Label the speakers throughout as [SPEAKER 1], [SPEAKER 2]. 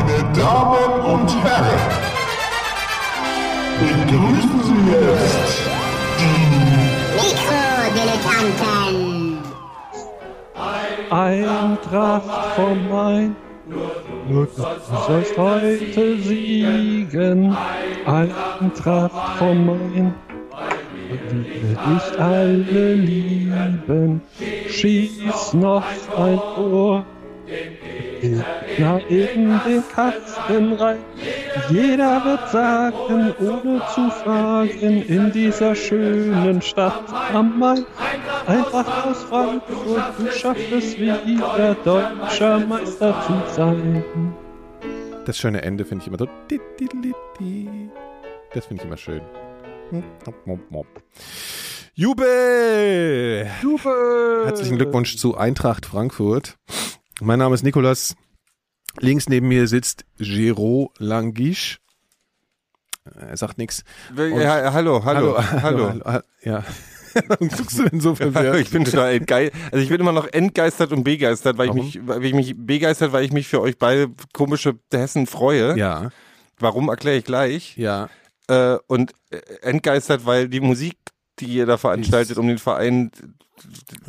[SPEAKER 1] Damen und Herren, begrüßen Sie jetzt
[SPEAKER 2] Mikrodilettanten.
[SPEAKER 3] Eintracht vom Main. Nur du sollst heute siegen. Eintracht vom Main. Die wir dich alle lieben. Schieß noch ein Tor. Na, in den Kasten rein. Jeder wird sagen, ohne zu fragen, in dieser schönen Stadt am Main. Einfach aus Frankfurt, du schaffst es wieder, deutscher Meister zu sein.
[SPEAKER 4] Das schöne Ende finde ich immer so. Di, di, li, di. Das finde ich immer schön. Hm, mop, mop, mop. Jubel!
[SPEAKER 3] Jubel!
[SPEAKER 4] Herzlichen Glückwunsch zu Eintracht Frankfurt. Mein Name ist Nikolas. Links neben mir sitzt Giro Langisch. Er sagt nichts.
[SPEAKER 5] Ja, ja, hallo, hallo, hallo. hallo,
[SPEAKER 4] hallo. Ja. Warum guckst du denn so verwirrt?
[SPEAKER 5] Ich bin total entgeistert. Also ich bin immer noch entgeistert und begeistert, weil ich
[SPEAKER 4] Warum?
[SPEAKER 5] mich, weil ich mich begeistert, weil ich mich für euch beide komische Hessen freue.
[SPEAKER 4] Ja,
[SPEAKER 5] Warum erkläre ich gleich.
[SPEAKER 4] ja.
[SPEAKER 5] Äh, und äh, entgeistert, weil die Musik, die ihr da veranstaltet, um den Verein,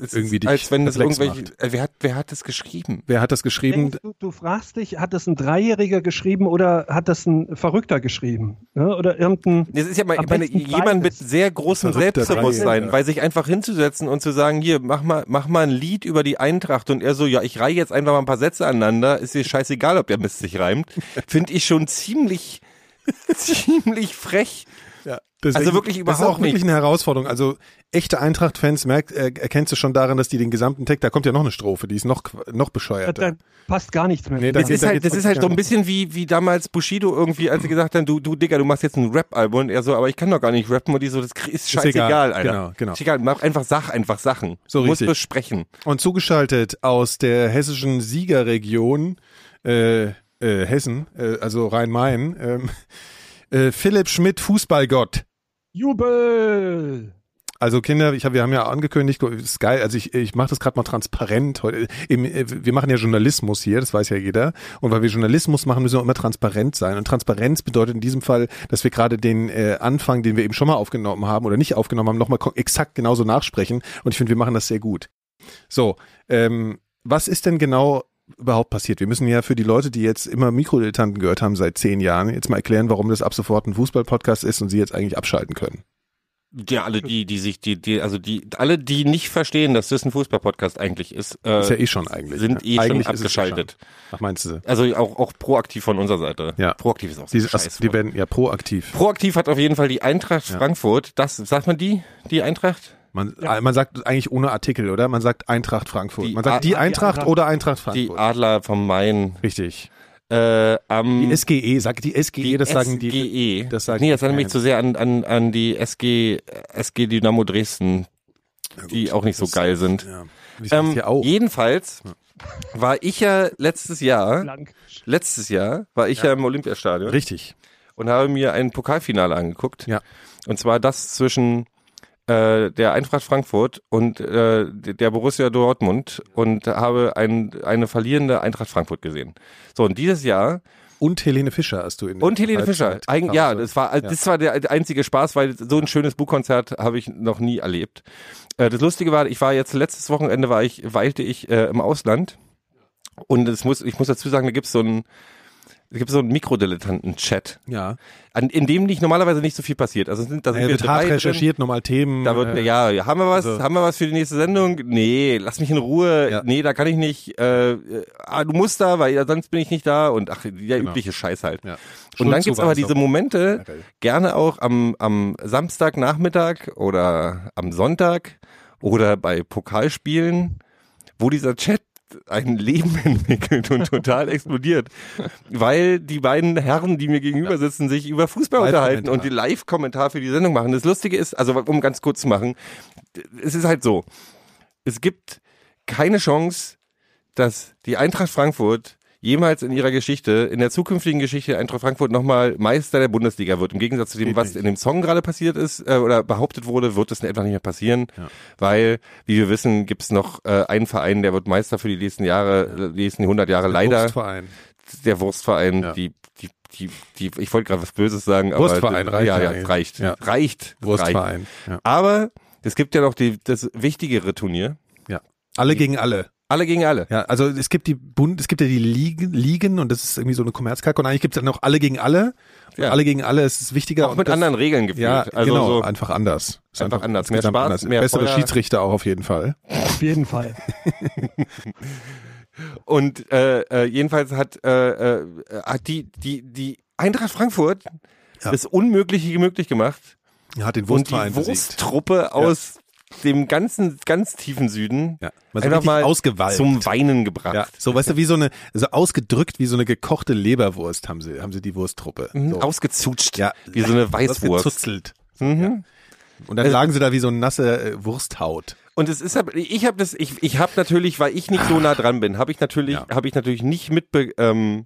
[SPEAKER 5] es
[SPEAKER 4] Irgendwie dich
[SPEAKER 5] ist, als wenn das
[SPEAKER 4] perplex
[SPEAKER 5] irgendwelche. Äh, Wer hat, wer hat das geschrieben?
[SPEAKER 4] Wer hat das geschrieben?
[SPEAKER 3] Denkst Du, du fragst dich, hat das ein Dreijähriger geschrieben oder hat das ein Verrückter geschrieben? Ne? Oder irgendein.
[SPEAKER 5] Das ist ja mal,
[SPEAKER 3] Am
[SPEAKER 5] ich meine,
[SPEAKER 3] besten
[SPEAKER 5] jemand mit
[SPEAKER 3] beides.
[SPEAKER 5] sehr großem
[SPEAKER 4] Verrückter
[SPEAKER 5] Selbstbewusstsein,
[SPEAKER 4] Dreijähriger.
[SPEAKER 5] weil sich einfach hinzusetzen und zu sagen, hier, mach mal, mach mal ein Lied über die Eintracht und er so, ja, ich reihe jetzt einfach mal ein paar Sätze aneinander, ist dir scheißegal, ob der Mist sich reimt, finde ich schon ziemlich, ziemlich frech.
[SPEAKER 4] Ja,
[SPEAKER 5] Also wirklich
[SPEAKER 4] Das ist auch
[SPEAKER 5] überhaupt
[SPEAKER 4] wirklich
[SPEAKER 5] nicht.
[SPEAKER 4] eine Herausforderung. Also echte Eintracht-Fans merkt, äh, erkennst du schon daran, dass die den gesamten Text, da kommt ja noch eine Strophe, die ist noch, qu- noch bescheuerter.
[SPEAKER 3] Da passt gar nichts mehr.
[SPEAKER 4] Nee, da
[SPEAKER 5] Das
[SPEAKER 4] geht-
[SPEAKER 5] ist
[SPEAKER 4] da
[SPEAKER 5] halt,
[SPEAKER 4] geht's
[SPEAKER 5] das
[SPEAKER 4] wirklich
[SPEAKER 5] ist halt
[SPEAKER 4] gar
[SPEAKER 5] so ein
[SPEAKER 4] nicht.
[SPEAKER 5] bisschen wie, wie damals Bushido irgendwie, als sie gesagt haben, du, du Digga, du machst jetzt ein Rap-Album und er so, aber ich kann doch gar nicht rappen und die so, das ist scheißegal,
[SPEAKER 4] egal,
[SPEAKER 5] Alter.
[SPEAKER 4] genau, genau.
[SPEAKER 5] Ist egal, mach einfach Sach, einfach Sachen.
[SPEAKER 4] So
[SPEAKER 5] Muss
[SPEAKER 4] richtig.
[SPEAKER 5] besprechen.
[SPEAKER 4] Und zugeschaltet aus der hessischen Siegerregion äh, äh, Hessen, äh, also Rhein-Main, ähm, äh, Philipp Schmidt, Fußballgott.
[SPEAKER 3] Jubel!
[SPEAKER 4] Also Kinder, ich hab, wir haben ja angekündigt, ist geil, also ich, ich mache das gerade mal transparent heute. Im, äh, wir machen ja Journalismus hier, das weiß ja jeder. Und weil wir Journalismus machen, müssen wir auch immer transparent sein. Und Transparenz bedeutet in diesem Fall, dass wir gerade den äh, Anfang, den wir eben schon mal aufgenommen haben oder nicht aufgenommen haben, nochmal ko- exakt genauso nachsprechen. Und ich finde, wir machen das sehr gut. So, ähm, was ist denn genau überhaupt passiert? Wir müssen ja für die Leute, die jetzt immer Mikrodilettanten gehört haben seit zehn Jahren, jetzt mal erklären, warum das ab sofort ein Fußballpodcast ist und sie jetzt eigentlich abschalten können.
[SPEAKER 5] Ja, alle die, die sich, die, die, also die, alle, die nicht verstehen, dass das ein Fußballpodcast eigentlich ist, äh,
[SPEAKER 4] Ist ja eh schon eigentlich.
[SPEAKER 5] sind
[SPEAKER 4] ne?
[SPEAKER 5] eh
[SPEAKER 4] eigentlich
[SPEAKER 5] schon
[SPEAKER 4] ist es
[SPEAKER 5] abgeschaltet.
[SPEAKER 4] Ach, meinst du?
[SPEAKER 5] Also auch, auch proaktiv von unserer Seite.
[SPEAKER 4] Ja.
[SPEAKER 5] Proaktiv ist auch so
[SPEAKER 4] Die,
[SPEAKER 5] ein Scheiß.
[SPEAKER 4] ach, also, die werden ja proaktiv.
[SPEAKER 5] Proaktiv hat auf jeden Fall die Eintracht Frankfurt, das, sagt man die, die Eintracht?
[SPEAKER 4] Man, äh, man sagt eigentlich ohne Artikel, oder? Man sagt Eintracht Frankfurt.
[SPEAKER 5] Die
[SPEAKER 4] man sagt
[SPEAKER 5] A-
[SPEAKER 4] die
[SPEAKER 5] die
[SPEAKER 4] Eintracht
[SPEAKER 3] Eintracht.
[SPEAKER 4] oder Eintracht
[SPEAKER 5] Die
[SPEAKER 4] Frankfurt.
[SPEAKER 5] Adler vom Main,
[SPEAKER 4] Richtig.
[SPEAKER 5] äh, am,
[SPEAKER 4] Die SGE, sagt die SGE, das sagen die.
[SPEAKER 5] SGE.
[SPEAKER 4] das sagen
[SPEAKER 5] E. nee,
[SPEAKER 4] die
[SPEAKER 5] das erinnert mich
[SPEAKER 4] Fans.
[SPEAKER 5] zu sehr an, an, an die SG, SG Dynamo Dresden, die auch nicht so geil sind.
[SPEAKER 4] Ja. Wie
[SPEAKER 5] Ähm,
[SPEAKER 4] ähm, hier auch.
[SPEAKER 5] jedenfalls war ich ja letztes Jahr,
[SPEAKER 3] Blank.
[SPEAKER 5] Letztes Jahr war ich ja, im Olympiastadion
[SPEAKER 4] Richtig.
[SPEAKER 5] und habe mir ein Pokalfinale angeguckt.
[SPEAKER 4] Ja.
[SPEAKER 5] Und zwar das zwischen äh, der Eintracht Frankfurt und äh, der Borussia Dortmund und habe ein, eine verlierende Eintracht Frankfurt gesehen. So, und dieses Jahr
[SPEAKER 4] Und Helene Fischer hast du in der
[SPEAKER 5] und Helene Fischer.
[SPEAKER 4] Halbzeit
[SPEAKER 5] Eigen, ja,
[SPEAKER 4] gehabt. ne?
[SPEAKER 5] das war, also das war der einzige Spaß, weil so ein schönes Buchkonzert habe ich noch nie erlebt. Äh, Das Lustige war, ich war jetzt letztes Wochenende war ich, weilte ich äh, im Ausland und es muss, ich muss dazu sagen, da gibt's so ein es gibt so einen Mikrodilettanten-Chat,
[SPEAKER 4] Ja.
[SPEAKER 5] an, in dem nicht normalerweise nicht so viel passiert. Also sind, da sind
[SPEAKER 4] Er
[SPEAKER 5] wir
[SPEAKER 4] wird
[SPEAKER 5] drei
[SPEAKER 4] hart
[SPEAKER 5] drin.
[SPEAKER 4] recherchiert, nochmal Themen.
[SPEAKER 5] Da wird,
[SPEAKER 4] äh,
[SPEAKER 5] ja, ja, haben wir was,
[SPEAKER 4] also-
[SPEAKER 5] haben wir was für die nächste Sendung? Nee, lass mich in Ruhe.
[SPEAKER 4] Ja.
[SPEAKER 5] Nee, da kann ich nicht. Äh, äh, ah, du musst da, weil ja, sonst bin ich nicht da. Und ach, der übliche Scheiß halt.
[SPEAKER 4] Genau. Ja.
[SPEAKER 5] Und dann gibt's aber diese
[SPEAKER 4] Schuldzuweisung.
[SPEAKER 5] Momente,
[SPEAKER 4] Generell.
[SPEAKER 5] gerne auch am, am Samstagnachmittag oder am Sonntag oder bei Pokalspielen, wo dieser Chat ein Leben entwickelt und total explodiert, weil die beiden Herren, die mir gegenüber sitzen, sich über Fußball
[SPEAKER 4] Live-Kommentar.
[SPEAKER 5] unterhalten und die Live-Kommentar für die Sendung machen. Das Lustige ist, also um ganz kurz zu machen, es ist halt so, es gibt keine Chance, dass die Eintracht Frankfurt jemals in ihrer Geschichte, in der zukünftigen Geschichte der Eintracht Frankfurt nochmal Meister der Bundesliga wird. Im Gegensatz zu dem,
[SPEAKER 4] Geht
[SPEAKER 5] was
[SPEAKER 4] nicht.
[SPEAKER 5] in dem Song gerade passiert ist äh, oder behauptet wurde, wird es einfach nicht mehr passieren, weil, wie wir wissen, gibt es noch äh, einen Verein, der wird Meister für die nächsten Jahre, äh, die nächsten 100 Jahre. Leider
[SPEAKER 4] Kunstverein.
[SPEAKER 5] der Wurstverein,
[SPEAKER 4] Ja.
[SPEAKER 5] die, die, die, die, ich wollte gerade was Böses sagen, aber.
[SPEAKER 4] Wurstverein, reicht
[SPEAKER 5] Ja,
[SPEAKER 4] ja
[SPEAKER 5] ja,
[SPEAKER 4] eigentlich.
[SPEAKER 5] reicht.
[SPEAKER 4] Ja.
[SPEAKER 5] Reicht. Reicht.
[SPEAKER 4] Wurstverein. Ja.
[SPEAKER 5] Aber es gibt ja noch die, das wichtigere Turnier.
[SPEAKER 4] Alle gegen alle.
[SPEAKER 5] Alle gegen alle.
[SPEAKER 4] Ja, also es gibt die Bund, es gibt ja die Ligen, Ligen und das ist irgendwie so eine Kommerzkacke und eigentlich gibt es dann auch alle gegen alle. Und
[SPEAKER 5] Ja.
[SPEAKER 4] alle gegen alle ist es wichtiger.
[SPEAKER 5] Auch
[SPEAKER 4] und
[SPEAKER 5] mit
[SPEAKER 4] das,
[SPEAKER 5] anderen Regeln geführt.
[SPEAKER 4] Ja,
[SPEAKER 5] also
[SPEAKER 4] genau,
[SPEAKER 5] so,
[SPEAKER 4] einfach anders. Ist
[SPEAKER 5] Einfach anders. Mehr
[SPEAKER 4] insgesamt
[SPEAKER 5] Spaß, mehr
[SPEAKER 4] Bessere
[SPEAKER 5] Feuer.
[SPEAKER 4] Schiedsrichter auch auf jeden Fall.
[SPEAKER 3] Auf jeden Fall.
[SPEAKER 5] Und äh, äh, jedenfalls hat, äh, äh, hat die, die, die Eintracht Frankfurt
[SPEAKER 4] Ja.
[SPEAKER 5] das Unmögliche möglich gemacht
[SPEAKER 4] Er hat den
[SPEAKER 5] und
[SPEAKER 4] Wurstverein
[SPEAKER 5] die
[SPEAKER 4] besiegt.
[SPEAKER 5] Wursttruppe aus dem ganzen, ganz tiefen Süden
[SPEAKER 4] Ja, mal so
[SPEAKER 5] einfach
[SPEAKER 4] richtig
[SPEAKER 5] mal
[SPEAKER 4] ausgewalkt.
[SPEAKER 5] zum Weinen gebracht.
[SPEAKER 4] Ja, so weißt du, wie so eine, so ausgedrückt wie so eine gekochte Leberwurst haben sie, haben sie die Wursttruppe.
[SPEAKER 5] Mhm,
[SPEAKER 4] So.
[SPEAKER 5] Ausgezutscht,
[SPEAKER 4] Ja.
[SPEAKER 5] wie so eine Weißwurst.
[SPEAKER 4] Ausgezuzelt.
[SPEAKER 5] Mhm.
[SPEAKER 4] Und dann lagen sie da wie so eine nasse äh, Wursthaut.
[SPEAKER 5] Und es ist, aber- ich habe das, ich, ich habe natürlich, weil ich nicht so nah dran bin, habe ich natürlich,
[SPEAKER 4] Ja.
[SPEAKER 5] habe ich natürlich nicht mitbe, ähm,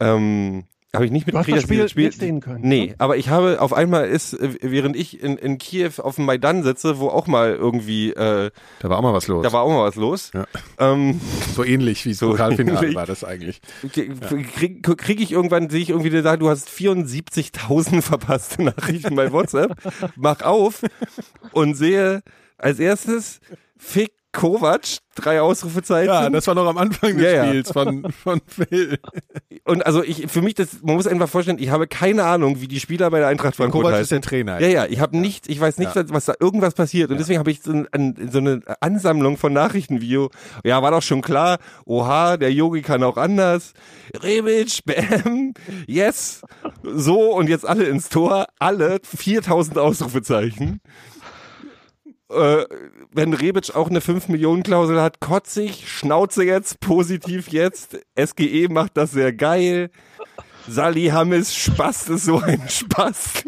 [SPEAKER 5] ähm, habe ich nicht
[SPEAKER 3] Du hast
[SPEAKER 5] mitgekriegt,
[SPEAKER 3] das Spiel
[SPEAKER 5] dass dieses
[SPEAKER 3] mitsehen können,
[SPEAKER 5] Nee,
[SPEAKER 3] ne?
[SPEAKER 5] aber ich habe auf einmal ist, äh, während ich in, in Kiew auf dem Maidan sitze, wo auch mal irgendwie, äh,
[SPEAKER 4] Da war auch mal was los.
[SPEAKER 5] da war auch mal was los,
[SPEAKER 4] Ja.
[SPEAKER 5] ähm,
[SPEAKER 4] so ähnlich wie das Pokalfinale
[SPEAKER 5] ähnlich.
[SPEAKER 4] war das eigentlich.
[SPEAKER 5] kriege krieg ich irgendwann, sehe ich irgendwie, der sagt, du hast 74.000 verpasste Nachrichten bei WhatsApp, mach auf und sehe als erstes Fick Kovac, drei Ausrufezeichen.
[SPEAKER 4] Ja, das war noch am Anfang des
[SPEAKER 5] Ja, ja.
[SPEAKER 4] Spiels von, von Phil.
[SPEAKER 5] und also ich, für mich, das, man muss einfach vorstellen, ich habe keine Ahnung, wie die Spieler bei der Eintracht Frankfurt
[SPEAKER 4] Kovac ist
[SPEAKER 5] heißen.
[SPEAKER 4] der Trainer.
[SPEAKER 5] Ja, ja, ich habe nichts, ich weiß nicht, was da irgendwas passiert. Und deswegen habe ich so, ein, an, so eine Ansammlung von Nachrichtenvideo. Ja, war doch schon klar. Oha, der Yogi kann auch anders. Rebic, Bam, yes. So und jetzt alle ins Tor. Alle 4000 Ausrufezeichen. Äh, wenn Rebic auch eine 5-Millionen-Klausel hat, kotzig, Schnauze jetzt, positiv jetzt. SGE macht das sehr geil. Sally Hammes, Spaß ist so ein Spaß.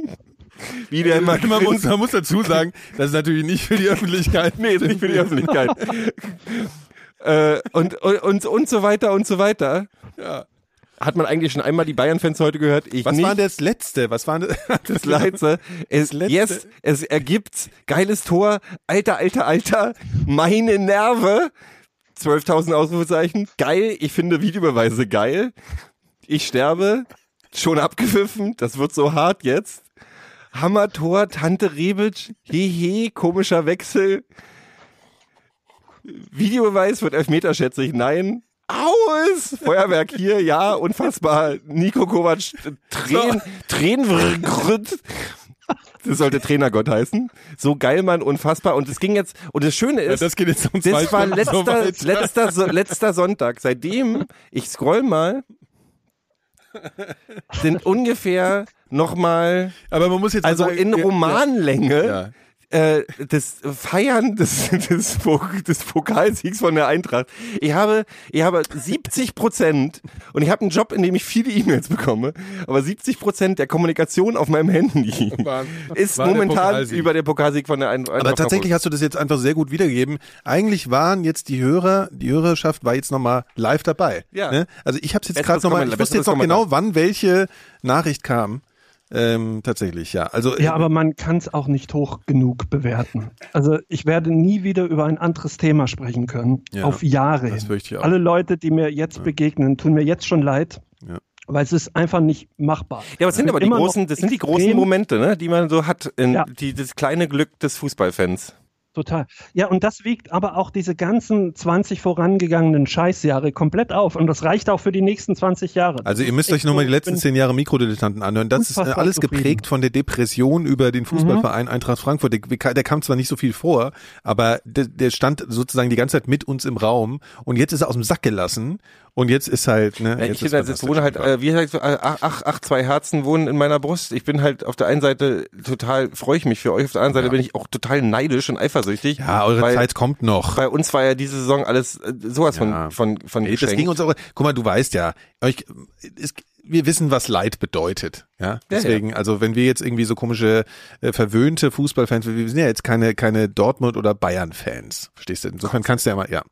[SPEAKER 5] Wie der immer
[SPEAKER 4] Man muss, man muss dazu sagen, das ist natürlich nicht für die Öffentlichkeit.
[SPEAKER 5] Nee, ist nicht für die Öffentlichkeit. äh, und, und, und, und so weiter und so weiter.
[SPEAKER 4] Ja.
[SPEAKER 5] Hat man eigentlich schon einmal die Bayern-Fans heute gehört? Ich
[SPEAKER 4] Was
[SPEAKER 5] nicht.
[SPEAKER 4] war denn das letzte? Was war denn das
[SPEAKER 5] das Leitze? Es,
[SPEAKER 4] Letzte?
[SPEAKER 5] yes, es ergibt geiles Tor. Alter, alter, alter. Meine Nerve. 12.000 Ausrufezeichen. Geil. Ich finde Videobeweise geil. Ich sterbe. Schon abgepfiffen. Das wird so hart jetzt. Hammer-Tor, Tante Rebic. Hehe, komischer Wechsel. Videobeweis wird Elfmeter, schätze ich. Nein. Aus! Feuerwerk hier, ja, unfassbar. Nico Kovac, Tränen, Tränengründ. Das sollte Trainergott heißen. So geil, Mann, unfassbar. Und es ging jetzt, und das Schöne ist,
[SPEAKER 4] Das geht jetzt um zwei
[SPEAKER 5] das war
[SPEAKER 4] Stunden so
[SPEAKER 5] letzter,
[SPEAKER 4] weit.
[SPEAKER 5] letzter, so, letzter Sonntag. Seitdem, ich scroll mal, sind ungefähr nochmal,
[SPEAKER 4] Aber man muss jetzt mal
[SPEAKER 5] also
[SPEAKER 4] sagen,
[SPEAKER 5] in
[SPEAKER 4] ja, Ja.
[SPEAKER 5] Romanlänge, äh, das Feiern des, des, Pok- des Pokalsiegs von der Eintracht. Ich habe, ich habe 70 Prozent und ich habe einen Job, in dem ich viele E-Mails bekomme, aber 70 Prozent der Kommunikation auf meinem Handy
[SPEAKER 4] War-
[SPEAKER 5] ist
[SPEAKER 4] war der
[SPEAKER 5] momentan
[SPEAKER 4] Pokalsieg.
[SPEAKER 5] über der Pokalsieg von der Ein- Eintracht.
[SPEAKER 4] Aber tatsächlich
[SPEAKER 5] Frankfurt.
[SPEAKER 4] hast du das jetzt einfach sehr gut wiedergegeben. Eigentlich waren jetzt die Hörer, die Hörerschaft war jetzt nochmal live dabei.
[SPEAKER 5] Ja.
[SPEAKER 4] Ne? Also ich habe jetzt
[SPEAKER 5] Besseres
[SPEAKER 4] gerade nochmal, ich
[SPEAKER 5] Kommentar,
[SPEAKER 4] wusste jetzt
[SPEAKER 5] besseres
[SPEAKER 4] noch genau,
[SPEAKER 5] Kommentar.
[SPEAKER 4] wann welche Nachricht kam. Ähm, tatsächlich, ja. Also
[SPEAKER 3] Ja, aber man kann es auch nicht hoch genug bewerten. Also ich werde nie wieder über ein anderes Thema sprechen können.
[SPEAKER 4] Ja,
[SPEAKER 3] auf Jahre.
[SPEAKER 4] das
[SPEAKER 3] hin.
[SPEAKER 4] fürchte ich auch.
[SPEAKER 3] Alle Leute, die mir jetzt begegnen, tun mir jetzt schon leid.
[SPEAKER 4] Ja.
[SPEAKER 3] Weil es ist einfach nicht machbar.
[SPEAKER 5] Ja, aber das sind aber die
[SPEAKER 3] immer noch
[SPEAKER 5] großen, das sind die großen
[SPEAKER 3] extrem-
[SPEAKER 5] Momente, ne, die man so hat, in
[SPEAKER 3] Ja.
[SPEAKER 5] die, das kleine Glück des Fußballfans.
[SPEAKER 3] Total. Ja, und das wiegt aber auch diese ganzen 20 vorangegangenen Scheißjahre komplett auf. Und das reicht auch für die nächsten 20 Jahre.
[SPEAKER 4] Also ihr müsst euch
[SPEAKER 3] Echt so,
[SPEAKER 4] nochmal die letzten
[SPEAKER 3] bin-
[SPEAKER 4] zehn Jahre Mikrodilettanten anhören. Das ist äh,
[SPEAKER 3] Unfassbar
[SPEAKER 4] alles
[SPEAKER 3] zufrieden. Mhm.
[SPEAKER 4] geprägt von der Depression über den Fußballverein Eintracht Frankfurt. Der, der kam zwar nicht so viel vor, aber der, der stand sozusagen die ganze Zeit mit uns im Raum und jetzt ist er aus dem Sack gelassen und jetzt ist halt, ne,
[SPEAKER 5] Ja,
[SPEAKER 4] jetzt
[SPEAKER 5] ich
[SPEAKER 4] ist
[SPEAKER 5] bin halt, jetzt
[SPEAKER 4] fantastisch
[SPEAKER 5] wohne halt,
[SPEAKER 4] einfach.
[SPEAKER 5] äh, wie gesagt, so, äh, ach, ach, ach, zwei Herzen wohnen in meiner Brust. Ich bin halt auf der einen Seite total, freue ich mich für euch, auf der anderen Seite bin ich auch total neidisch und eifersüchtig.
[SPEAKER 4] ja, eure
[SPEAKER 5] weil
[SPEAKER 4] Zeit kommt noch.
[SPEAKER 5] Bei uns war ja diese Saison alles äh, sowas
[SPEAKER 4] Ja.
[SPEAKER 5] von, von, von
[SPEAKER 4] Ey, das ging
[SPEAKER 5] geschenkt.
[SPEAKER 4] uns auch. Guck mal, du weißt ja, euch, es, wir wissen, was Leid bedeutet. Ja, deswegen, also wenn wir jetzt irgendwie so komische äh, verwöhnte Fußballfans, wir sind ja jetzt keine keine Dortmund oder Bayern Fans, verstehst du? Insofern kannst du ja mal, ja.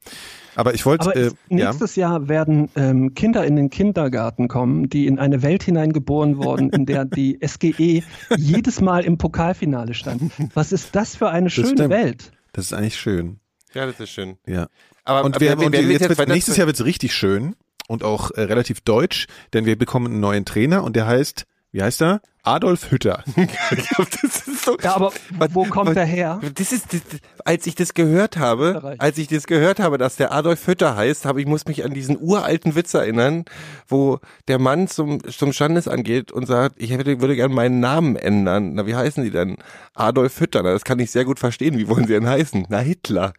[SPEAKER 4] Aber ich wollte,
[SPEAKER 3] Aber
[SPEAKER 4] äh,
[SPEAKER 3] es-
[SPEAKER 4] ja,
[SPEAKER 3] nächstes Jahr werden ähm, Kinder in den Kindergarten kommen, die in eine Welt hineingeboren wurden, in der die SGE jedes Mal im Pokalfinale stand. Was ist das für eine schöne
[SPEAKER 4] stimmt.
[SPEAKER 3] Welt?
[SPEAKER 4] das ist eigentlich schön.
[SPEAKER 5] Ja, das ist schön.
[SPEAKER 4] Ja.
[SPEAKER 5] Aber
[SPEAKER 4] Und
[SPEAKER 5] aber
[SPEAKER 4] wir, und
[SPEAKER 5] wird
[SPEAKER 4] jetzt wird,
[SPEAKER 5] weiter-
[SPEAKER 4] nächstes Jahr wird's richtig schön. und auch äh, relativ deutsch, denn wir bekommen einen neuen Trainer und der heißt, wie heißt er? Adolf Hütter.
[SPEAKER 5] das ist so.
[SPEAKER 3] Ja, aber wo kommt er her?
[SPEAKER 5] Das ist, das, als ich das gehört habe,
[SPEAKER 3] Österreich.
[SPEAKER 5] als ich das gehört habe, dass der Adolf Hütter heißt, habe ich muss mich an diesen uralten Witz erinnern, wo der Mann zum zum Standesamt geht und sagt, ich hätte würde gerne meinen Namen ändern. Na, wie heißen die denn? Adolf Hütter. Na, das kann ich sehr gut verstehen. Wie wollen sie denn heißen? Na, Hitler.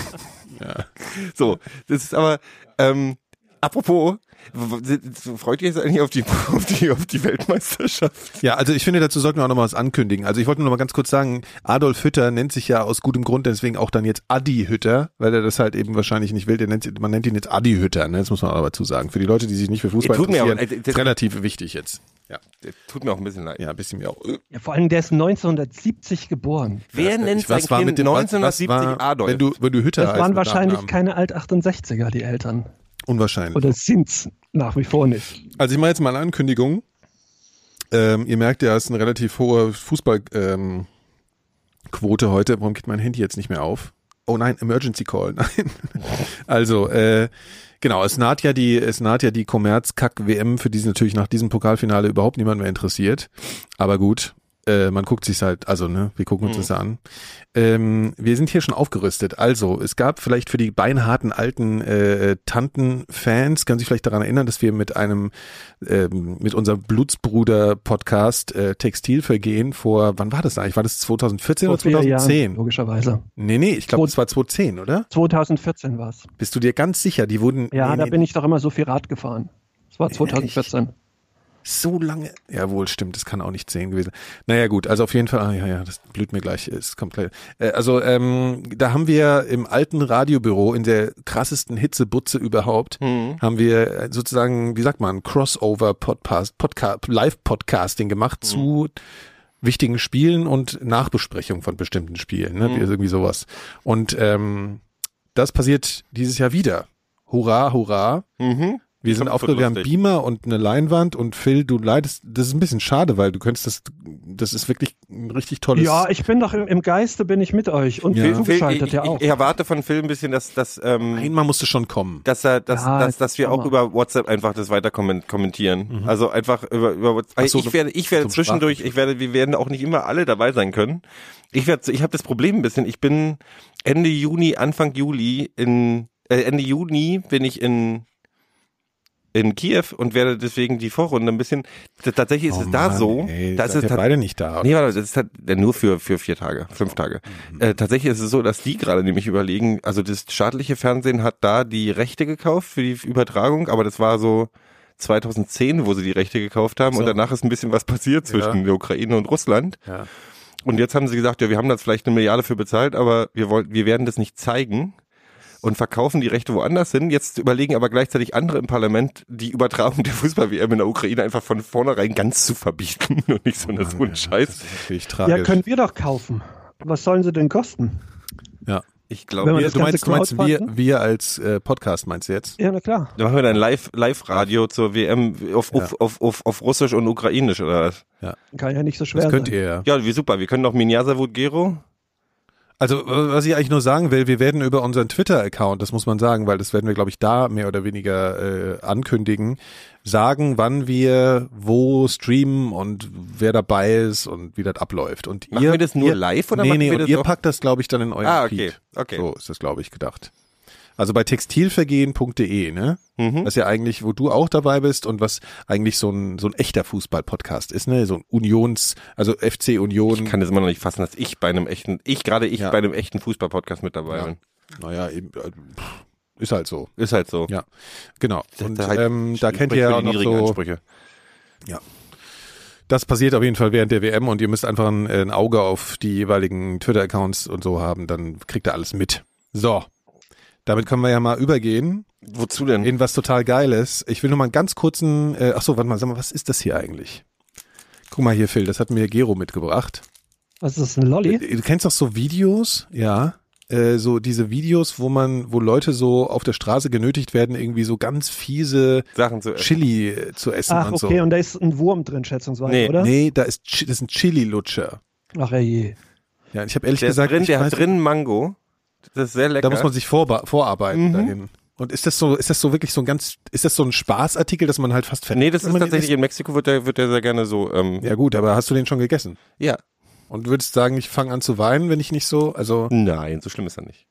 [SPEAKER 5] So, das ist aber ähm, apropos w- w- Freut ihr euch eigentlich auf die, auf die, auf die Weltmeisterschaft?
[SPEAKER 4] Ja, also ich finde, dazu sollten wir auch noch mal was ankündigen. Also ich wollte nur noch mal ganz kurz sagen, Adolf Hütter nennt sich ja aus gutem Grund deswegen auch dann jetzt Adi Hütter, weil er das halt eben wahrscheinlich nicht will. Der nennt, man nennt ihn jetzt Adi Hütter, ne? das muss man auch dazu sagen. Für die Leute, die sich nicht für Fußball
[SPEAKER 5] Tut mir
[SPEAKER 4] interessieren,
[SPEAKER 5] aber- äh,
[SPEAKER 4] ist relativ wichtig jetzt. Ja,
[SPEAKER 5] Tut mir auch ein bisschen leid.
[SPEAKER 4] ja ein bisschen mir auch.
[SPEAKER 3] Ja, vor allem, der ist 1970 geboren.
[SPEAKER 5] Wer nennt
[SPEAKER 4] Ich- was
[SPEAKER 5] sein
[SPEAKER 4] war
[SPEAKER 5] Kind
[SPEAKER 4] mit dem- was- was
[SPEAKER 5] 1970
[SPEAKER 4] war-
[SPEAKER 5] Adolf?
[SPEAKER 4] Wenn du, wenn du Hütter
[SPEAKER 3] Das
[SPEAKER 4] heißt
[SPEAKER 3] waren
[SPEAKER 4] mit
[SPEAKER 3] wahrscheinlich
[SPEAKER 4] Nachnamen.
[SPEAKER 3] keine Alt-68er, die Eltern.
[SPEAKER 4] Unwahrscheinlich.
[SPEAKER 3] Oder sind's nach wie vor nicht.
[SPEAKER 4] Also ich mache jetzt mal eine Ankündigung. Ähm, ihr merkt ja, es ist eine relativ hohe Fußballquote ähm, Quote heute. Warum geht mein Handy jetzt nicht mehr auf? Oh nein, Emergency Call. Nein. Also, äh, genau, es naht ja die, es naht ja die Commerz-Kack-WM, für die es natürlich nach diesem Pokalfinale überhaupt niemand mehr interessiert. Aber gut, äh, man guckt sich halt, also ne, wir gucken uns das an. Ähm, wir sind hier schon aufgerüstet. Also, es gab vielleicht für die beinharten alten äh, Tanten-Fans, können sich vielleicht daran erinnern, dass wir mit einem, ähm, mit unserem Blutsbruder-Podcast äh, Textilvergehen vor, wann war das eigentlich? War das 2014 oder
[SPEAKER 3] vier Jahren,
[SPEAKER 4] 2010?
[SPEAKER 3] logischerweise.
[SPEAKER 4] Nee, nee, ich glaube,
[SPEAKER 3] Wo-
[SPEAKER 4] das war 2010, oder?
[SPEAKER 3] 2014 war's.
[SPEAKER 4] Bist du dir ganz sicher? Die wurden.
[SPEAKER 3] Ja,
[SPEAKER 4] nee,
[SPEAKER 3] da
[SPEAKER 4] nee,
[SPEAKER 3] bin ich doch immer so viel Rad gefahren. Das war 2014.
[SPEAKER 4] So lange. Jawohl, stimmt, das kann auch nicht 10 gewesen. Naja, gut, also auf jeden Fall, ah, ja, ja, das blüht mir gleich, es kommt gleich. Äh, also, ähm, da haben wir im alten Radiobüro, in der krassesten Hitzebutze überhaupt, haben wir äh, sozusagen, wie sagt man, Crossover-Podcast, Podca Live-Podcasting gemacht zu wichtigen Spielen und Nachbesprechung von bestimmten Spielen, ne? irgendwie sowas. Und ähm, das passiert dieses Jahr wieder. Hurra, hurra.
[SPEAKER 5] Mhm.
[SPEAKER 4] Wir sind
[SPEAKER 5] Kommt
[SPEAKER 4] aufgeregt, wir haben
[SPEAKER 5] lustig.
[SPEAKER 4] Beamer und eine Leinwand und Phil, du leidest, das ist ein bisschen schade, weil du könntest das, das ist wirklich ein richtig tolles.
[SPEAKER 3] Ja, ich bin doch im, im Geiste, bin ich mit euch. Und
[SPEAKER 4] Ja.
[SPEAKER 3] ja.
[SPEAKER 4] Phil-
[SPEAKER 5] ich,
[SPEAKER 3] zugeschaltet
[SPEAKER 5] ich,
[SPEAKER 3] ja auch.
[SPEAKER 5] ich erwarte von Phil ein bisschen, dass, dass, ähm,
[SPEAKER 4] einmal musste schon kommen.
[SPEAKER 5] dass, er, dass,
[SPEAKER 3] Ja,
[SPEAKER 5] dass, dass wir
[SPEAKER 3] Hammer.
[SPEAKER 5] auch über WhatsApp einfach das weiter kommen- kommentieren. Also einfach über, über WhatsApp.
[SPEAKER 4] Mhm. so,
[SPEAKER 5] ich werde, ich werde
[SPEAKER 4] zum
[SPEAKER 5] zwischendurch, ich werde, wir werden auch nicht immer alle dabei sein können. Ich werde, ich habe das Problem ein bisschen. Ich bin Ende Juni, Anfang Juli in, äh, Ende Juni bin ich in in Kiew und werde deswegen die Vorrunde ein bisschen. t- Tatsächlich ist
[SPEAKER 4] Oh
[SPEAKER 5] es da
[SPEAKER 4] Mann,
[SPEAKER 5] so,
[SPEAKER 4] ey,
[SPEAKER 5] dass
[SPEAKER 4] seid
[SPEAKER 5] es
[SPEAKER 4] ihr
[SPEAKER 5] tat-
[SPEAKER 4] beide nicht da.
[SPEAKER 5] Nee, warte, das ist halt ja, nur für, für vier Tage, fünf Tage.
[SPEAKER 4] Mhm.
[SPEAKER 5] Äh, tatsächlich ist es so, dass die gerade nämlich überlegen, also das staatliche Fernsehen hat da die Rechte gekauft für die Übertragung, aber das war so 2010, wo sie die Rechte gekauft haben und
[SPEAKER 4] So.
[SPEAKER 5] danach ist ein bisschen was passiert zwischen der Ukraine und Russland.
[SPEAKER 4] Ja.
[SPEAKER 5] Und jetzt haben sie gesagt, ja, wir haben das vielleicht eine Milliarde für bezahlt, aber wir wollen, wir werden das nicht zeigen und verkaufen die Rechte woanders hin. Jetzt überlegen aber gleichzeitig andere im Parlament, die Übertragung der Fußball-WM in der Ukraine einfach von vornherein ganz zu verbieten und nicht so eine
[SPEAKER 4] Ah,
[SPEAKER 5] so einen Scheiß.
[SPEAKER 4] Natürlich
[SPEAKER 3] ja,
[SPEAKER 4] tragisch.
[SPEAKER 3] können wir doch kaufen. Was sollen sie denn kosten?
[SPEAKER 4] Ja.
[SPEAKER 5] Ich
[SPEAKER 3] Wenn
[SPEAKER 5] glaube,
[SPEAKER 3] man-
[SPEAKER 4] Wir,
[SPEAKER 3] das
[SPEAKER 4] du meinst, du
[SPEAKER 3] ganze
[SPEAKER 4] meinst wir,
[SPEAKER 3] Crowdfunding?
[SPEAKER 4] wir als äh, Podcast meinst du jetzt?
[SPEAKER 3] Ja, na klar.
[SPEAKER 5] da machen wir dann live Live-Radio zur WM auf,
[SPEAKER 4] Ja.
[SPEAKER 5] auf, auf, auf, auf Russisch und Ukrainisch oder was?
[SPEAKER 3] Kann ja nicht so schwer
[SPEAKER 4] Das könnt
[SPEAKER 3] sein.
[SPEAKER 4] ihr ja.
[SPEAKER 5] Ja, wie super. Wir können noch Minyaza Gero.
[SPEAKER 4] Also, w- was ich eigentlich nur sagen will, wir werden über unseren Twitter-Account, das muss man sagen, weil das werden wir, glaube ich, da mehr oder weniger äh, ankündigen, sagen, wann wir wo streamen und wer dabei ist und wie das abläuft. Und
[SPEAKER 5] Machen
[SPEAKER 4] ihr,
[SPEAKER 5] wir das nur
[SPEAKER 4] ihr,
[SPEAKER 5] live oder
[SPEAKER 4] nee,
[SPEAKER 5] machen
[SPEAKER 4] nee,
[SPEAKER 5] wir
[SPEAKER 4] und
[SPEAKER 5] das
[SPEAKER 4] ihr
[SPEAKER 5] auch-
[SPEAKER 4] packt das, glaube ich, dann in euren
[SPEAKER 5] Ah, okay,
[SPEAKER 4] Feed.
[SPEAKER 5] okay.
[SPEAKER 4] So ist das, glaube ich, gedacht. Also bei textilvergehen.de, ne?
[SPEAKER 5] Mhm.
[SPEAKER 4] Was ja eigentlich, wo du auch dabei bist und was eigentlich so ein, so ein echter Fußball-Podcast ist, ne? So ein Unions, also FC Union.
[SPEAKER 5] Ich kann das immer noch nicht fassen, dass ich bei einem echten, ich gerade ich
[SPEAKER 4] Ja.
[SPEAKER 5] bei einem echten Fußball-Podcast mit dabei
[SPEAKER 4] Ja.
[SPEAKER 5] bin.
[SPEAKER 4] naja, eben, äh, pff, ist halt so.
[SPEAKER 5] Ist halt so.
[SPEAKER 4] Ja, genau. Und
[SPEAKER 5] halt-
[SPEAKER 4] ähm, da kennt ihr
[SPEAKER 5] spricht
[SPEAKER 4] ja
[SPEAKER 5] für
[SPEAKER 4] auch
[SPEAKER 5] die
[SPEAKER 4] noch
[SPEAKER 5] niedrigen
[SPEAKER 4] so,
[SPEAKER 5] Ansprüche.
[SPEAKER 4] das passiert auf jeden Fall während der WM und ihr müsst einfach ein, äh, ein Auge auf die jeweiligen Twitter-Accounts und so haben, dann kriegt ihr alles mit. So, damit können wir ja mal übergehen
[SPEAKER 5] Wozu denn?
[SPEAKER 4] in was total Geiles. Ich will nur mal einen ganz kurzen, äh, ach so, warte mal, sag mal, was ist das hier eigentlich? Guck mal hier, Phil, das hat mir Gero mitgebracht.
[SPEAKER 3] Was ist das, ein Lolli?
[SPEAKER 4] Äh, Du kennst doch so Videos, ja. äh, So diese Videos, wo man, wo Leute so auf der Straße genötigt werden, irgendwie so ganz fiese
[SPEAKER 5] Sachen zu essen.
[SPEAKER 4] Chili äh, zu essen
[SPEAKER 3] Ach,
[SPEAKER 4] und so.
[SPEAKER 3] okay, und da ist ein Wurm drin, schätzungsweise,
[SPEAKER 5] Nee,
[SPEAKER 3] oder?
[SPEAKER 4] Nee, da ist, Chi- das ist ein Chili-Lutscher.
[SPEAKER 3] Ach je.
[SPEAKER 4] Ja, ich habe ehrlich
[SPEAKER 5] Der ist
[SPEAKER 4] gesagt,
[SPEAKER 5] drin,
[SPEAKER 4] ich
[SPEAKER 5] der
[SPEAKER 4] weiß-
[SPEAKER 5] hat drin Mango. Das ist sehr lecker.
[SPEAKER 3] Mhm.
[SPEAKER 4] da muss man sich vorba- vorarbeiten dahin. Und ist das so, ist das so wirklich so ein ganz, ist das so ein Spaßartikel, dass man halt fast ver
[SPEAKER 5] Nee, das
[SPEAKER 4] wenn
[SPEAKER 5] ist
[SPEAKER 4] man den
[SPEAKER 5] tatsächlich, in Mexiko wird der, wird der sehr gerne so, ähm,
[SPEAKER 4] isst? Ja gut, aber hast du den schon gegessen?
[SPEAKER 5] ja.
[SPEAKER 4] Und würdest sagen, ich fange an zu weinen, wenn ich nicht so, also,
[SPEAKER 5] Nein, so schlimm ist er nicht.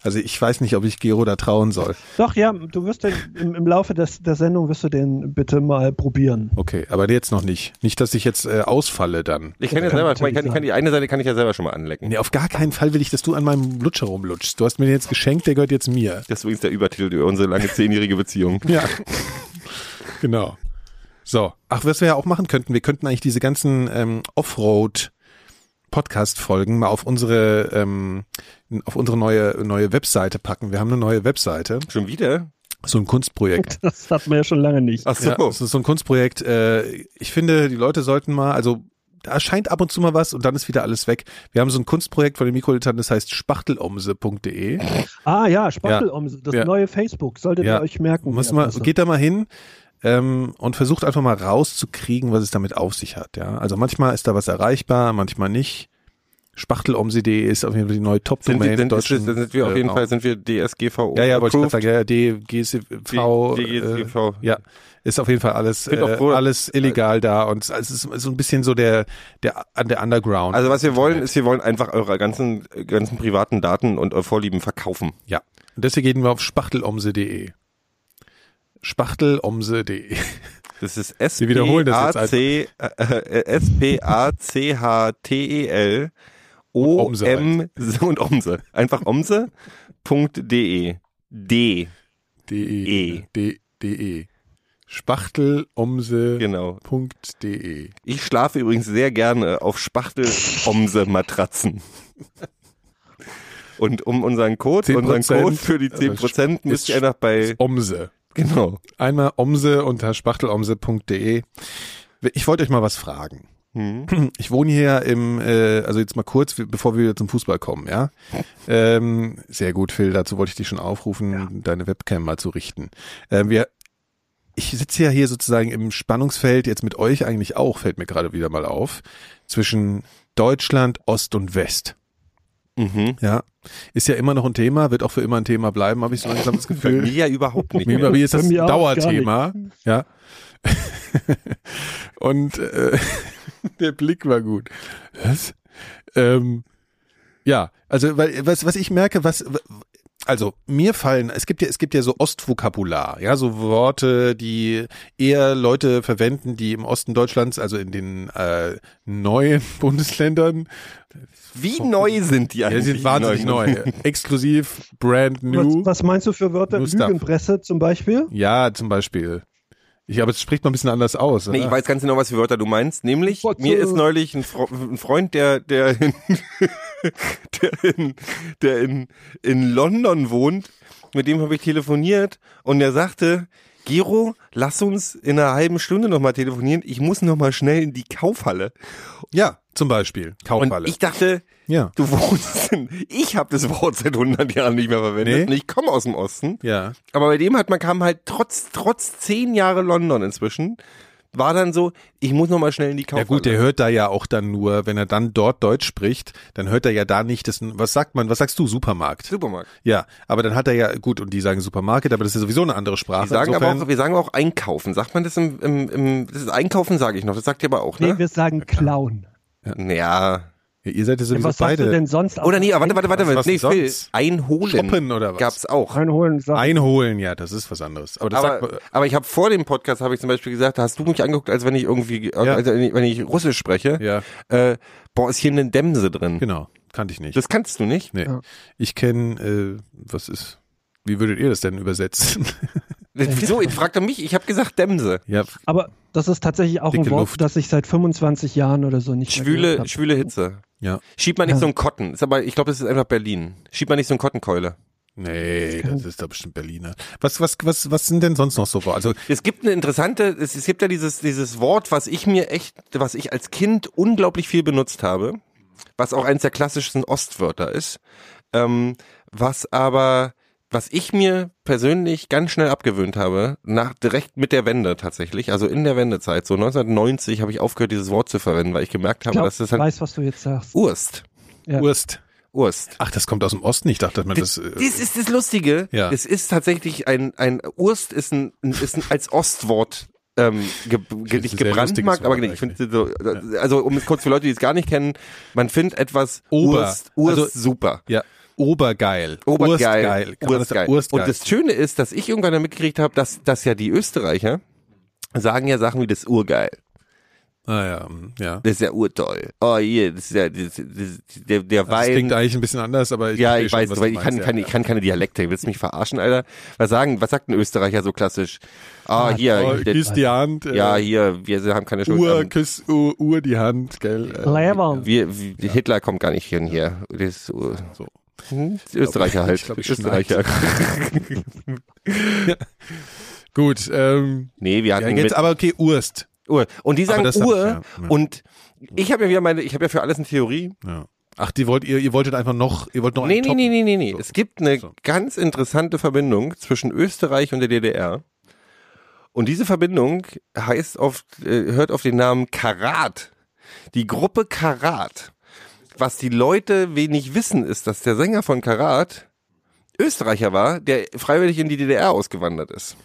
[SPEAKER 4] also ich weiß nicht, ob ich Gero da trauen soll.
[SPEAKER 3] Doch, ja, du wirst den, im, im Laufe des, der Sendung wirst du den bitte mal probieren.
[SPEAKER 4] Okay, aber jetzt noch nicht. Nicht, dass ich jetzt äh, ausfalle dann.
[SPEAKER 5] Ich kann ja
[SPEAKER 3] Kann
[SPEAKER 5] selber, ich
[SPEAKER 3] natürlich
[SPEAKER 5] kann, ich kann die eine Seite kann ich ja selber schon mal anlecken.
[SPEAKER 4] Nee, auf gar keinen Fall will ich, dass du an meinem Lutscher rumlutschst. Du hast mir den jetzt geschenkt, der gehört jetzt mir.
[SPEAKER 5] Das ist übrigens der Übertitel über unsere lange zehnjährige Beziehung.
[SPEAKER 4] Ja. genau. So. Ach, was wir ja auch machen könnten, wir könnten eigentlich diese ganzen ähm, Offroad Podcast-Folgen mal auf unsere ähm, auf unsere neue neue Webseite packen. Wir haben eine neue Webseite,
[SPEAKER 5] Schon wieder?
[SPEAKER 4] so ein Kunstprojekt.
[SPEAKER 3] Das hat man ja schon lange nicht.
[SPEAKER 5] Ach so.
[SPEAKER 4] Ja, das ist so ein Kunstprojekt. Äh, ich finde, die Leute sollten mal, also da erscheint ab und zu mal was und dann ist wieder alles weg. Wir haben so ein Kunstprojekt von den Mikrodilettanten, das heißt spachtelomse.de.
[SPEAKER 3] Ah ja, Spachtelomse, das
[SPEAKER 4] Ja.
[SPEAKER 3] neue Facebook, solltet
[SPEAKER 4] Ja.
[SPEAKER 3] ihr euch merken.
[SPEAKER 4] Muss
[SPEAKER 3] die
[SPEAKER 4] mal,
[SPEAKER 3] Adresse.
[SPEAKER 4] geht da mal hin ähm, und versucht einfach mal rauszukriegen, was es damit auf sich hat. Ja? Also manchmal ist da was erreichbar, manchmal nicht. Spachtelomse.de ist auf jeden Fall die neue
[SPEAKER 5] Sind
[SPEAKER 4] Top-Domain
[SPEAKER 5] wir, sind,
[SPEAKER 4] des
[SPEAKER 5] ist,
[SPEAKER 4] deutschen.
[SPEAKER 5] sind sind wir auf
[SPEAKER 4] äh,
[SPEAKER 5] jeden
[SPEAKER 4] Raums.
[SPEAKER 5] Fall, sind wir DSGVO
[SPEAKER 4] Ja, ja, wollte ich gerade
[SPEAKER 5] approved?
[SPEAKER 4] sagen, ja, ja, DGCV,
[SPEAKER 5] D- DGCV.
[SPEAKER 4] äh, ja, ist auf jeden Fall alles, äh,
[SPEAKER 5] bin auch froh, dass-
[SPEAKER 4] alles illegal da und es ist so ein bisschen so der, der, an der Underground.
[SPEAKER 5] Also was wir wollen, ist, wir wollen einfach eure ganzen, ganzen privaten Daten und eure Vorlieben verkaufen.
[SPEAKER 4] ja. Und deswegen gehen wir auf spachtelomse.de. Spachtelomse.de.
[SPEAKER 5] Das ist S
[SPEAKER 4] Wir
[SPEAKER 5] P
[SPEAKER 4] wiederholen
[SPEAKER 5] A
[SPEAKER 4] das
[SPEAKER 5] C äh, S P A C H T E L O
[SPEAKER 4] Omse halt.
[SPEAKER 5] M und Omse. Einfach omse.de. D.
[SPEAKER 4] De.
[SPEAKER 5] E.
[SPEAKER 4] De. De. Spachtelomse.de.
[SPEAKER 5] Genau. Ich schlafe übrigens sehr gerne auf Spachtel-Omse-Matratzen. Und um unseren Code,
[SPEAKER 4] 10%,
[SPEAKER 5] unseren Code für die
[SPEAKER 4] äh,
[SPEAKER 5] 10% müsst
[SPEAKER 4] ist-
[SPEAKER 5] ihr einfach bei,
[SPEAKER 4] Ist Omse.
[SPEAKER 5] genau.
[SPEAKER 4] Einmal Omse unter spachtelomse.de. Ich wollte euch mal was fragen.
[SPEAKER 5] Hm.
[SPEAKER 4] Ich wohne hier im, äh, also jetzt mal kurz, bevor wir zum Fußball kommen, ja. Ähm, sehr gut, Phil, dazu wollte ich dich schon aufrufen, deine Webcam mal zu richten. Ähm, wir, ich sitze ja hier sozusagen im Spannungsfeld, jetzt mit euch eigentlich auch, fällt mir gerade wieder mal auf, zwischen Deutschland, Ost und West.
[SPEAKER 5] Mhm.
[SPEAKER 4] Ja, ist ja immer noch ein Thema, wird auch für immer ein Thema bleiben, habe ich so langsam das
[SPEAKER 5] Bei mir
[SPEAKER 4] Gefühl.
[SPEAKER 5] ja überhaupt nicht.
[SPEAKER 4] Mir
[SPEAKER 5] Mehr.
[SPEAKER 4] wie ist das
[SPEAKER 3] Bei mir auch gar
[SPEAKER 4] Dauerthema, ja. Und äh, der Blick war gut. Was? Ähm, ja, also weil, was, was ich merke, was also mir fallen, es gibt ja, es gibt ja so Ostvokabular, ja, so Worte, die eher Leute verwenden, die im Osten Deutschlands, also in den äh, neuen Bundesländern
[SPEAKER 5] Wie neu sind die
[SPEAKER 4] ja,
[SPEAKER 5] eigentlich?
[SPEAKER 4] die sind wahnsinnig neu. Exklusiv, brand new.
[SPEAKER 3] Was, was meinst du für Wörter?
[SPEAKER 4] New stuff.
[SPEAKER 3] Lügenpresse zum Beispiel?
[SPEAKER 4] Ja, zum Beispiel. Ich, aber es spricht man ein bisschen anders aus.
[SPEAKER 5] Nee,
[SPEAKER 4] oder?
[SPEAKER 5] ich weiß ganz genau, was für Wörter du meinst. Nämlich,
[SPEAKER 3] What
[SPEAKER 5] mir
[SPEAKER 3] the-
[SPEAKER 5] ist neulich ein, Fro ein Freund, der, der, in, der, in, der in, in London wohnt, mit dem habe ich telefoniert und der sagte, Gero, lass uns in einer halben Stunde nochmal telefonieren. Ich muss nochmal schnell in die Kaufhalle.
[SPEAKER 4] ja, zum Beispiel.
[SPEAKER 5] Und
[SPEAKER 4] Kaufhalle.
[SPEAKER 5] ich dachte,
[SPEAKER 4] ja.
[SPEAKER 5] du wohnst in, ich habe das Wort seit 100 Jahren nicht mehr verwendet
[SPEAKER 4] Nee.
[SPEAKER 5] und ich komme aus dem Osten.
[SPEAKER 4] Ja.
[SPEAKER 5] Aber bei dem hat man kam halt trotz trotz zehn Jahre London inzwischen war dann so, ich muss noch mal schnell in die
[SPEAKER 4] Ja
[SPEAKER 5] Kaufhalle.
[SPEAKER 4] gut, der hört da ja auch dann nur, wenn er dann dort Deutsch spricht, dann hört er ja da nicht das, was sagt man, was sagst du, Supermarkt?
[SPEAKER 5] Supermarkt.
[SPEAKER 4] Ja, aber dann hat er ja, gut, und die sagen Supermarket, aber das ist ja sowieso eine andere Sprache.
[SPEAKER 5] Wir sagen
[SPEAKER 4] Insofern-
[SPEAKER 5] aber auch, wir sagen auch einkaufen. Sagt man das im, im, im das ist einkaufen sage ich noch. Das sagt ihr aber auch,
[SPEAKER 3] Nee,
[SPEAKER 5] ne?
[SPEAKER 3] wir sagen Clown.
[SPEAKER 5] ja.
[SPEAKER 4] ja, ihr seid ja sowieso
[SPEAKER 3] was sagst
[SPEAKER 4] beide.
[SPEAKER 3] du denn sonst?
[SPEAKER 5] Oder nee, aber warte, warte, warte,
[SPEAKER 4] Was
[SPEAKER 5] nee,
[SPEAKER 4] denn
[SPEAKER 5] Phil,
[SPEAKER 4] sonst?
[SPEAKER 5] einholen
[SPEAKER 4] Shoppen oder was?
[SPEAKER 5] gab's auch.
[SPEAKER 3] Reinholen, sag,
[SPEAKER 4] Einholen, ja, das ist was anderes. Aber das sagt
[SPEAKER 5] Aber,
[SPEAKER 4] man,
[SPEAKER 5] aber ich habe vor dem Podcast habe ich zum Beispiel gesagt, da hast du mich angeguckt, als wenn ich irgendwie, als wenn ich- wenn ich Russisch spreche.
[SPEAKER 4] Ja.
[SPEAKER 5] Äh, boah, ist hier eine Dämse drin.
[SPEAKER 4] genau, kannte ich nicht.
[SPEAKER 5] Das kannst du nicht.
[SPEAKER 4] nee. Ich kenne, äh, was ist, wie würdet ihr das denn übersetzen?
[SPEAKER 5] Wieso?
[SPEAKER 4] genau.
[SPEAKER 5] Ich fragte mich. Ich habe gesagt Dämse.
[SPEAKER 4] ja,
[SPEAKER 3] aber das ist tatsächlich auch ein
[SPEAKER 4] Dicke
[SPEAKER 3] Wort,
[SPEAKER 4] Luft.
[SPEAKER 3] das ich seit 25 Jahren oder so nicht mehr
[SPEAKER 5] Schwüle,
[SPEAKER 3] gehört
[SPEAKER 5] schwüle Hitze.
[SPEAKER 4] ja.
[SPEAKER 5] Schiebt man nicht
[SPEAKER 3] Ja.
[SPEAKER 5] so einen Kotten. Ist aber, ich glaube, das ist einfach Berlin. Schiebt man nicht so einen Kottenkeule.
[SPEAKER 4] Nee, das ist doch bestimmt Berliner. Was, was, was, was sind denn sonst noch so? Also,
[SPEAKER 5] Es gibt eine interessante, es, es gibt ja dieses, dieses Wort, was ich mir echt, was ich als Kind unglaublich viel benutzt habe, was auch eines der klassischsten Ostwörter ist, ähm, was aber, was ich mir persönlich ganz schnell abgewöhnt habe, nach direkt mit der Wende tatsächlich, also in der Wendezeit, so 1990 habe ich aufgehört, dieses Wort zu verwenden, weil ich gemerkt habe,
[SPEAKER 3] Ich glaub,
[SPEAKER 5] dass das
[SPEAKER 3] ich
[SPEAKER 5] halt
[SPEAKER 3] weiß, was du jetzt sagst.
[SPEAKER 5] Urst.
[SPEAKER 3] Ja.
[SPEAKER 4] Wurst.
[SPEAKER 5] Urst.
[SPEAKER 4] Ach, das kommt aus dem Osten. Ich dachte, man das. äh,
[SPEAKER 5] Das ist das Lustige.
[SPEAKER 4] Ja.
[SPEAKER 5] Es ist tatsächlich ein, ein Urst ist ein, ist ein als Ostwort ähm, ge, ge,
[SPEAKER 4] ein
[SPEAKER 5] nicht
[SPEAKER 4] sehr
[SPEAKER 5] gebrandmarkt,
[SPEAKER 4] lustiges
[SPEAKER 5] aber
[SPEAKER 4] Wort
[SPEAKER 5] nicht. Ich finde so, also um es kurz für Leute, die es gar nicht kennen, man findet etwas
[SPEAKER 4] Ober.
[SPEAKER 5] Urst, Urst
[SPEAKER 4] Also-
[SPEAKER 5] super.
[SPEAKER 4] Ja. Obergeil. Kann
[SPEAKER 5] Obergeil.
[SPEAKER 4] man das-
[SPEAKER 5] Urstgeil.
[SPEAKER 4] Urstgeil.
[SPEAKER 5] Und das Schöne ist, dass ich irgendwann dann mitgekriegt habe, dass, dass ja die Österreicher sagen ja Sachen wie das Urgeil.
[SPEAKER 4] ah, ja. hm, ja.
[SPEAKER 5] Das ist ja urtoll. Oh hier, das ist ja das, das, der, der
[SPEAKER 4] Das
[SPEAKER 5] Wein.
[SPEAKER 4] klingt eigentlich ein bisschen anders, aber ich
[SPEAKER 5] Ja,
[SPEAKER 4] verstehe
[SPEAKER 5] ich
[SPEAKER 4] schon,
[SPEAKER 5] weiß,
[SPEAKER 4] was
[SPEAKER 5] weil
[SPEAKER 4] du
[SPEAKER 5] ich kann,
[SPEAKER 4] meinst,
[SPEAKER 5] kann,
[SPEAKER 4] ja.
[SPEAKER 5] ich kann keine Dialekte. Willst du mich verarschen, Alter? Was sagen, was sagt ein Österreicher so klassisch? Ah, hier,
[SPEAKER 4] Oh,
[SPEAKER 5] der-
[SPEAKER 4] küss die Hand. äh,
[SPEAKER 5] ja, hier, wir haben keine Schuld.
[SPEAKER 4] Uhr,
[SPEAKER 5] Ähm,
[SPEAKER 4] küss Uhr, Uhr die Hand, gell? äh,
[SPEAKER 3] Leber.
[SPEAKER 5] wir, wir, Hitler kommt gar nicht hin hier. Das, uh,
[SPEAKER 4] So.
[SPEAKER 5] Österreicher halt.
[SPEAKER 4] Mhm. ich glaub, ich
[SPEAKER 5] Österreicher.
[SPEAKER 4] Gut, ähm,
[SPEAKER 5] Nee, wir
[SPEAKER 4] ja,
[SPEAKER 5] hatten mit
[SPEAKER 4] jetzt aber okay, Urst.
[SPEAKER 5] Uhr. Und die sagen
[SPEAKER 4] das hab
[SPEAKER 5] Uhr.
[SPEAKER 4] ich, ja. Ja.
[SPEAKER 5] Und ich habe ja wieder meine, ich habe ja für alles eine Theorie.
[SPEAKER 4] Ja. Ach, die wollt ihr, ihr wolltet einfach noch, ihr wollt noch
[SPEAKER 5] Nee,
[SPEAKER 4] einen
[SPEAKER 5] nee,
[SPEAKER 4] Top-
[SPEAKER 5] nee, nee, nee, nee.
[SPEAKER 4] So.
[SPEAKER 5] Es gibt eine
[SPEAKER 4] So.
[SPEAKER 5] ganz interessante Verbindung zwischen Österreich und der DDR. Und diese Verbindung heißt oft, äh, hört auf den Namen Karat. Die Gruppe Karat. Was die Leute wenig wissen, ist, dass der Sänger von Karat Österreicher war, der freiwillig in die DDR ausgewandert ist.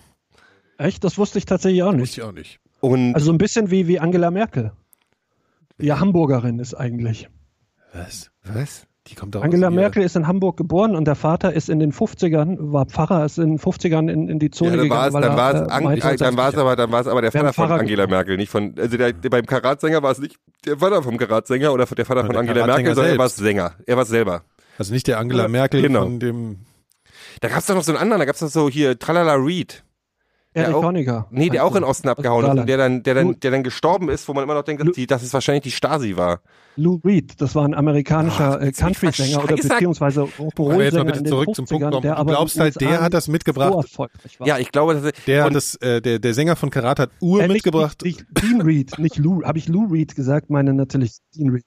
[SPEAKER 3] Echt? Das wusste ich tatsächlich auch
[SPEAKER 4] Wusste
[SPEAKER 3] nicht.
[SPEAKER 4] ich auch nicht.
[SPEAKER 5] Und
[SPEAKER 3] Also so ein bisschen wie, wie Angela Merkel. Ja, Hamburgerin ist eigentlich.
[SPEAKER 4] Was?
[SPEAKER 5] was?
[SPEAKER 4] Die kommt da
[SPEAKER 3] Angela
[SPEAKER 4] aus hier.
[SPEAKER 3] Merkel ist in Hamburg geboren und der Vater ist in den 50ern, war Pfarrer, ist in den 50ern in, in die Zone
[SPEAKER 5] Ja, dann
[SPEAKER 3] gegangen.
[SPEAKER 5] war es,
[SPEAKER 3] weil
[SPEAKER 5] dann
[SPEAKER 3] er,
[SPEAKER 5] war es,
[SPEAKER 3] äh,
[SPEAKER 5] Ang-
[SPEAKER 3] meinte,
[SPEAKER 5] äh, dann war es aber, dann war es aber der
[SPEAKER 3] Wir haben
[SPEAKER 5] Vater von
[SPEAKER 3] Pfarrer
[SPEAKER 5] Angela Merkel, nicht von, also der, der, beim Karatsänger war es nicht der Vater vom Karatsänger oder der Vater von
[SPEAKER 4] der
[SPEAKER 5] Angela
[SPEAKER 4] Karatsänger
[SPEAKER 5] Merkel, sondern er war es
[SPEAKER 4] selbst.
[SPEAKER 5] Sänger. Er war es selber.
[SPEAKER 4] Also nicht der Angela Merkel
[SPEAKER 5] Genau.
[SPEAKER 4] von dem.
[SPEAKER 5] Da gab es doch noch so einen anderen, da gab es doch so hier Tralala Reed.
[SPEAKER 3] Erich
[SPEAKER 5] der auch-
[SPEAKER 3] Honecker.
[SPEAKER 5] oh, Nee, der auch in Osten abgehauen ist und der dann, der dann, der dann gestorben ist, wo man immer noch denkt, dass, die, dass es wahrscheinlich die Stasi war.
[SPEAKER 3] Lou Reed, das war ein amerikanischer
[SPEAKER 5] Ach,
[SPEAKER 3] äh,
[SPEAKER 5] jetzt hab ich
[SPEAKER 3] Country-Sänger oder
[SPEAKER 5] verscheißert.
[SPEAKER 3] beziehungsweise
[SPEAKER 4] Aber jetzt mal
[SPEAKER 3] Rock'n'Roll-Sänger
[SPEAKER 4] bitte
[SPEAKER 3] in den
[SPEAKER 4] zurück zum Punkt
[SPEAKER 3] 50ern,
[SPEAKER 4] kommen.
[SPEAKER 3] der
[SPEAKER 4] Du
[SPEAKER 3] aber in
[SPEAKER 4] glaubst
[SPEAKER 3] den
[SPEAKER 4] halt, der
[SPEAKER 3] USA
[SPEAKER 4] hat das mitgebracht.
[SPEAKER 3] so erfolgreich war.
[SPEAKER 5] Ja, ich glaube, dass
[SPEAKER 4] Der hat
[SPEAKER 5] und
[SPEAKER 4] das, äh, der, der Sänger von Karat hat
[SPEAKER 3] Äh,
[SPEAKER 4] Uhr
[SPEAKER 3] nicht-
[SPEAKER 4] mitgebracht.
[SPEAKER 3] Nicht, nicht Dean Reed, nicht Lou. Habe ich Lou Reed gesagt? Meine natürlich Dean Reed.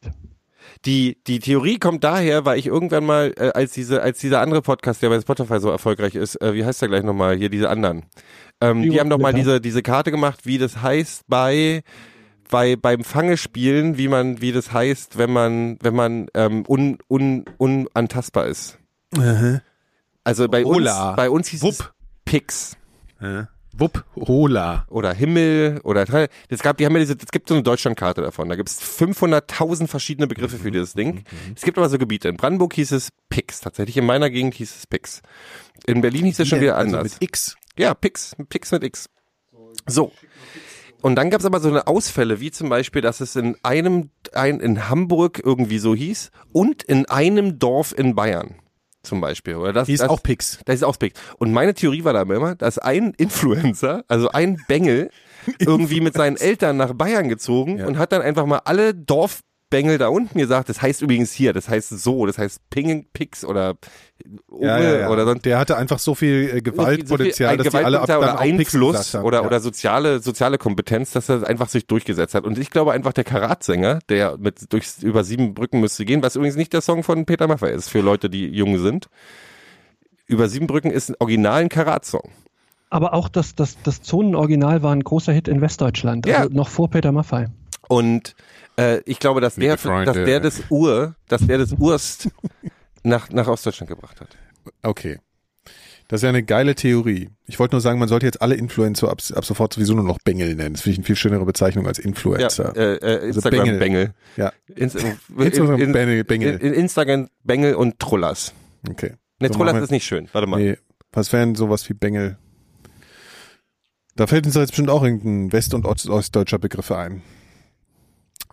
[SPEAKER 5] die, die Theorie kommt daher, weil ich irgendwann mal, äh, als diese, als dieser andere Podcast, der bei Spotify so erfolgreich ist, äh, wie heißt der gleich nochmal, hier diese anderen. Ähm,
[SPEAKER 3] Die
[SPEAKER 5] die, haben doch mal
[SPEAKER 3] Rockblätter.
[SPEAKER 5] diese, diese Karte gemacht, wie das heißt bei, bei, beim Fangespielen, wie man, wie das heißt, wenn man, wenn man ähm, un, un, unantastbar ist. Also bei
[SPEAKER 4] Ola.
[SPEAKER 5] uns, bei uns hieß es
[SPEAKER 4] Wupp.
[SPEAKER 5] Pix
[SPEAKER 4] Äh, Wupp, Hola.
[SPEAKER 5] oder Himmel oder das gab die haben ja diese es gibt so eine Deutschlandkarte davon da gibt es 500.000 verschiedene Begriffe für dieses
[SPEAKER 4] Mhm,
[SPEAKER 5] Ding es gibt aber so Gebiete in Brandenburg hieß es Pix tatsächlich in meiner Gegend hieß es Pix in Berlin hieß es schon wieder
[SPEAKER 4] Also
[SPEAKER 5] anders
[SPEAKER 4] mit X.
[SPEAKER 5] ja Pix Pix mit X so und dann gab es aber so eine Ausfälle wie zum Beispiel dass es in einem ein, in Hamburg irgendwie so hieß und in einem Dorf in Bayern zum Beispiel oder das
[SPEAKER 4] Die ist
[SPEAKER 5] das,
[SPEAKER 4] auch Pix.
[SPEAKER 5] das ist ausblickt. Und meine Theorie war da immer, dass ein Influencer, also ein Bengel, irgendwie mit seinen Eltern nach Bayern gezogen
[SPEAKER 4] Ja.
[SPEAKER 5] und hat dann einfach mal alle Dorfbengel da unten gesagt, das heißt übrigens hier, das heißt so, das heißt Pingen, Pix oder Uwe oder sonst.
[SPEAKER 4] Der hatte einfach so viel äh, Gewaltpotenzial,
[SPEAKER 5] so viel-
[SPEAKER 4] dass die alle ab dann
[SPEAKER 5] oder
[SPEAKER 4] auch Pix gesagt
[SPEAKER 5] Einfluss
[SPEAKER 4] haben.
[SPEAKER 5] oder,
[SPEAKER 4] ja.
[SPEAKER 5] oder soziale, soziale Kompetenz, dass er einfach sich durchgesetzt hat. Und ich glaube einfach, der Karatsänger, der mit durch über sieben Brücken müsste gehen, was übrigens nicht der Song von Peter Maffay ist für Leute, die jung sind. Über sieben Brücken ist ein originalen Karat-Song.
[SPEAKER 3] Aber auch das, das, das Zonenoriginal war ein großer Hit in Westdeutschland,
[SPEAKER 5] Ja.
[SPEAKER 3] also noch vor Peter Maffay.
[SPEAKER 5] Und äh, ich glaube, dass der,
[SPEAKER 4] befreundet.
[SPEAKER 5] dass der das Ur, dass der das Urst nach, nach Ostdeutschland gebracht hat.
[SPEAKER 4] Okay. Das ist ja eine geile Theorie. Ich wollte nur sagen, man sollte jetzt alle Influencer ab, ab sofort sowieso nur noch Bengel nennen. Das finde ich eine viel schönere Bezeichnung als
[SPEAKER 5] Ja,
[SPEAKER 4] Influencer.
[SPEAKER 5] äh, äh, Instagram Bengel.
[SPEAKER 4] Ja.
[SPEAKER 5] Inst-
[SPEAKER 4] Also Instagram
[SPEAKER 5] in-
[SPEAKER 4] Bengel-
[SPEAKER 5] in-
[SPEAKER 4] Bengel.
[SPEAKER 5] in- Instagram Bengel und Trollas.
[SPEAKER 4] Okay.
[SPEAKER 5] Ne,
[SPEAKER 4] So machen
[SPEAKER 5] Trollas
[SPEAKER 4] wir-
[SPEAKER 5] ist nicht schön. Warte mal.
[SPEAKER 4] Nee, was wären sowas wie Bengel? Da fällt uns doch jetzt bestimmt auch irgendein west- und ost ostdeutscher Begriffe ein.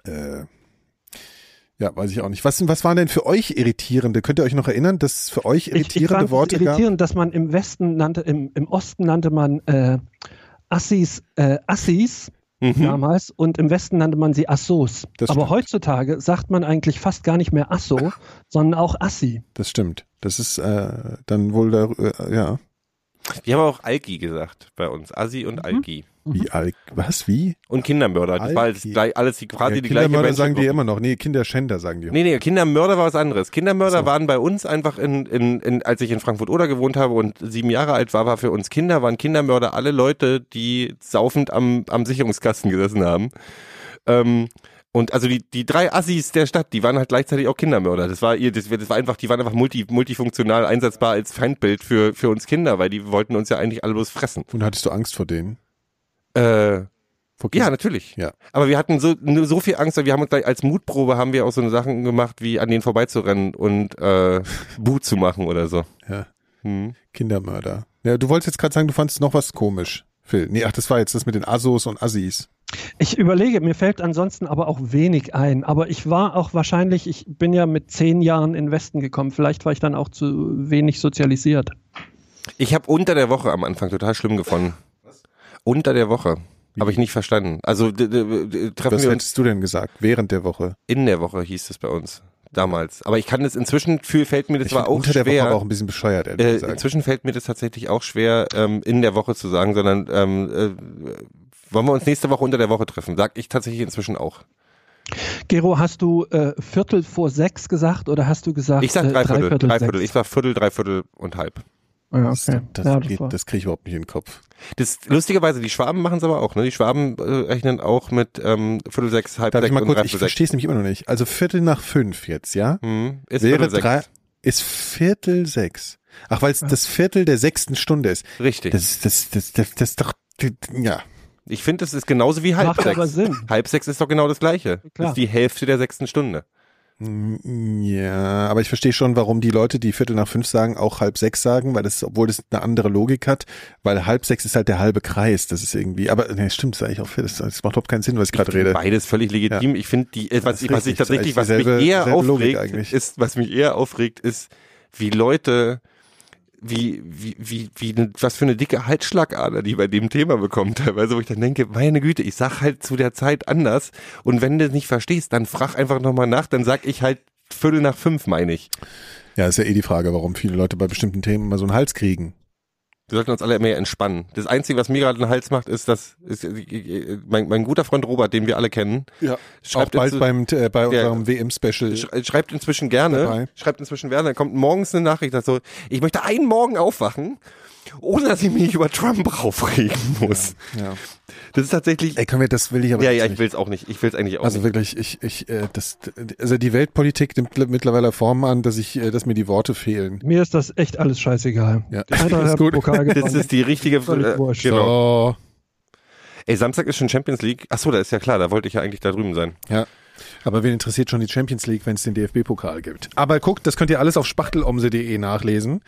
[SPEAKER 4] Äh, ja, weiß ich auch nicht. Was, was waren denn für euch irritierende? Könnt ihr euch noch erinnern, dass es für euch irritierende
[SPEAKER 3] fand
[SPEAKER 4] Worte
[SPEAKER 3] es irritierend, dass man im Westen nannte, im, im Osten nannte man äh, Assis, äh, Assis
[SPEAKER 5] Mhm.
[SPEAKER 3] damals und im Westen nannte man sie Assos.
[SPEAKER 4] Das
[SPEAKER 3] Aber
[SPEAKER 4] stimmt.
[SPEAKER 3] heutzutage sagt man eigentlich fast gar nicht mehr Asso, sondern auch Assi.
[SPEAKER 4] gab? Das stimmt. Das ist äh, dann wohl der, äh, ja,
[SPEAKER 5] Wir haben auch Alki gesagt bei uns. Assi
[SPEAKER 4] Mhm.
[SPEAKER 5] und Alki.
[SPEAKER 3] Mhm.
[SPEAKER 4] wie Alk, was, wie?
[SPEAKER 5] Und Kindermörder. Das war alles,
[SPEAKER 4] Alki.
[SPEAKER 5] gleich- alles die, quasi
[SPEAKER 4] Ja,
[SPEAKER 5] die gleiche
[SPEAKER 4] Kindermörder sagen die immer
[SPEAKER 5] Menschengruppe.
[SPEAKER 4] noch. Nee, Kinderschänder sagen die.
[SPEAKER 5] Nee, nee, Kindermörder war was anderes. Kindermörder
[SPEAKER 4] Ach so.
[SPEAKER 5] waren bei uns einfach in, in, in, als ich in Frankfurt-Oder gewohnt habe und sieben Jahre alt war, war für uns Kinder, waren Kindermörder alle Leute, die saufend am, am Sicherungskasten gesessen haben. Ähm, Und also die, die drei Assis der Stadt, die waren halt gleichzeitig auch Kindermörder. Das war ihr, das, das war einfach, die waren einfach multi, multifunktional einsetzbar als Feindbild für, für uns Kinder, weil die wollten uns ja eigentlich alle bloß fressen.
[SPEAKER 4] Und hattest du Angst vor denen?
[SPEAKER 5] Äh,
[SPEAKER 4] Vor
[SPEAKER 5] ja,
[SPEAKER 4] Kindern?
[SPEAKER 5] natürlich.
[SPEAKER 4] Ja.
[SPEAKER 5] Aber wir hatten so, nur so viel Angst, weil wir haben uns gleich, als Mutprobe haben wir auch so eine Sachen gemacht, wie an denen vorbeizurennen und äh, Bu zu machen oder so.
[SPEAKER 4] Ja.
[SPEAKER 5] Hm.
[SPEAKER 4] Kindermörder. Ja, du wolltest jetzt gerade sagen, du fandest noch was komisch, Phil. Nee, ach, das war jetzt das mit den Assos und Assis.
[SPEAKER 3] Ich überlege, mir fällt ansonsten aber auch wenig ein. Aber ich war auch wahrscheinlich, ich bin ja mit zehn Jahren in den Westen gekommen. Vielleicht war ich dann auch zu wenig sozialisiert.
[SPEAKER 5] Ich habe unter der Woche am Anfang total schlimm gefunden. Unter der Woche. Habe ich nicht verstanden. Also d- d- d- treffen
[SPEAKER 4] Was
[SPEAKER 5] wir uns
[SPEAKER 4] hättest du denn gesagt während der Woche?
[SPEAKER 5] in der Woche, hieß es bei uns damals. Aber ich kann das inzwischen, fühl- fällt mir das
[SPEAKER 4] Ich
[SPEAKER 5] war
[SPEAKER 4] find
[SPEAKER 5] auch
[SPEAKER 4] unter
[SPEAKER 5] schwer.
[SPEAKER 4] der Woche aber auch ein bisschen bescheuert, ehrlich
[SPEAKER 5] Äh,
[SPEAKER 4] gesagt.
[SPEAKER 5] inzwischen fällt mir das tatsächlich auch schwer, ähm, in der Woche zu sagen, sondern ähm, äh, wollen wir uns nächste Woche unter der Woche treffen? Sag ich tatsächlich inzwischen auch.
[SPEAKER 3] Gero, hast du äh, Viertel vor sechs gesagt oder hast du gesagt
[SPEAKER 5] Ich sag
[SPEAKER 3] äh,
[SPEAKER 5] drei Viertel,
[SPEAKER 3] Viertel
[SPEAKER 5] drei
[SPEAKER 3] sechs?
[SPEAKER 5] Viertel. Ich war Viertel, drei Viertel und halb.
[SPEAKER 3] Ah ja,
[SPEAKER 4] Das,
[SPEAKER 3] okay.
[SPEAKER 4] das,
[SPEAKER 3] ja,
[SPEAKER 4] geht-
[SPEAKER 3] war-
[SPEAKER 4] das kriege ich überhaupt nicht in den Kopf.
[SPEAKER 5] Das lustigerweise, die Schwaben machen es aber auch. Ne? Die Schwaben äh, rechnen auch mit ähm, Viertel sechs, halb
[SPEAKER 4] Darf ich
[SPEAKER 5] sechs
[SPEAKER 4] mal
[SPEAKER 5] und
[SPEAKER 4] kurz, ich
[SPEAKER 5] dreiviertel sechs.
[SPEAKER 4] verstehe es nämlich immer noch nicht. Also Viertel nach fünf jetzt, ja?
[SPEAKER 5] Hm, ist
[SPEAKER 4] Wäre
[SPEAKER 5] Viertel sechs.
[SPEAKER 4] drei, ist Viertel sechs. Ach, weil es das Viertel der sechsten Stunde ist.
[SPEAKER 5] Richtig.
[SPEAKER 4] Das, das, das, das, das ist doch, ja.
[SPEAKER 5] Ich finde, das ist genauso wie halb
[SPEAKER 3] Macht
[SPEAKER 5] sechs.
[SPEAKER 3] aber Sinn.
[SPEAKER 5] Halb sechs ist doch genau das gleiche. Das
[SPEAKER 3] Klar.
[SPEAKER 5] ist die Hälfte der sechsten Stunde.
[SPEAKER 4] Ja, aber ich verstehe schon, warum die Leute, die Viertel nach fünf sagen, auch halb sechs sagen, weil das, obwohl das eine andere Logik hat, weil halb sechs ist halt der halbe Kreis, das ist irgendwie, aber nee, stimmt, das ist eigentlich auch viel, das, das macht überhaupt keinen Sinn, was ich gerade rede.
[SPEAKER 5] Beides völlig legitim. Ich finde die, äh, was,
[SPEAKER 4] ist
[SPEAKER 5] was ich
[SPEAKER 4] richtig.
[SPEAKER 5] tatsächlich, was
[SPEAKER 4] Das ist eigentlich
[SPEAKER 5] mich eher
[SPEAKER 4] dieselbe- dieselbe Logik
[SPEAKER 5] aufregt,
[SPEAKER 4] eigentlich.
[SPEAKER 5] ist, was mich eher aufregt, ist, wie Leute, wie, wie, wie, wie, ne- was für eine dicke Halsschlagader, die bei dem Thema bekommen teilweise, wo ich dann denke, meine Güte, ich sag halt zu der Zeit anders. Und wenn du es nicht verstehst, dann frag einfach nochmal nach, dann sag ich halt Viertel nach fünf, meine ich.
[SPEAKER 4] Ja, ist ja eh die Frage, warum viele Leute bei bestimmten Themen immer so einen Hals kriegen.
[SPEAKER 5] Wir sollten uns alle mehr entspannen. Das Einzige, was mir gerade den Hals macht, ist, dass ist, äh, mein, mein guter Freund Robert, den wir alle kennen,
[SPEAKER 4] Ja.
[SPEAKER 5] schreibt,
[SPEAKER 4] auch bald
[SPEAKER 5] inzw-
[SPEAKER 4] beim, äh, bei
[SPEAKER 5] Ja.
[SPEAKER 4] unserem WM-Special.
[SPEAKER 5] sch- äh, schreibt inzwischen gerne,
[SPEAKER 4] Dabei.
[SPEAKER 5] schreibt inzwischen gerne, dann kommt morgens eine Nachricht, dass so, ich möchte einen Morgen aufwachen, ohne dass ich mich über Trump aufregen muss.
[SPEAKER 4] Ja.
[SPEAKER 5] Das ist tatsächlich,
[SPEAKER 4] Ey, können wir, das will ich aber
[SPEAKER 5] ja,
[SPEAKER 4] jetzt
[SPEAKER 5] ja,
[SPEAKER 4] nicht.
[SPEAKER 5] ich will es auch nicht. Ich will es eigentlich auch
[SPEAKER 4] Also
[SPEAKER 5] nicht.
[SPEAKER 4] wirklich, ich, ich, äh, das, also die Weltpolitik nimmt mittlerweile Formen an, dass ich, äh, dass mir die Worte fehlen.
[SPEAKER 3] mir ist das echt alles scheißegal.
[SPEAKER 4] Ja.
[SPEAKER 3] Die Eintracht
[SPEAKER 4] Ist
[SPEAKER 3] hat
[SPEAKER 4] gut.
[SPEAKER 3] Pokal
[SPEAKER 5] Das
[SPEAKER 3] gewonnen.
[SPEAKER 5] ist die richtige,
[SPEAKER 3] Völlig wurscht.
[SPEAKER 5] genau.
[SPEAKER 4] So.
[SPEAKER 5] Ey, Samstag ist schon Champions League. Ach so, da ist ja klar, da wollte ich ja eigentlich da drüben sein.
[SPEAKER 4] Ja. Aber wen interessiert schon die Champions League, wenn es den DFB-Pokal gibt? Aber guckt, das könnt ihr alles auf spachtelomse.de nachlesen.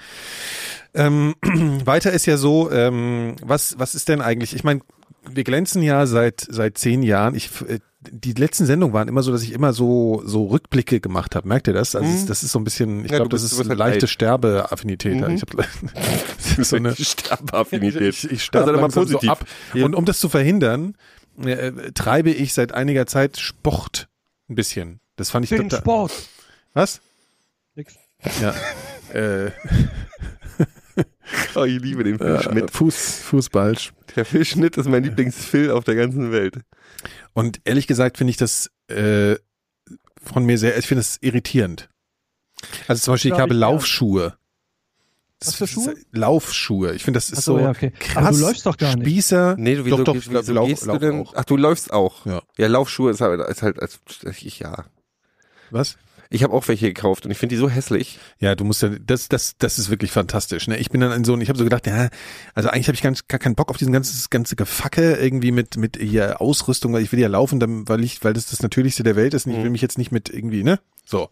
[SPEAKER 4] Ähm, weiter ist ja so, ähm, was, was ist denn eigentlich? Ich meine, wir glänzen ja seit, seit zehn Jahren. Ich, f- äh, die letzten Sendungen waren immer so, dass ich immer so, so Rückblicke gemacht habe. Merkt ihr das? Also es- das ist so ein bisschen, ich
[SPEAKER 5] Mhm. Ja,
[SPEAKER 4] glaube,
[SPEAKER 5] du
[SPEAKER 4] das
[SPEAKER 5] bist- du
[SPEAKER 4] ist
[SPEAKER 5] bist
[SPEAKER 4] eine
[SPEAKER 5] halt
[SPEAKER 4] leichte
[SPEAKER 5] alt. Mhm.
[SPEAKER 4] Sterbeaffinität. Also, Ich hab, das ist so eine,
[SPEAKER 5] Sterbeaffinität.
[SPEAKER 4] ich, ich starte
[SPEAKER 5] Also dann mal
[SPEAKER 4] langsam
[SPEAKER 5] positiv.
[SPEAKER 4] So ab.
[SPEAKER 5] Ja.
[SPEAKER 4] Und um das zu verhindern, äh, treibe ich seit einiger Zeit Sport ein bisschen. Das fand ich
[SPEAKER 3] den
[SPEAKER 4] total-
[SPEAKER 3] Sport.
[SPEAKER 4] Was?
[SPEAKER 3] Nix.
[SPEAKER 4] Ja. äh,
[SPEAKER 5] Oh, ich liebe den Phil Schmidt.
[SPEAKER 4] äh, Fuß, Fußball.
[SPEAKER 5] Der Phil Schmidt ist mein Lieblingsphil auf der ganzen Welt.
[SPEAKER 4] Und ehrlich gesagt finde ich das äh, von mir sehr, ich finde das irritierend. Also zum Beispiel, ich
[SPEAKER 3] Glaub
[SPEAKER 4] habe
[SPEAKER 3] ich, ja.
[SPEAKER 4] Laufschuhe.
[SPEAKER 3] Was für Schuhe?
[SPEAKER 4] Laufschuhe. Ich finde, das ist
[SPEAKER 3] Ach so,
[SPEAKER 4] so
[SPEAKER 3] ja, okay.
[SPEAKER 4] krass.
[SPEAKER 3] Aber du läufst doch gar nicht.
[SPEAKER 4] Spießer.
[SPEAKER 5] Nee, du,
[SPEAKER 4] doch,
[SPEAKER 5] wieso,
[SPEAKER 4] doch,
[SPEAKER 5] wieso,
[SPEAKER 4] ich lauf-
[SPEAKER 5] gehst
[SPEAKER 4] lauf
[SPEAKER 5] du denn?
[SPEAKER 4] auch.
[SPEAKER 5] Ach, du läufst auch.
[SPEAKER 4] Ja.
[SPEAKER 5] ja Laufschuhe ist halt, ist halt als, ich, ja.
[SPEAKER 4] Was?
[SPEAKER 5] Ich habe auch welche gekauft und ich finde die so hässlich.
[SPEAKER 4] Ja, du musst ja, das, das, das ist wirklich fantastisch. Ne? Ich bin dann in so, und ich habe so gedacht, ja, also eigentlich habe ich ganz, gar keinen Bock auf diesen ganzen, ganze Gefacke irgendwie mit, mit hier Ausrüstung, weil ich will ja laufen, dann, weil ich, weil das das Natürlichste der Welt ist und ich will mich jetzt nicht mit irgendwie, ne? So.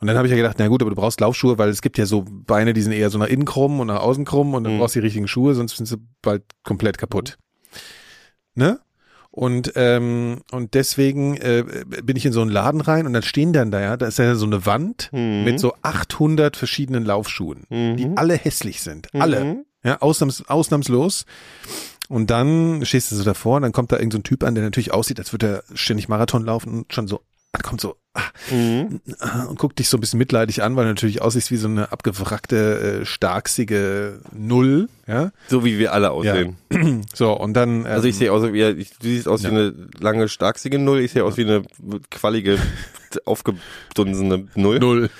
[SPEAKER 4] Und dann habe ich ja gedacht, na gut, aber du brauchst Laufschuhe, weil es gibt ja so Beine, die sind eher so nach innen krumm und nach außen krumm und dann
[SPEAKER 5] Mhm.
[SPEAKER 4] brauchst du die richtigen Schuhe, sonst sind sie bald komplett kaputt. Ne? Und, ähm, und deswegen äh, bin ich in so einen Laden rein und dann stehen dann da ja, da ist ja so eine Wand
[SPEAKER 5] Mhm.
[SPEAKER 4] mit so 800 verschiedenen Laufschuhen, die alle hässlich sind.
[SPEAKER 5] Mhm.
[SPEAKER 4] Alle. Ja, ausnahms, ausnahmslos. Und dann stehst du so davor und dann kommt da irgendein so ein Typ an, der natürlich aussieht, als würde er ständig Marathon laufen und schon so, dann kommt so, ah, ah, und guckt dich so ein bisschen mitleidig an, weil du natürlich aussiehst wie so eine abgewrackte, äh, starksige Null, ja.
[SPEAKER 5] So wie wir alle aussehen.
[SPEAKER 4] So, und dann. Ähm,
[SPEAKER 5] Also ich sehe aus wie, ja, ich, du siehst aus
[SPEAKER 4] Ja.
[SPEAKER 5] wie eine lange, starksige Null, ich sehe aus wie eine qualige, aufgedunsene Null.
[SPEAKER 4] Null.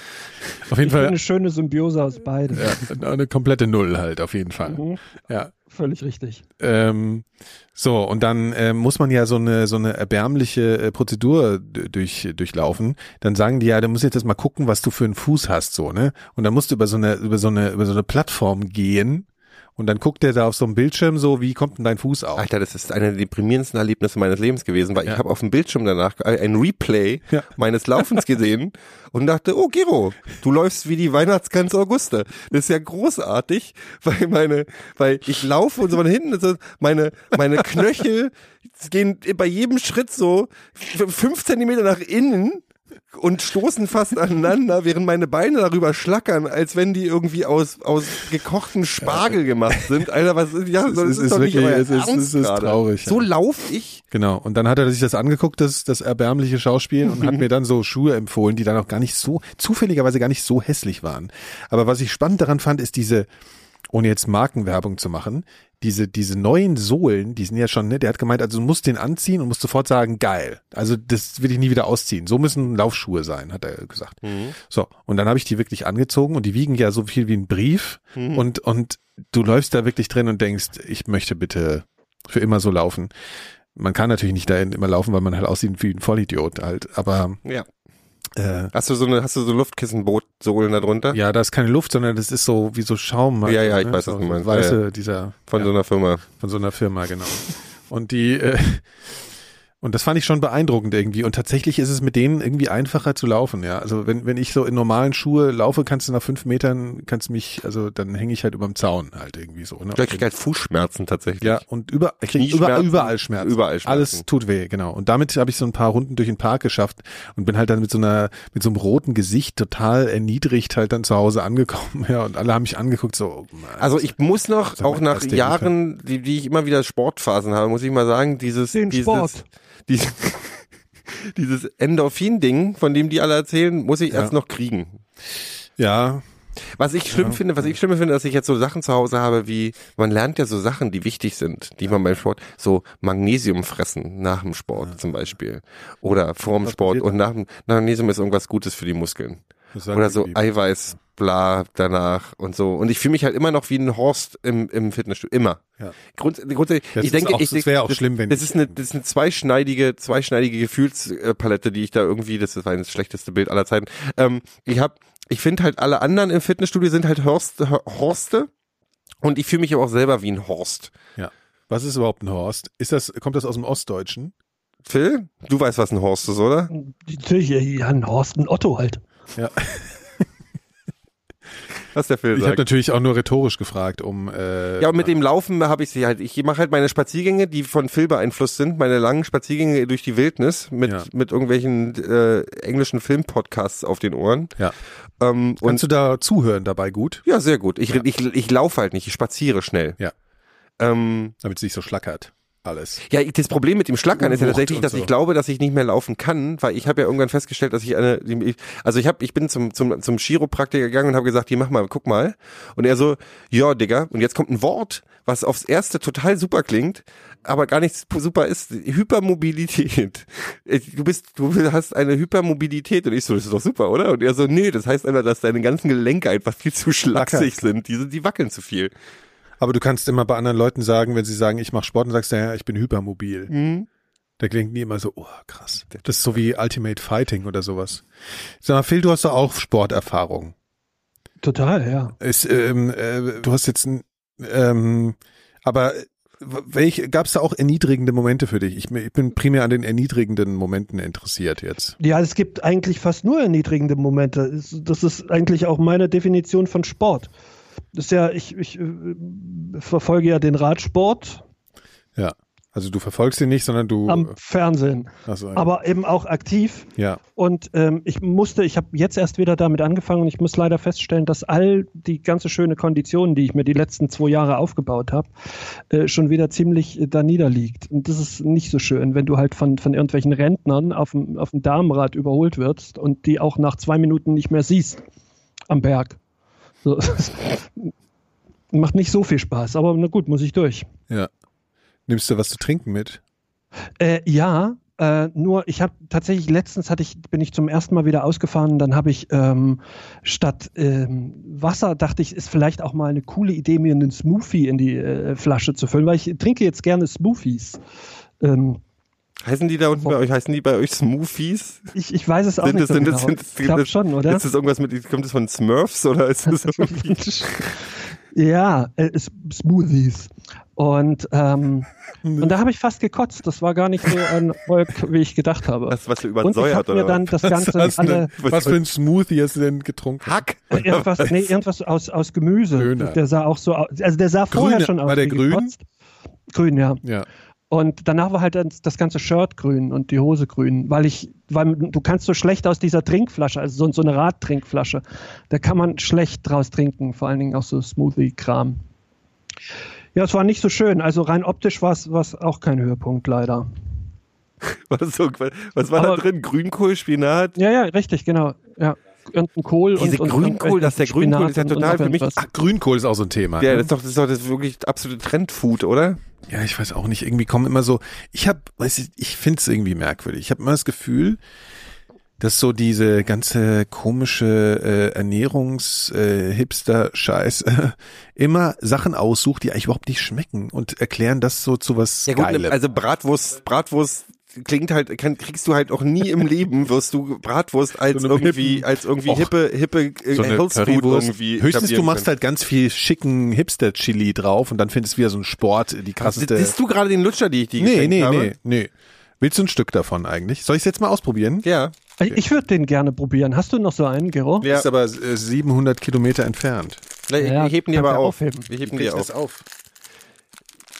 [SPEAKER 4] Auf jeden
[SPEAKER 3] Ich finde
[SPEAKER 4] Fall
[SPEAKER 3] eine schöne Symbiose aus beidem.
[SPEAKER 4] ja, eine komplette Null halt, auf jeden Fall.
[SPEAKER 3] Mhm.
[SPEAKER 4] Ja.
[SPEAKER 3] Völlig richtig.
[SPEAKER 4] Ähm, so, und dann ähm, muss man ja so eine, so eine erbärmliche äh, Prozedur d- durch, durchlaufen. Dann sagen die ja, du musst jetzt erst mal gucken, was du für einen Fuß hast, so, ne? Und dann musst du über so eine, über so eine, über so eine Plattform gehen und dann guckt der da auf so einem Bildschirm so, wie kommt denn dein Fuß auf?
[SPEAKER 5] Alter, das ist einer der deprimierendsten Erlebnisse meines Lebens gewesen, weil
[SPEAKER 4] Ja.
[SPEAKER 5] ich habe auf dem Bildschirm danach äh, ein Replay
[SPEAKER 4] Ja.
[SPEAKER 5] meines Laufens gesehen und dachte, oh Giro, du läufst wie die Weihnachtsgans Auguste. Das ist ja großartig, weil meine, weil ich laufe und so von hinten, das ist meine, meine Knöchel gehen bei jedem Schritt so f- fünf Zentimeter nach innen und stoßen fast aneinander, während meine Beine darüber schlackern, als wenn die irgendwie aus, aus gekochtem Spargel gemacht sind. Alter, was ist, ja,
[SPEAKER 4] Es
[SPEAKER 5] das
[SPEAKER 4] ist-
[SPEAKER 5] ist,
[SPEAKER 4] es
[SPEAKER 5] doch
[SPEAKER 4] ist
[SPEAKER 5] nicht
[SPEAKER 4] wirklich-
[SPEAKER 5] euer
[SPEAKER 4] es ist-
[SPEAKER 5] Ernst
[SPEAKER 4] es ist
[SPEAKER 5] gerade.
[SPEAKER 4] traurig, ja.
[SPEAKER 5] So lauf ich.
[SPEAKER 4] Genau. Und dann hat er sich das angeguckt, das, das erbärmliche Schauspiel, und hat mir dann so Schuhe empfohlen, die dann auch gar nicht so, zufälligerweise gar nicht so hässlich waren. Aber was ich spannend daran fand, ist diese, ohne jetzt Markenwerbung zu machen, diese, diese neuen Sohlen, die sind ja schon, ne, der hat gemeint, also du musst den anziehen und musst sofort sagen, geil. Also das will ich nie wieder ausziehen. So müssen Laufschuhe sein, hat er gesagt. So, und dann habe ich die wirklich angezogen und die wiegen ja so viel wie ein Brief und, und du läufst da wirklich drin und denkst, ich möchte bitte für immer so laufen. Man kann natürlich nicht dahin immer laufen, weil man halt aussieht wie ein Vollidiot halt, aber
[SPEAKER 5] Ja.
[SPEAKER 4] äh,
[SPEAKER 5] Hast du so eine, hast du so Luftkissenbootsohlen da drunter?
[SPEAKER 4] ja, da ist keine Luft, sondern das ist so wie so Schaum. halt,
[SPEAKER 5] Ja, ja, ich
[SPEAKER 4] ne?
[SPEAKER 5] weiß,
[SPEAKER 4] so,
[SPEAKER 5] was du meinst.
[SPEAKER 4] Weißt
[SPEAKER 5] Ja,
[SPEAKER 4] du, dieser
[SPEAKER 5] Von so einer Firma.
[SPEAKER 4] Von so einer Firma, genau. Und die, äh, und das fand ich schon beeindruckend irgendwie. Und tatsächlich ist es mit denen irgendwie einfacher zu laufen, ja. Also wenn, wenn ich so in normalen Schuhe laufe, kannst du nach fünf Metern, kannst mich, also dann hänge ich halt überm Zaun halt irgendwie so. Ne?
[SPEAKER 5] Ich krieg halt Fußschmerzen tatsächlich.
[SPEAKER 4] Ja, und über, ich krieg über,
[SPEAKER 5] Knieschmerzen,
[SPEAKER 4] überall Schmerzen.
[SPEAKER 5] überall Schmerzen.
[SPEAKER 4] Alles tut weh, genau. Und damit habe ich so ein paar Runden durch den Park geschafft und bin halt dann mit so einer, mit so einem roten Gesicht total erniedrigt halt dann zu Hause angekommen, ja. Und alle haben mich angeguckt, so, oh Mann.
[SPEAKER 5] Also ich muss noch,
[SPEAKER 4] Sag mal,
[SPEAKER 5] auch nach
[SPEAKER 4] was der
[SPEAKER 5] Jahren, die, die ich immer wieder Sportphasen habe, muss ich mal sagen, dieses,
[SPEAKER 3] Den
[SPEAKER 5] dieses,
[SPEAKER 3] Sport.
[SPEAKER 5] Dieses, dieses Endorphin-Ding, von dem die alle erzählen, muss ich
[SPEAKER 4] Ja.
[SPEAKER 5] erst noch kriegen.
[SPEAKER 4] ja,
[SPEAKER 5] Was ich schlimm finde, was ich schlimm finde, dass ich jetzt so Sachen zu Hause habe, wie man lernt ja so Sachen, die wichtig sind, die man beim Sport, so Magnesium fressen nach dem Sport zum Beispiel oder vorm Sport
[SPEAKER 4] passiert?
[SPEAKER 5] und nach dem Magnesium ist irgendwas Gutes für die Muskeln
[SPEAKER 4] das sagen
[SPEAKER 5] oder
[SPEAKER 4] die
[SPEAKER 5] so
[SPEAKER 4] Lieben.
[SPEAKER 5] Eiweiß, bla danach und so und ich fühle mich halt immer noch wie ein Horst im, im Fitnessstudio immer.
[SPEAKER 4] Ja.
[SPEAKER 5] Grunds- grundsätzlich,
[SPEAKER 4] Das
[SPEAKER 5] ich
[SPEAKER 4] ist
[SPEAKER 5] denke,
[SPEAKER 4] auch-
[SPEAKER 5] ich
[SPEAKER 4] das wäre auch
[SPEAKER 5] das,
[SPEAKER 4] schlimm, wenn
[SPEAKER 5] das
[SPEAKER 4] ich-
[SPEAKER 5] ist eine, das ist eine zweischneidige, zweischneidige Gefühlspalette, die ich da irgendwie, das ist das schlechteste Bild aller Zeiten. Ähm, ich habe, ich finde halt alle anderen im Fitnessstudio sind halt Horst, Horste und ich fühle mich aber auch selber wie ein Horst.
[SPEAKER 4] Was ist überhaupt ein Horst? Ist das, kommt das aus dem Ostdeutschen?
[SPEAKER 5] Phil, du weißt, was ein Horst ist, oder?
[SPEAKER 3] Die Kirche, ja, ein Horst, ein Otto halt.
[SPEAKER 4] Ja.
[SPEAKER 5] Was der Phil
[SPEAKER 4] Ich habe
[SPEAKER 5] sagt.
[SPEAKER 4] natürlich auch nur rhetorisch gefragt, um äh,
[SPEAKER 5] Ja, und mit dem Laufen habe ich sie halt. Ich mache halt meine Spaziergänge, die von Phil beeinflusst sind, meine langen Spaziergänge durch die Wildnis mit,
[SPEAKER 4] Ja.
[SPEAKER 5] mit irgendwelchen äh, englischen Filmpodcasts auf den Ohren.
[SPEAKER 4] Ja.
[SPEAKER 5] Ähm, und
[SPEAKER 4] Kannst du da zuhören dabei gut,
[SPEAKER 5] Ja, sehr gut. Ich, ich, ich laufe halt nicht, ich spaziere schnell.
[SPEAKER 4] Ja.
[SPEAKER 5] Ähm,
[SPEAKER 4] damit es nicht so schlackert alles.
[SPEAKER 5] ja, ich- das Problem mit dem Schlackern ist ja
[SPEAKER 4] Wucht
[SPEAKER 5] tatsächlich,
[SPEAKER 4] und
[SPEAKER 5] dass
[SPEAKER 4] so.
[SPEAKER 5] ich glaube, dass ich nicht mehr laufen kann, weil ich habe ja irgendwann festgestellt, dass ich eine, ich- also ich habe, ich bin zum zum zum Chiropraktiker gegangen und habe gesagt, hier mach mal, guck mal, und er so, ja, Digga, und jetzt kommt ein Wort, was aufs erste total super klingt, aber gar nichts super ist, Hypermobilität. Du bist, du hast eine Hypermobilität und ich so, das ist doch super, oder? Und er so, nee, das heißt einfach, dass deine ganzen Gelenke einfach viel zu schlaksig sind, die sind, die wackeln zu viel.
[SPEAKER 4] Aber du kannst immer bei anderen Leuten sagen, wenn sie sagen, ich mache Sport, dann sagst du, ja, ich bin hypermobil.
[SPEAKER 3] Mhm.
[SPEAKER 4] Da klingt die immer so, oh krass. Das ist so wie Ultimate Fighting oder sowas. Sag mal, Phil, du hast doch auch Sporterfahrung.
[SPEAKER 3] Total, ja.
[SPEAKER 4] Ist, ähm, äh, du hast jetzt, ein, ähm, aber welche gab es da auch erniedrigende Momente für dich? Ich, ich bin primär an den erniedrigenden Momenten interessiert jetzt.
[SPEAKER 3] Ja, es gibt eigentlich fast nur erniedrigende Momente. Es- Das ist eigentlich auch meine Definition von Sport. Das ist ja, ich, ich äh, verfolge ja den Radsport
[SPEAKER 4] Ja. Also du verfolgst ihn nicht, sondern du.
[SPEAKER 3] am Fernsehen,
[SPEAKER 4] achso, ja.
[SPEAKER 3] aber eben auch aktiv.
[SPEAKER 4] ja.
[SPEAKER 3] Und ähm, ich musste, ich habe jetzt erst wieder damit angefangen und ich muss leider feststellen, dass all die ganze schöne Kondition, die ich mir die letzten zwei Jahre aufgebaut habe, äh, schon wieder ziemlich äh, da niederliegt. Und das ist nicht so schön, wenn du halt von, von irgendwelchen Rentnern auf dem, auf dem Damenrad überholt wirst und die auch nach zwei Minuten nicht mehr siehst am Berg. So, das macht nicht so viel Spaß, aber na gut, muss ich durch.
[SPEAKER 4] Ja. Nimmst du was zu trinken mit?
[SPEAKER 3] Äh, ja, Äh, nur ich habe tatsächlich letztens hatte ich bin ich zum ersten Mal wieder ausgefahren, dann habe ich ähm, statt ähm, Wasser dachte ich ist vielleicht auch mal eine coole Idee mir einen Smoothie in die äh, Flasche zu füllen, weil ich trinke jetzt gerne Smoothies. Ähm,
[SPEAKER 5] Heißen die da unten bei euch, heißen die bei euch Smoothies?
[SPEAKER 3] ich, ich weiß es auch nicht
[SPEAKER 5] das,
[SPEAKER 3] so
[SPEAKER 5] sind
[SPEAKER 3] genau.
[SPEAKER 5] das, sind das,
[SPEAKER 3] ich glaube schon, oder?
[SPEAKER 5] Ist das irgendwas mit, kommt das von Smurfs oder ist das irgendwie?
[SPEAKER 3] ja, äh, es- Smoothies. Und, ähm, und da habe ich fast gekotzt. Das war gar nicht so ein Erfolg, wie ich gedacht habe.
[SPEAKER 5] Was, was du
[SPEAKER 3] und ich
[SPEAKER 5] übersäuert
[SPEAKER 3] habe mir
[SPEAKER 5] oder
[SPEAKER 3] dann
[SPEAKER 5] was?
[SPEAKER 3] das Ganze
[SPEAKER 4] was,
[SPEAKER 3] alle
[SPEAKER 4] denn, was für ein Smoothie hast du denn getrunken?
[SPEAKER 5] Hack?
[SPEAKER 3] irgendwas, nee, irgendwas aus, aus Gemüse.
[SPEAKER 4] Döner.
[SPEAKER 3] Der sah auch so aus. Also der sah vorher
[SPEAKER 4] Grüne.
[SPEAKER 3] schon aus.
[SPEAKER 4] War der
[SPEAKER 3] wie
[SPEAKER 4] grün?
[SPEAKER 3] gekotzt. Grün, ja.
[SPEAKER 4] Ja.
[SPEAKER 3] Und danach war halt das, das ganze Shirt grün und die Hose grün, weil ich, weil du kannst so schlecht aus dieser Trinkflasche, also so, so eine Radtrinkflasche, da kann man schlecht draus trinken, vor allen Dingen auch so Smoothie-Kram. Ja, es war nicht so schön. Also rein optisch war es auch kein Höhepunkt, leider.
[SPEAKER 5] Was, so, was war da
[SPEAKER 3] Aber-
[SPEAKER 5] drin? Grünkohl, Spinat?
[SPEAKER 3] Ja, ja, richtig, genau. Ja. Irgendein Kohl
[SPEAKER 5] Diese
[SPEAKER 3] und, und
[SPEAKER 5] Grünkohl, dass der
[SPEAKER 3] Spinat
[SPEAKER 5] Grünkohl ist ja
[SPEAKER 3] und- und
[SPEAKER 5] total für mich-
[SPEAKER 3] irgendwas.
[SPEAKER 4] Ach, Grünkohl ist auch so ein Thema.
[SPEAKER 5] Ja,
[SPEAKER 4] ne?
[SPEAKER 5] das ist doch, das ist doch das wirklich absolute Trendfood, oder?
[SPEAKER 4] Ja, ich weiß auch nicht. Irgendwie kommen immer so. Ich habe, weiß ich, ich finde es irgendwie merkwürdig. Ich habe immer das Gefühl, dass so diese ganze komische äh, Ernährungs-Hipster-Scheiß äh, immer Sachen aussucht, die eigentlich überhaupt nicht schmecken und erklären das so zu was
[SPEAKER 5] Ja gut,
[SPEAKER 4] Geilem.
[SPEAKER 5] also Bratwurst, Bratwurst klingt halt, kann, kriegst du halt auch nie im Leben, wirst du Bratwurst als
[SPEAKER 4] So eine
[SPEAKER 5] irgendwie,
[SPEAKER 4] hippen-
[SPEAKER 5] als irgendwie
[SPEAKER 4] Och,
[SPEAKER 5] hippe, hippe äh,
[SPEAKER 4] so eine
[SPEAKER 5] Health Food
[SPEAKER 4] Currywurst.
[SPEAKER 5] irgendwie.
[SPEAKER 4] Höchstens du
[SPEAKER 5] etablieren
[SPEAKER 4] machst
[SPEAKER 5] können.
[SPEAKER 4] halt ganz viel schicken Hipster-Chili drauf und dann findest du wieder so einen Sport, die
[SPEAKER 5] halt-
[SPEAKER 4] krasseste.
[SPEAKER 5] Siehst du gerade den Lutscher, die ich dir
[SPEAKER 4] nee,
[SPEAKER 5] geschenkt
[SPEAKER 4] nee,
[SPEAKER 5] habe?
[SPEAKER 4] nee, nee. Willst du ein Stück davon eigentlich? Soll ich es jetzt mal ausprobieren?
[SPEAKER 5] Ja.
[SPEAKER 3] Ich würde den gerne probieren. Hast du noch so einen, Gero?
[SPEAKER 5] Ja.
[SPEAKER 4] Ist aber äh, 700 Kilometer entfernt.
[SPEAKER 5] Vielleicht
[SPEAKER 3] Ja,
[SPEAKER 5] wir heben die
[SPEAKER 3] kannst
[SPEAKER 5] aber
[SPEAKER 3] ja
[SPEAKER 5] auf.
[SPEAKER 3] aufheben.
[SPEAKER 5] Wir heben die auf.
[SPEAKER 4] auf.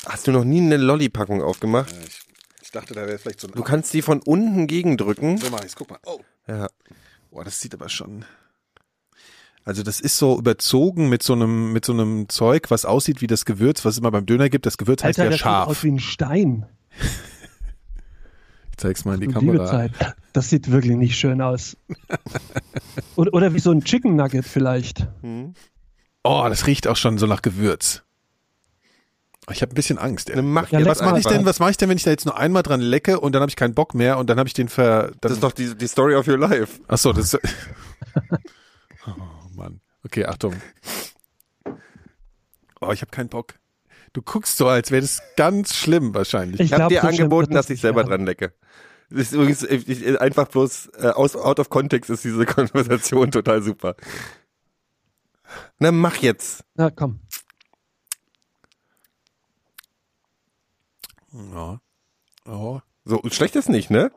[SPEAKER 5] Hast du noch nie eine Lolli-Packung aufgemacht?
[SPEAKER 4] Ich dachte, da wäre vielleicht so ein.
[SPEAKER 5] Du kannst die von unten gegendrücken.
[SPEAKER 4] So mach ich's, guck mal. Oh.
[SPEAKER 5] Ja.
[SPEAKER 4] Boah, das sieht aber schon. Also das ist so überzogen mit so einem mit so einem Zeug, was aussieht wie das Gewürz, was es immer beim Döner gibt. Das Gewürz heißt ja
[SPEAKER 3] das sieht
[SPEAKER 4] scharf.
[SPEAKER 3] aus wie ein Stein.
[SPEAKER 4] Ich zeig's mal in die
[SPEAKER 3] Und Liebe
[SPEAKER 4] Kamera.
[SPEAKER 3] Zeit. Das sieht wirklich nicht schön aus. oder, oder wie so ein Chicken Nugget vielleicht.
[SPEAKER 4] Oh, das riecht auch schon so nach Gewürz. Oh, Ich habe ein bisschen Angst. Ey.
[SPEAKER 5] Dann mach
[SPEAKER 3] Ja,
[SPEAKER 5] jetzt
[SPEAKER 3] leck
[SPEAKER 4] Was mache ich
[SPEAKER 5] einfach.
[SPEAKER 4] denn? Was mache ich denn, wenn ich da jetzt nur einmal dran lecke und dann habe ich keinen Bock mehr und dann habe ich den ver. Dann,
[SPEAKER 5] Das ist doch die, die Story of your life.
[SPEAKER 4] ach so, das. oh Mann. Okay, Achtung. Oh, ich habe keinen Bock. Du guckst so, als wäre das ganz schlimm wahrscheinlich.
[SPEAKER 5] Ich habe
[SPEAKER 3] glaub,
[SPEAKER 5] dir
[SPEAKER 3] so
[SPEAKER 5] angeboten,
[SPEAKER 3] schlimm wird
[SPEAKER 5] dass ich selber
[SPEAKER 3] nicht
[SPEAKER 5] dran lecke. Das ist übrigens ich, ich, einfach bloß äh, aus, out of context ist diese Konversation total super. Na, mach jetzt.
[SPEAKER 3] werden. Na komm.
[SPEAKER 4] Ja. Oh.
[SPEAKER 5] So, schlecht ist nicht, ne?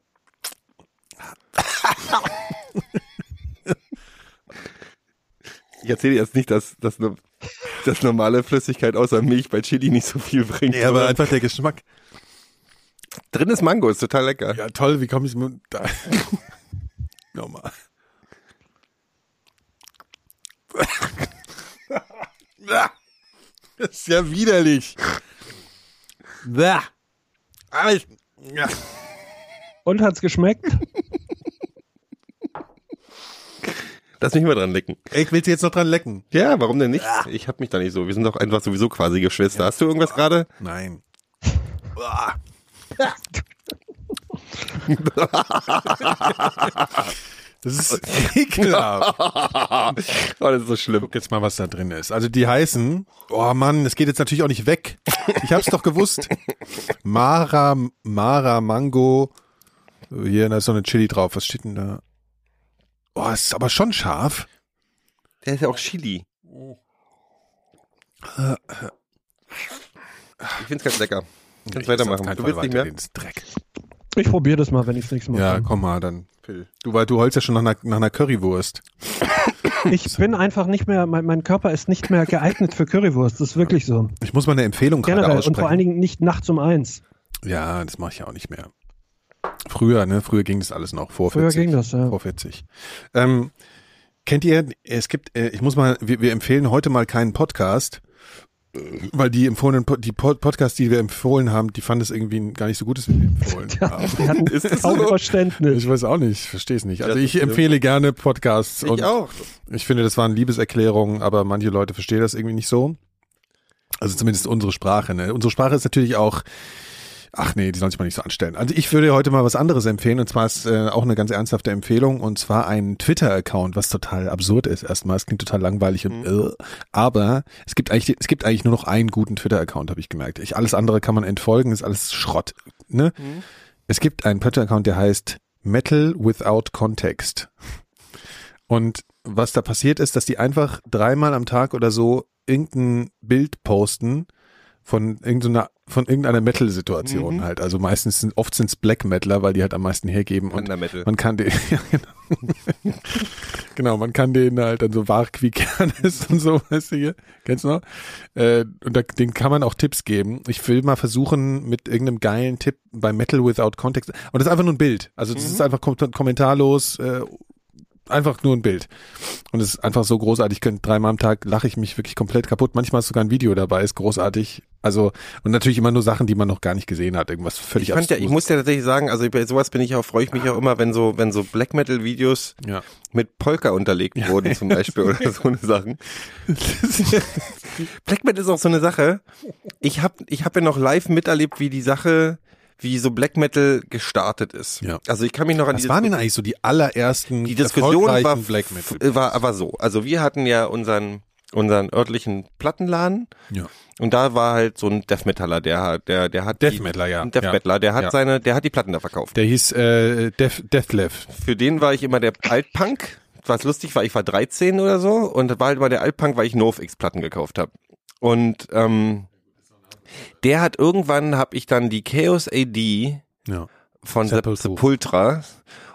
[SPEAKER 5] Ich erzähle dir jetzt nicht, dass, dass, ne, dass normale Flüssigkeit außer Milch bei Chili nicht so viel bringt.
[SPEAKER 4] Nee, aber einfach der Geschmack.
[SPEAKER 5] drin ist Mango, ist total lecker.
[SPEAKER 4] Ja, toll, wie komme ich mit- da? Nochmal. Das ist ja widerlich. Bäh. Aber ich, ja.
[SPEAKER 3] Und hat's geschmeckt?
[SPEAKER 5] Lass mich mal dran lecken.
[SPEAKER 4] ich will sie jetzt noch dran lecken.
[SPEAKER 5] Ja, warum denn nicht? Ich hab mich da nicht so. Wir sind doch einfach sowieso quasi Geschwister. Hast du irgendwas gerade?
[SPEAKER 4] Nein. Das ist ekelhaft.
[SPEAKER 5] Oh, das ist so schlimm.
[SPEAKER 4] Guck jetzt mal, was da drin ist. Also die heißen, oh Mann, das geht jetzt natürlich auch nicht weg. Ich hab's doch gewusst. Mara, Mara Mango. äh, Hier, da ist so eine Chili drauf. Was steht denn da? Oh, ist aber schon scharf.
[SPEAKER 5] Der ist ja auch Chili. Ich find's ganz lecker. Kannst weitermachen. Du willst nicht mehr?
[SPEAKER 4] Dreck.
[SPEAKER 3] Ich probiere das mal, wenn ich's nächstes Mal
[SPEAKER 4] Ja,
[SPEAKER 3] kann.
[SPEAKER 4] komm mal dann. Phil. Du, weil du holst ja schon nach einer, nach einer Currywurst.
[SPEAKER 3] Ich bin einfach nicht mehr, mein, mein Körper ist nicht mehr geeignet für Currywurst. Das ist wirklich so.
[SPEAKER 4] Ich muss mal eine Empfehlung gerade
[SPEAKER 3] Generell.
[SPEAKER 4] aussprechen.
[SPEAKER 3] Und vor allen Dingen nicht nachts um eins.
[SPEAKER 4] ja, das mache ich ja auch nicht mehr. Früher, ne? Früher ging das alles noch. Vor
[SPEAKER 3] Früher
[SPEAKER 4] 40.
[SPEAKER 3] ging das, ja.
[SPEAKER 4] Vor 40. Ähm, kennt ihr, es gibt, äh, ich muss mal, wir, wir empfehlen heute mal keinen Podcast, äh, weil die empfohlenen, Po- die Pod Podcasts, die wir empfohlen haben, die fanden es irgendwie gar nicht so gut, dass wir die empfohlen haben.
[SPEAKER 3] Die hatten
[SPEAKER 5] Ist das
[SPEAKER 3] kaum
[SPEAKER 5] so?
[SPEAKER 3] Verständnis.
[SPEAKER 4] Ich weiß auch nicht, verstehe es nicht. Also
[SPEAKER 5] Ja,
[SPEAKER 4] ich
[SPEAKER 5] das-
[SPEAKER 4] empfehle gerne Podcasts
[SPEAKER 5] Ich
[SPEAKER 4] und
[SPEAKER 5] auch.
[SPEAKER 4] ich finde, das waren Liebeserklärungen, aber manche Leute verstehen das irgendwie nicht so. Also zumindest unsere Sprache. Ne? Unsere Sprache ist natürlich auch Ach nee, die sollen sich mal nicht so anstellen. Also ich würde heute mal was anderes empfehlen und zwar ist äh, auch eine ganz ernsthafte Empfehlung und zwar einen Twitter-Account, was total absurd ist erstmal. Es klingt total langweilig und äh, aber es gibt eigentlich es gibt eigentlich nur noch einen guten Twitter-Account, habe ich gemerkt. Ich, alles andere kann man entfolgen, ist alles Schrott. Ne? Es gibt einen Twitter-Account, der heißt Metal Without Context. Und was da passiert ist, dass die einfach dreimal am Tag oder so irgendein Bild posten von irgendeiner von irgendeiner Metal-Situation halt. Also meistens sind, oft sind es Black Metaler, weil die halt am meisten hergeben und
[SPEAKER 5] Undermetal.
[SPEAKER 4] man kann den ja, genau. genau, man kann den halt dann so wach wie Kernes und so, weißt du hier, kennst du noch? Äh, und da, den kann man auch Tipps geben. Ich will mal versuchen mit irgendeinem geilen Tipp bei Metal Without Context. Und das ist einfach nur ein Bild. Also das
[SPEAKER 5] Mhm.
[SPEAKER 4] ist einfach kom kommentarlos, äh, einfach nur ein Bild. Und es ist einfach so großartig. Ich könnte dreimal am Tag lache ich mich wirklich komplett kaputt. Manchmal ist sogar ein Video dabei, ist großartig. Also, und natürlich immer nur Sachen, die man noch gar nicht gesehen hat. Irgendwas völlig
[SPEAKER 5] Ich, fand ja, ich muss ja tatsächlich sagen, also bei sowas bin ich auch, freue ich mich auch immer, wenn so, wenn so Black Metal Videos
[SPEAKER 4] Ja.
[SPEAKER 5] mit Polka unterlegt wurden zum Beispiel oder so eine Sachen. Black Metal ist auch so eine Sache. Ich habe ich hab ja noch live miterlebt, wie die Sache, wie so Black Metal gestartet ist.
[SPEAKER 4] Ja.
[SPEAKER 5] Also ich kann mich noch an
[SPEAKER 4] Was
[SPEAKER 5] die
[SPEAKER 4] waren denn eigentlich so die allerersten
[SPEAKER 5] die Diskussion war,
[SPEAKER 4] erfolgreichen Black Metal?
[SPEAKER 5] war aber so. Also wir hatten ja unseren, unseren örtlichen Plattenladen
[SPEAKER 4] Ja.
[SPEAKER 5] und da war halt so ein Death Metaler, der hat, der, der hat
[SPEAKER 4] Death
[SPEAKER 5] die-
[SPEAKER 4] Metaler, ja.
[SPEAKER 5] ein Death
[SPEAKER 4] Ja.
[SPEAKER 5] Metaler, der hat
[SPEAKER 4] Ja.
[SPEAKER 5] seine, der hat die Platten da verkauft.
[SPEAKER 4] Der hieß äh, Death, Deathlev.
[SPEAKER 5] für den war ich immer der Altpunk, was lustig war, ich war 13 oder so und war halt immer der Altpunk, weil ich NoFX-Platten gekauft habe. Und ähm, der hat irgendwann, habe ich dann die Chaos AD
[SPEAKER 4] Ja.
[SPEAKER 5] von Sep-
[SPEAKER 4] Sepultura.
[SPEAKER 5] Sepultra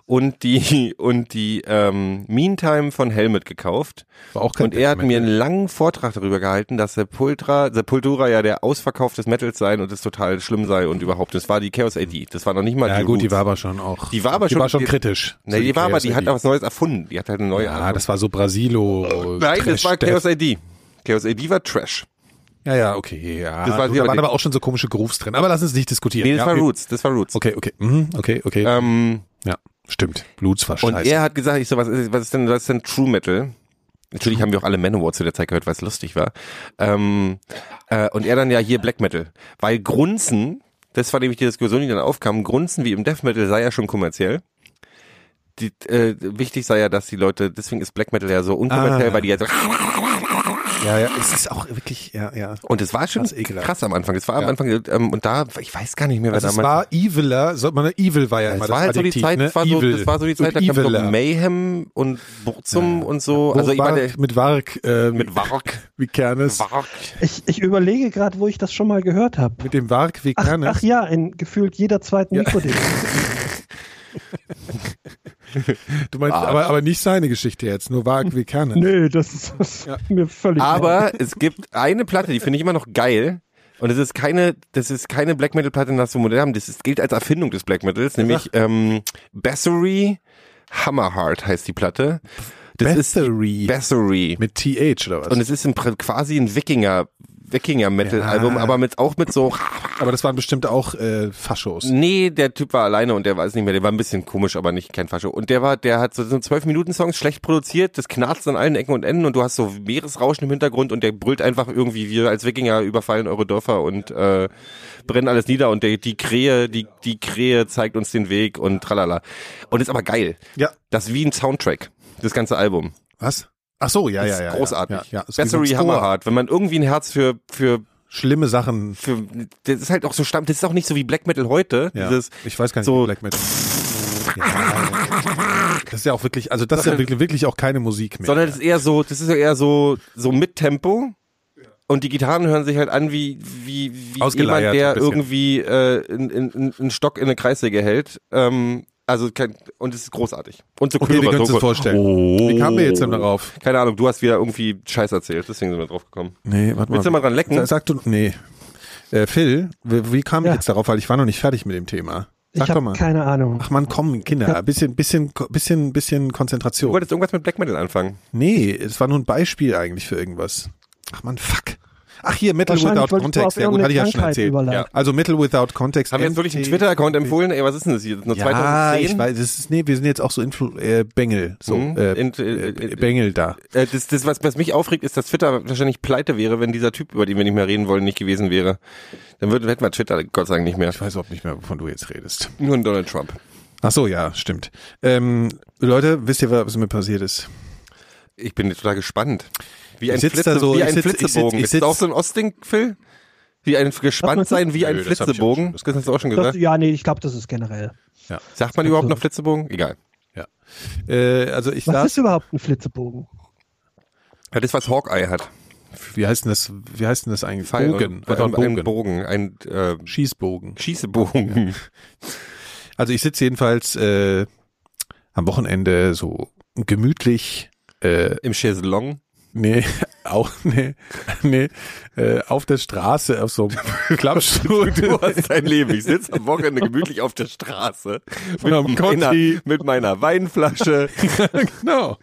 [SPEAKER 5] und die und die ähm, Meantime von Helmet gekauft.
[SPEAKER 4] War auch kein
[SPEAKER 5] und er hat
[SPEAKER 4] Death
[SPEAKER 5] mir einen
[SPEAKER 4] Metal.
[SPEAKER 5] langen Vortrag darüber gehalten, dass Sepultra, Sepultura ja der Ausverkauf des Metals sein und es total schlimm sei und überhaupt. Das war die Chaos AD. Das war noch nicht mal
[SPEAKER 4] Ja
[SPEAKER 5] die
[SPEAKER 4] gut, die
[SPEAKER 5] Roots.
[SPEAKER 4] war aber schon auch.
[SPEAKER 5] Die war aber
[SPEAKER 4] die
[SPEAKER 5] schon-
[SPEAKER 4] war schon
[SPEAKER 5] die-
[SPEAKER 4] kritisch.
[SPEAKER 5] Nee, die, war aber, die hat
[SPEAKER 4] auch.
[SPEAKER 5] auch was Neues erfunden. Die hat halt eine neue
[SPEAKER 4] Ja, das war so Brasilo.
[SPEAKER 5] Nein, das
[SPEAKER 4] Trash,
[SPEAKER 5] war
[SPEAKER 4] Death.
[SPEAKER 5] Chaos AD. Chaos AD war Trash.
[SPEAKER 4] Ja, ja, okay, ja.
[SPEAKER 5] Das war
[SPEAKER 4] du,
[SPEAKER 5] die-
[SPEAKER 4] da waren aber auch schon so komische Grooves drin. Aber lass uns nicht diskutieren.
[SPEAKER 5] Nee, das
[SPEAKER 4] ja,
[SPEAKER 5] war
[SPEAKER 4] okay.
[SPEAKER 5] Roots, das war Roots.
[SPEAKER 4] Okay, okay, mhm, okay, okay.
[SPEAKER 5] Ähm,
[SPEAKER 4] ja, stimmt. Bluts war
[SPEAKER 5] und
[SPEAKER 4] scheiße.
[SPEAKER 5] er hat gesagt, ich so, was ist, was ist denn, was ist denn True Metal? Natürlich haben wir auch alle Manowar zu der Zeit gehört, weil es lustig war. Ähm, äh, und er dann ja hier Black Metal. Weil Grunzen, das war nämlich die Diskussion, die dann aufkam, Grunzen wie im Death Metal sei ja schon kommerziell. Die, äh, wichtig sei ja, dass die Leute, deswegen ist Black Metal ja so unkommerziell,
[SPEAKER 4] Ah.
[SPEAKER 5] weil die ja so,
[SPEAKER 4] ja, ja, es ist auch wirklich, ja, ja.
[SPEAKER 5] und es war schon
[SPEAKER 4] Das ist ekelhaft.
[SPEAKER 5] krass am Anfang. Es war am
[SPEAKER 4] Ja.
[SPEAKER 5] Anfang, ähm, und da, ich weiß gar nicht mehr, wer
[SPEAKER 4] Also es
[SPEAKER 5] damals
[SPEAKER 4] war eviler, so, man, evil war ja
[SPEAKER 5] Es
[SPEAKER 4] immer
[SPEAKER 5] war
[SPEAKER 4] das
[SPEAKER 5] halt so die
[SPEAKER 4] Adjektiv,
[SPEAKER 5] Zeit,
[SPEAKER 4] ne?
[SPEAKER 5] es war so,
[SPEAKER 4] evil.
[SPEAKER 5] das war so die Zeit, da
[SPEAKER 4] und
[SPEAKER 5] kam so
[SPEAKER 4] eviler.
[SPEAKER 5] Mayhem und Burzum und so. Also
[SPEAKER 4] also
[SPEAKER 5] ich meine,
[SPEAKER 4] mit Warg, äh,
[SPEAKER 5] mit Warg.
[SPEAKER 4] wie Kernes,
[SPEAKER 5] Warg.
[SPEAKER 3] Ich, ich überlege gerade, wo ich das schon mal gehört habe.
[SPEAKER 4] mit dem Warg wie
[SPEAKER 3] Ach,
[SPEAKER 4] Kernes.
[SPEAKER 3] ach ja, in gefühlt jeder zweiten Mikrodisk.
[SPEAKER 4] Du meinst,
[SPEAKER 5] Warg.
[SPEAKER 4] aber, aber nicht seine Geschichte jetzt, nur Warg wie Kernes.
[SPEAKER 3] Nö, das ist, das ist mir völlig. egal.
[SPEAKER 5] Aber es gibt eine Platte, die finde ich immer noch geil. Und es ist keine, das ist keine Black Metal Platte nach so modern. Das ist, gilt als Erfindung des Black Metals, nämlich ähm, Bessery Hammerheart heißt die Platte. Das
[SPEAKER 4] Bathory.
[SPEAKER 5] ist Bessery.
[SPEAKER 4] mit TH oder was?
[SPEAKER 5] Und es ist im, Prin- quasi ein Wikinger, Wikinger Metal Album, aber mit auch mit so
[SPEAKER 4] aber das waren bestimmt auch äh, Faschos.
[SPEAKER 5] Nee, der Typ war alleine und der weiß nicht mehr. Der war ein bisschen komisch, aber nicht kein Fascho. Und der war, der hat so zwölf Minuten Songs schlecht produziert. Das knarzt an allen Ecken und Enden und du hast so Meeresrauschen im Hintergrund und der brüllt einfach irgendwie wir als Wikinger überfallen eure Dörfer und äh, brennen alles nieder und der, die Krähe, die die Krähe zeigt uns den Weg und tralala. Und ist aber geil.
[SPEAKER 4] Ja.
[SPEAKER 5] Das ist wie ein Soundtrack. Das ganze Album.
[SPEAKER 4] Was? Ach so, ja, ja,
[SPEAKER 5] ist
[SPEAKER 4] ja.
[SPEAKER 5] großartig.
[SPEAKER 4] Ja, ja. Ist wie so ein
[SPEAKER 5] Bessery
[SPEAKER 4] Score.
[SPEAKER 5] Hammerhard. Wenn man irgendwie ein Herz für für
[SPEAKER 4] Schlimme Sachen.
[SPEAKER 5] für das ist halt auch so stamm. Das ist auch nicht so wie Black Metal heute.
[SPEAKER 4] Ja.
[SPEAKER 5] Dieses
[SPEAKER 4] ich weiß gar nicht,
[SPEAKER 5] so-
[SPEAKER 4] wie Black Metal. Ja. Das ist ja auch wirklich, also das ist ja wirklich, wirklich auch keine Musik mehr.
[SPEAKER 5] sondern das ist eher so, das ist ja eher so so mit Tempo. Und die Gitarren hören sich halt an wie wie, wie jemand,
[SPEAKER 4] Ausgeleiert
[SPEAKER 5] der
[SPEAKER 4] ein bisschen.
[SPEAKER 5] irgendwie äh, in- in- in- einen Stock in eine Kreissäge hält. Ähm, also kein, und es ist großartig. Und so
[SPEAKER 4] okay, Oh. wir
[SPEAKER 5] Klöver,
[SPEAKER 4] können uns
[SPEAKER 5] so
[SPEAKER 4] das vorstellen. Wie kamen wir jetzt denn darauf?
[SPEAKER 5] Keine Ahnung, du hast wieder irgendwie Scheiß erzählt, deswegen sind wir drauf gekommen.
[SPEAKER 4] Nee, warte
[SPEAKER 5] Willst du mal dran lecken?
[SPEAKER 4] Sa- Sag du, nee. Äh, Phil, wie, wie kam ich
[SPEAKER 3] Ja.
[SPEAKER 4] jetzt darauf? Weil ich war noch nicht fertig mit dem Thema. Sag
[SPEAKER 3] ich
[SPEAKER 4] doch
[SPEAKER 3] habe
[SPEAKER 4] mal.
[SPEAKER 3] keine Ahnung.
[SPEAKER 4] Ach man, komm, Kinder, ein bisschen, bisschen, bisschen, bisschen
[SPEAKER 5] Du
[SPEAKER 4] Konzentration.
[SPEAKER 5] wolltest irgendwas mit Black Metal anfangen.
[SPEAKER 4] Nee, es war nur ein Beispiel eigentlich für irgendwas. Ach man, fuck. Ach hier, Metal
[SPEAKER 3] Wahrscheinlich wolltest
[SPEAKER 4] Without
[SPEAKER 3] du auf
[SPEAKER 4] Context, ja gut, hatte ich ja schon
[SPEAKER 3] irgendeine
[SPEAKER 4] erzählt.
[SPEAKER 3] Krankheit
[SPEAKER 5] Ja.
[SPEAKER 3] überleiten.
[SPEAKER 4] Also Metal Without Context.
[SPEAKER 5] Haben wir jetzt wirklich einen
[SPEAKER 4] MT.
[SPEAKER 5] Twitter-Account empfohlen? Ey, was ist denn das hier? Nur
[SPEAKER 4] Ja,
[SPEAKER 5] 2010?
[SPEAKER 4] ich weiß, das ist, nee, wir sind jetzt auch so Influ äh, Bengel, so
[SPEAKER 5] Mhm.
[SPEAKER 4] äh,
[SPEAKER 5] Int- äh,
[SPEAKER 4] äh, Bengel da.
[SPEAKER 5] Äh, Das, das was, was mich aufregt, ist, dass Twitter wahrscheinlich pleite wäre, wenn dieser Typ, über den wir nicht mehr reden wollen, nicht gewesen wäre. Dann würden, hätten wir Twitter Gott sei Dank nicht mehr.
[SPEAKER 4] Ich weiß überhaupt nicht mehr, wovon du jetzt redest.
[SPEAKER 5] Nur ein Donald Trump.
[SPEAKER 4] Ach so, ja, stimmt. Ähm, Leute, wisst ihr, was mir passiert ist?
[SPEAKER 5] Ich bin total gespannt. Wie ein,
[SPEAKER 4] Ich sitz da
[SPEAKER 5] Flitze,
[SPEAKER 4] so,
[SPEAKER 5] wie
[SPEAKER 4] ich
[SPEAKER 5] ein
[SPEAKER 4] sitz- ich sitz-
[SPEAKER 5] Flitzebogen.
[SPEAKER 4] ich
[SPEAKER 5] ist das
[SPEAKER 4] sitz-
[SPEAKER 5] auch so ein Ostding, Phil? Wie ein gespannt
[SPEAKER 3] meinst du?
[SPEAKER 5] sein, wie ein
[SPEAKER 4] Nö, das hab ich auch
[SPEAKER 5] Flitzebogen.
[SPEAKER 4] schon-
[SPEAKER 5] Das, hast du auch schon
[SPEAKER 3] Das,
[SPEAKER 5] gesagt.
[SPEAKER 3] ja, nee, ich glaube, das ist generell.
[SPEAKER 5] Sagt man überhaupt noch Flitzebogen? Egal.
[SPEAKER 4] Ja. Äh, also ich
[SPEAKER 3] Was
[SPEAKER 4] saß,
[SPEAKER 3] ist überhaupt ein Flitzebogen?
[SPEAKER 5] Ja, das, was Hawkeye hat.
[SPEAKER 4] wie heißt denn das, wie heißt denn das eigentlich?
[SPEAKER 5] Pfeil
[SPEAKER 4] Bogen.
[SPEAKER 5] und- Ein, ein
[SPEAKER 4] Bogen.
[SPEAKER 5] Bogen. Ein äh,
[SPEAKER 4] Schießbogen.
[SPEAKER 5] Schießebogen.
[SPEAKER 4] Also ich sitze jedenfalls äh, am Wochenende so gemütlich, äh,
[SPEAKER 5] Im Chaiselong.
[SPEAKER 4] nee, auch, nee, nee, äh, auf der Straße, auf so einem Klappstuhl.
[SPEAKER 5] Du hast dein Leben. Ich sitze am Wochenende gemütlich auf der Straße
[SPEAKER 4] einem
[SPEAKER 5] mit meiner,
[SPEAKER 4] Conti.
[SPEAKER 5] mit meiner Weinflasche.
[SPEAKER 4] genau.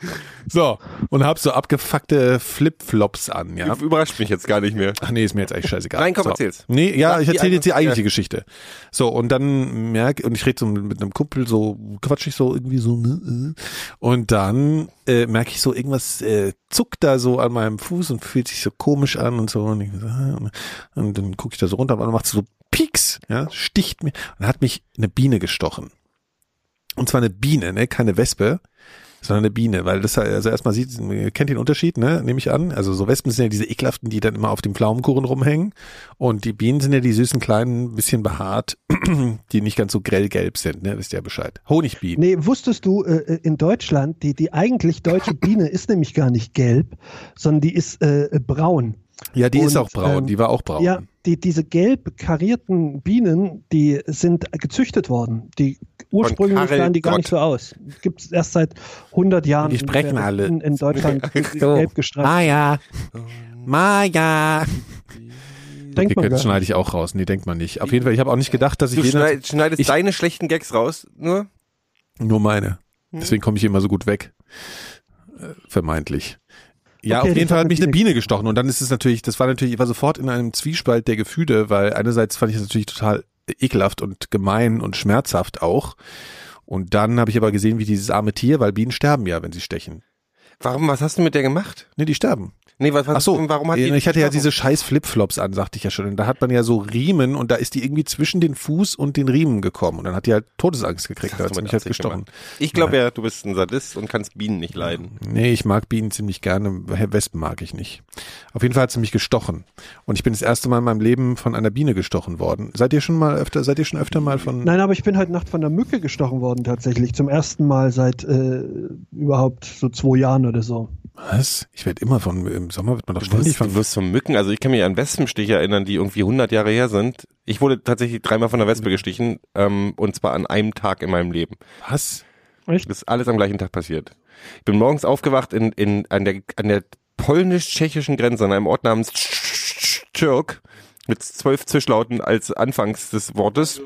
[SPEAKER 4] So, und hab so abgefuckte Flipflops an, ja.
[SPEAKER 5] Überrascht mich jetzt gar nicht mehr.
[SPEAKER 4] Ach nee, ist mir jetzt eigentlich scheißegal.
[SPEAKER 5] Nein, komm,
[SPEAKER 4] so.
[SPEAKER 5] erzähl's.
[SPEAKER 4] Nee, ja,
[SPEAKER 5] Sag
[SPEAKER 4] ich
[SPEAKER 5] die
[SPEAKER 4] erzähle jetzt die
[SPEAKER 5] eigentliche-
[SPEAKER 4] eigentliche Geschichte. So, und dann merk und ich rede so mit einem Kumpel, so quatsch ich so irgendwie so, ne, äh. und dann äh, merke ich so, irgendwas äh, zuckt da so an meinem Fuß und fühlt sich so komisch an und so. Und, ich so, ah, und- und dann gucke ich da so runter und dann macht so Pieks, ja, sticht mir und hat mich eine Biene gestochen. Und zwar eine Biene, ne, keine Wespe, sondern eine Biene, weil das halt- also erstmal sieht, ihr kennt den Unterschied, ne, nehme ich an. Also so Wespen sind ja diese ekelhaften, die dann immer auf dem Pflaumenkuchen rumhängen und die Bienen sind ja die süßen kleinen, bisschen behaart, die nicht ganz so grellgelb sind, ne, wisst ihr ja Bescheid. Honigbienen.
[SPEAKER 3] Nee, wusstest du, äh, in Deutschland, die, die eigentlich deutsche Biene ist nämlich gar nicht gelb, sondern die ist äh, braun.
[SPEAKER 4] ja, die ist
[SPEAKER 3] und,
[SPEAKER 4] auch braun,
[SPEAKER 3] ähm,
[SPEAKER 4] die war auch braun.
[SPEAKER 3] Ja, die, diese gelb karierten Bienen, die sind gezüchtet worden. Die ursprünglich
[SPEAKER 5] Karel
[SPEAKER 3] sahen die gar nicht so aus. Gibt es erst seit 100 Jahren.
[SPEAKER 4] Und die sprechen
[SPEAKER 3] ungefähr
[SPEAKER 4] alle. Ah,
[SPEAKER 3] In, in Deutschland
[SPEAKER 4] So.
[SPEAKER 3] gelb gestreift.
[SPEAKER 4] Maja. Maja.
[SPEAKER 3] Denkt man
[SPEAKER 4] Okay,
[SPEAKER 3] gar
[SPEAKER 4] das
[SPEAKER 3] nicht.
[SPEAKER 4] schneide ich auch raus. Nee, denkt man nicht. Auf jeden Fall, ich habe auch nicht gedacht, dass ich
[SPEAKER 5] Du
[SPEAKER 4] jeder
[SPEAKER 5] schneid, schneidest
[SPEAKER 4] ich-
[SPEAKER 5] deine schlechten Gags raus, nur?
[SPEAKER 4] Nur meine.
[SPEAKER 5] Hm.
[SPEAKER 4] Deswegen komme ich immer so gut weg. Äh, vermeintlich. Ja,
[SPEAKER 3] Okay,
[SPEAKER 4] auf jeden
[SPEAKER 3] ich
[SPEAKER 4] Fall
[SPEAKER 3] hab
[SPEAKER 4] hat mich
[SPEAKER 3] eine
[SPEAKER 4] eine Biene gestochen und dann ist es natürlich, das war natürlich, ich war sofort in einem Zwiespalt der Gefühle, weil einerseits fand ich das natürlich total ekelhaft und gemein und schmerzhaft auch. Und dann habe ich aber gesehen, wie dieses arme Tier, weil Bienen sterben ja, wenn sie stechen.
[SPEAKER 5] Warum, was hast du mit der gemacht?
[SPEAKER 4] Nee, die sterben.
[SPEAKER 5] Nee, was, was
[SPEAKER 4] Ach so, Äh,
[SPEAKER 5] warum hat die
[SPEAKER 4] ich hatte ja
[SPEAKER 5] gesprochen?
[SPEAKER 4] diese scheiß Flipflops an, sagte ich ja schon. Und da hat man ja so Riemen und da ist die irgendwie zwischen den Fuß und den Riemen gekommen. Und dann hat die halt Todesangst gekriegt, da
[SPEAKER 5] Hast
[SPEAKER 4] hat
[SPEAKER 5] du
[SPEAKER 4] sie
[SPEAKER 5] mit
[SPEAKER 4] mich halt
[SPEAKER 5] Absicht
[SPEAKER 4] gestochen.
[SPEAKER 5] gemacht. Ich glaube ja, du bist ein Sadist und kannst Bienen nicht leiden.
[SPEAKER 4] Nee, ich mag Bienen ziemlich gerne. Wespen mag ich nicht. Auf jeden Fall hat sie mich gestochen. Und ich bin das erste Mal in meinem Leben von einer Biene gestochen worden. Seid ihr schon mal öfter, seid ihr schon öfter mal
[SPEAKER 5] Hm.
[SPEAKER 4] von.
[SPEAKER 3] Nein, aber ich bin heute Nacht von der Mücke gestochen worden tatsächlich. Zum ersten Mal seit äh, überhaupt so zwei Jahren oder so.
[SPEAKER 4] Was? Ich werde immer von, im Sommer wird man doch
[SPEAKER 5] Du
[SPEAKER 4] ständig
[SPEAKER 5] wirst,
[SPEAKER 4] von.
[SPEAKER 5] du wirst von Mücken, also ich kann mich an Wespenstiche erinnern, die irgendwie 100 Jahre her sind. Ich wurde tatsächlich dreimal von einer
[SPEAKER 4] Mhm.
[SPEAKER 5] Wespe gestichen ähm, und zwar an einem Tag in meinem Leben.
[SPEAKER 4] Was?
[SPEAKER 5] Das ist alles am gleichen Tag passiert. Ich bin morgens aufgewacht in, in, an der, an der polnisch-tschechischen Grenze, an einem Ort namens Türk, mit zwölf Zischlauten als Anfangs des Wortes.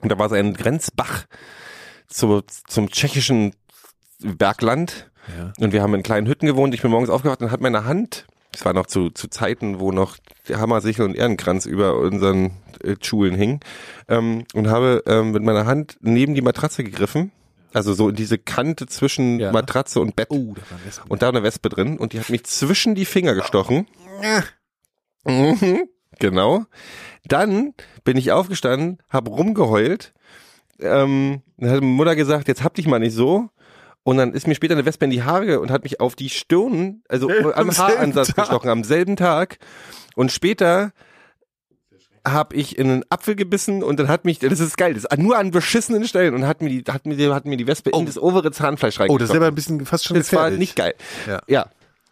[SPEAKER 5] Und da war es ein Grenzbach zu, zum tschechischen Bergland.
[SPEAKER 4] Ja.
[SPEAKER 5] Und wir haben in kleinen Hütten gewohnt. Ich bin morgens aufgewacht und hat meine Hand, es war noch zu, zu Zeiten, wo noch der Hammersichel und Ehrenkranz über unseren äh, Schulen hing, ähm, und habe ähm, mit meiner Hand neben die Matratze gegriffen. Also so in diese Kante zwischen
[SPEAKER 4] Ja.
[SPEAKER 5] Matratze und Bett.
[SPEAKER 4] Oh, da war ein Wespen.
[SPEAKER 5] Und da war eine Wespe drin und die hat mich zwischen die Finger gestochen. Mhm, genau. Dann bin ich aufgestanden, hab rumgeheult. Ähm, dann hat meine Mutter gesagt, jetzt hab dich mal nicht so. Und dann ist mir später eine Wespe in die Haare ge- und hat mich auf die Stirn, also am, Haaransatz gestochen, am selben Tag. Und später hab ich in einen Apfel gebissen und dann hat mich, das ist geil, das ist nur an beschissenen Stellen und hat mir die, hat mir, die- hat mir die Wespe in das obere Zahnfleisch
[SPEAKER 4] Oh, das ist
[SPEAKER 5] reingestochen.
[SPEAKER 4] aber ein bisschen fast schon
[SPEAKER 5] Das war
[SPEAKER 4] gefährlich.
[SPEAKER 5] nicht geil.
[SPEAKER 4] Ja.
[SPEAKER 5] Ja.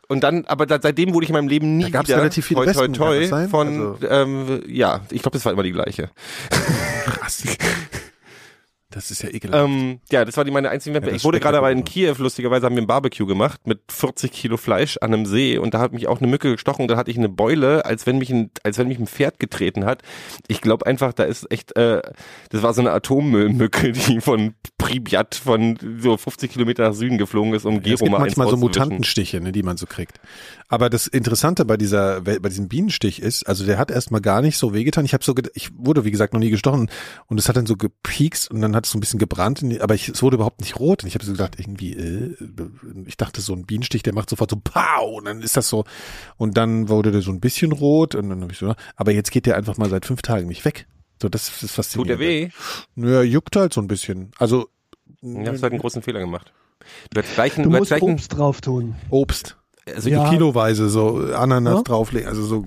[SPEAKER 5] Und dann, aber da, seitdem wurde ich in meinem Leben nie
[SPEAKER 4] Da gab's
[SPEAKER 5] wieder
[SPEAKER 4] relativ viele
[SPEAKER 5] toi, toi,
[SPEAKER 4] Wespen, kann das
[SPEAKER 5] toi
[SPEAKER 4] sein? Also
[SPEAKER 5] von, ähm, ja, ich glaube, das war immer die gleiche.
[SPEAKER 4] krass. Das ist ja ekelhaft.
[SPEAKER 5] Ähm, ja, das war die meine einzige Wespe.
[SPEAKER 4] das
[SPEAKER 5] ich wurde
[SPEAKER 4] schmeckt ja
[SPEAKER 5] gerade aber in
[SPEAKER 4] gut.
[SPEAKER 5] Kiew, lustigerweise haben wir ein Barbecue gemacht mit 40 Kilo Fleisch an einem See und da hat mich auch eine Mücke gestochen und da hatte ich eine Beule, als wenn mich ein, als wenn mich ein Pferd getreten hat. Ich glaube einfach, da ist echt, äh, das war so eine Atommüllmücke, die von Pripyat von so 50 Kilometer nach Süden geflogen ist, um
[SPEAKER 4] Es
[SPEAKER 5] Gero
[SPEAKER 4] gibt
[SPEAKER 5] mal eins
[SPEAKER 4] manchmal so
[SPEAKER 5] rauszuwischen.
[SPEAKER 4] Mutantenstiche, ne, die man so kriegt. Aber das Interessante bei dieser, Wel- bei diesem Bienenstich ist, also der hat erstmal gar nicht so wehgetan. Ich habe so, ged- ich wurde wie gesagt noch nie gestochen und es hat dann so gepiekst und dann hat es so ein bisschen gebrannt, in die- aber ich, es wurde überhaupt nicht rot. Und ich habe so gedacht, irgendwie, äh, ich dachte so ein Bienenstich, der macht sofort so pow und dann ist das so und dann wurde der so ein bisschen rot und dann habe ich so, aber jetzt geht der einfach mal seit fünf Tagen nicht weg. So, das ist
[SPEAKER 5] Tut
[SPEAKER 4] faszinierend.
[SPEAKER 5] der weh?
[SPEAKER 4] Nö, juckt halt so ein bisschen. Also
[SPEAKER 5] Du hast halt einen großen Fehler gemacht. Du hättest gleich einen,
[SPEAKER 3] Du
[SPEAKER 5] du hättest
[SPEAKER 3] musst
[SPEAKER 5] gleich einen
[SPEAKER 3] Obst drauf tun.
[SPEAKER 4] Obst.
[SPEAKER 5] also
[SPEAKER 3] Ja.
[SPEAKER 4] so kiloweise so Ananas
[SPEAKER 3] Ja?
[SPEAKER 4] drauflegen, also so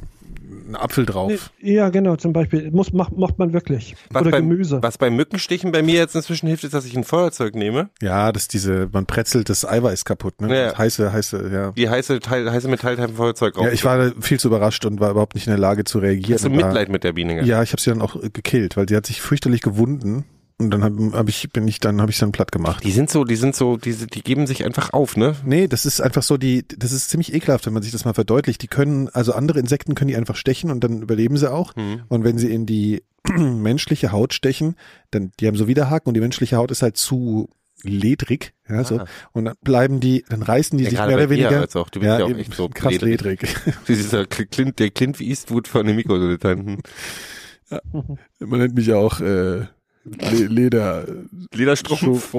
[SPEAKER 4] einen Apfel drauf.
[SPEAKER 3] Ja, genau, zum Beispiel. Muss, macht, macht man wirklich.
[SPEAKER 5] was,
[SPEAKER 3] Oder
[SPEAKER 5] bei,
[SPEAKER 3] Gemüse.
[SPEAKER 5] was bei Mückenstichen bei mir jetzt inzwischen hilft, ist, dass ich ein Feuerzeug nehme.
[SPEAKER 4] Ja, das ist diese, man brezelt das Eiweiß kaputt, ne?
[SPEAKER 5] Ja.
[SPEAKER 4] Das Heiße, heiße, ja.
[SPEAKER 5] Die heiße, Teil, heiße Metallteil vom Feuerzeug
[SPEAKER 4] Ja, ich war viel zu überrascht und war überhaupt nicht in der Lage zu reagieren.
[SPEAKER 5] Hast du
[SPEAKER 4] Und war-
[SPEAKER 5] Mitleid mit der Biene gehabt?
[SPEAKER 4] Ja, ich habe sie dann auch äh, gekillt, weil sie hat sich fürchterlich gewunden und dann habe hab ich bin ich dann habe ich sie dann platt gemacht.
[SPEAKER 5] Die sind so, die sind so, die, die geben sich einfach auf, ne?
[SPEAKER 4] Nee, das ist einfach so die, das ist ziemlich ekelhaft, wenn man sich das mal verdeutlicht. Die können, also andere Insekten können die einfach stechen und dann überleben sie auch.
[SPEAKER 5] Mhm.
[SPEAKER 4] Und wenn sie in die menschliche Haut stechen, dann, die haben so Widerhaken und die menschliche Haut ist halt zu ledrig, ja, so. Und dann bleiben die, dann reißen die
[SPEAKER 5] Ja,
[SPEAKER 4] sich
[SPEAKER 5] gerade
[SPEAKER 4] mehr oder
[SPEAKER 5] bei dir
[SPEAKER 4] weniger.
[SPEAKER 5] jetzt auch. Du bist ja auch
[SPEAKER 4] eben,
[SPEAKER 5] echt so
[SPEAKER 4] krass
[SPEAKER 5] ledrig.
[SPEAKER 4] ledrig.
[SPEAKER 5] Das ist der Clint, der Clint Eastwood von den Mikrodilettanten.
[SPEAKER 4] Man nennt mich auch, äh, Le Leder.
[SPEAKER 5] Lederstrumpf.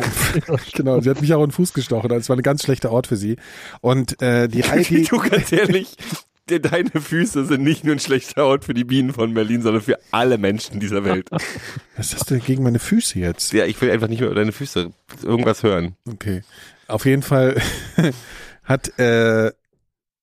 [SPEAKER 4] genau, sie hat mich auch in den Fuß gestochen. Das war ein ganz schlechter Ort für sie. Und äh, die, die
[SPEAKER 5] Du ganz ehrlich, de- deine Füße sind nicht nur ein schlechter Ort für die Bienen von Berlin, sondern für alle Menschen dieser Welt.
[SPEAKER 4] Was hast du denn gegen meine Füße jetzt?
[SPEAKER 5] Ja, ich will einfach nicht mehr über deine Füße irgendwas hören.
[SPEAKER 4] Okay. Auf jeden Fall hat, äh,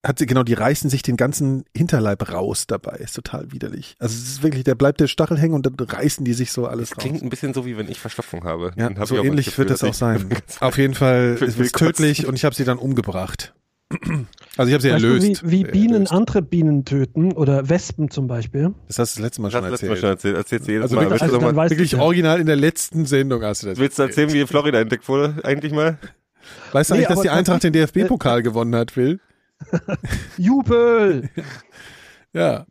[SPEAKER 4] hat sie, genau, die reißen sich den ganzen Hinterleib raus dabei. Ist total widerlich. Also es ist wirklich, da bleibt der Stachel hängen und dann reißen die sich so alles
[SPEAKER 5] Das
[SPEAKER 4] raus.
[SPEAKER 5] klingt ein bisschen so, wie wenn ich Verstopfung habe.
[SPEAKER 4] ja,
[SPEAKER 5] Dann hab
[SPEAKER 4] so
[SPEAKER 5] ich auch
[SPEAKER 4] ähnlich
[SPEAKER 5] Gefühl,
[SPEAKER 4] wird das
[SPEAKER 5] dass
[SPEAKER 4] auch sein. Auf jeden Fall ist es tödlich und ich habe sie dann umgebracht. Also ich habe sie
[SPEAKER 3] Weißt du,
[SPEAKER 4] erlöst.
[SPEAKER 5] Äh,
[SPEAKER 3] wie, wie Bienen
[SPEAKER 4] Erlöst.
[SPEAKER 3] andere Bienen töten oder Wespen zum Beispiel.
[SPEAKER 4] Das hast du das letzte Mal
[SPEAKER 5] Das
[SPEAKER 4] schon
[SPEAKER 5] hast du letztes Mal
[SPEAKER 4] erzählt.
[SPEAKER 5] schon erzählt. Erzählst du jedes
[SPEAKER 4] Also
[SPEAKER 5] Mal.
[SPEAKER 4] wirklich-
[SPEAKER 5] Willst,
[SPEAKER 3] Also
[SPEAKER 5] du
[SPEAKER 3] dann
[SPEAKER 5] noch mal,
[SPEAKER 3] weißt du
[SPEAKER 4] Wirklich
[SPEAKER 3] ja.
[SPEAKER 4] original in der letzten Sendung hast du das.
[SPEAKER 5] willst du erzählen, wie Florida entdeckt wurde eigentlich mal?
[SPEAKER 4] Weißt du
[SPEAKER 3] Nee,
[SPEAKER 4] eigentlich, dass
[SPEAKER 3] aber
[SPEAKER 4] die Eintracht den DFB-Pokal gewonnen hat, Will?
[SPEAKER 3] Jubel!
[SPEAKER 4] Ja.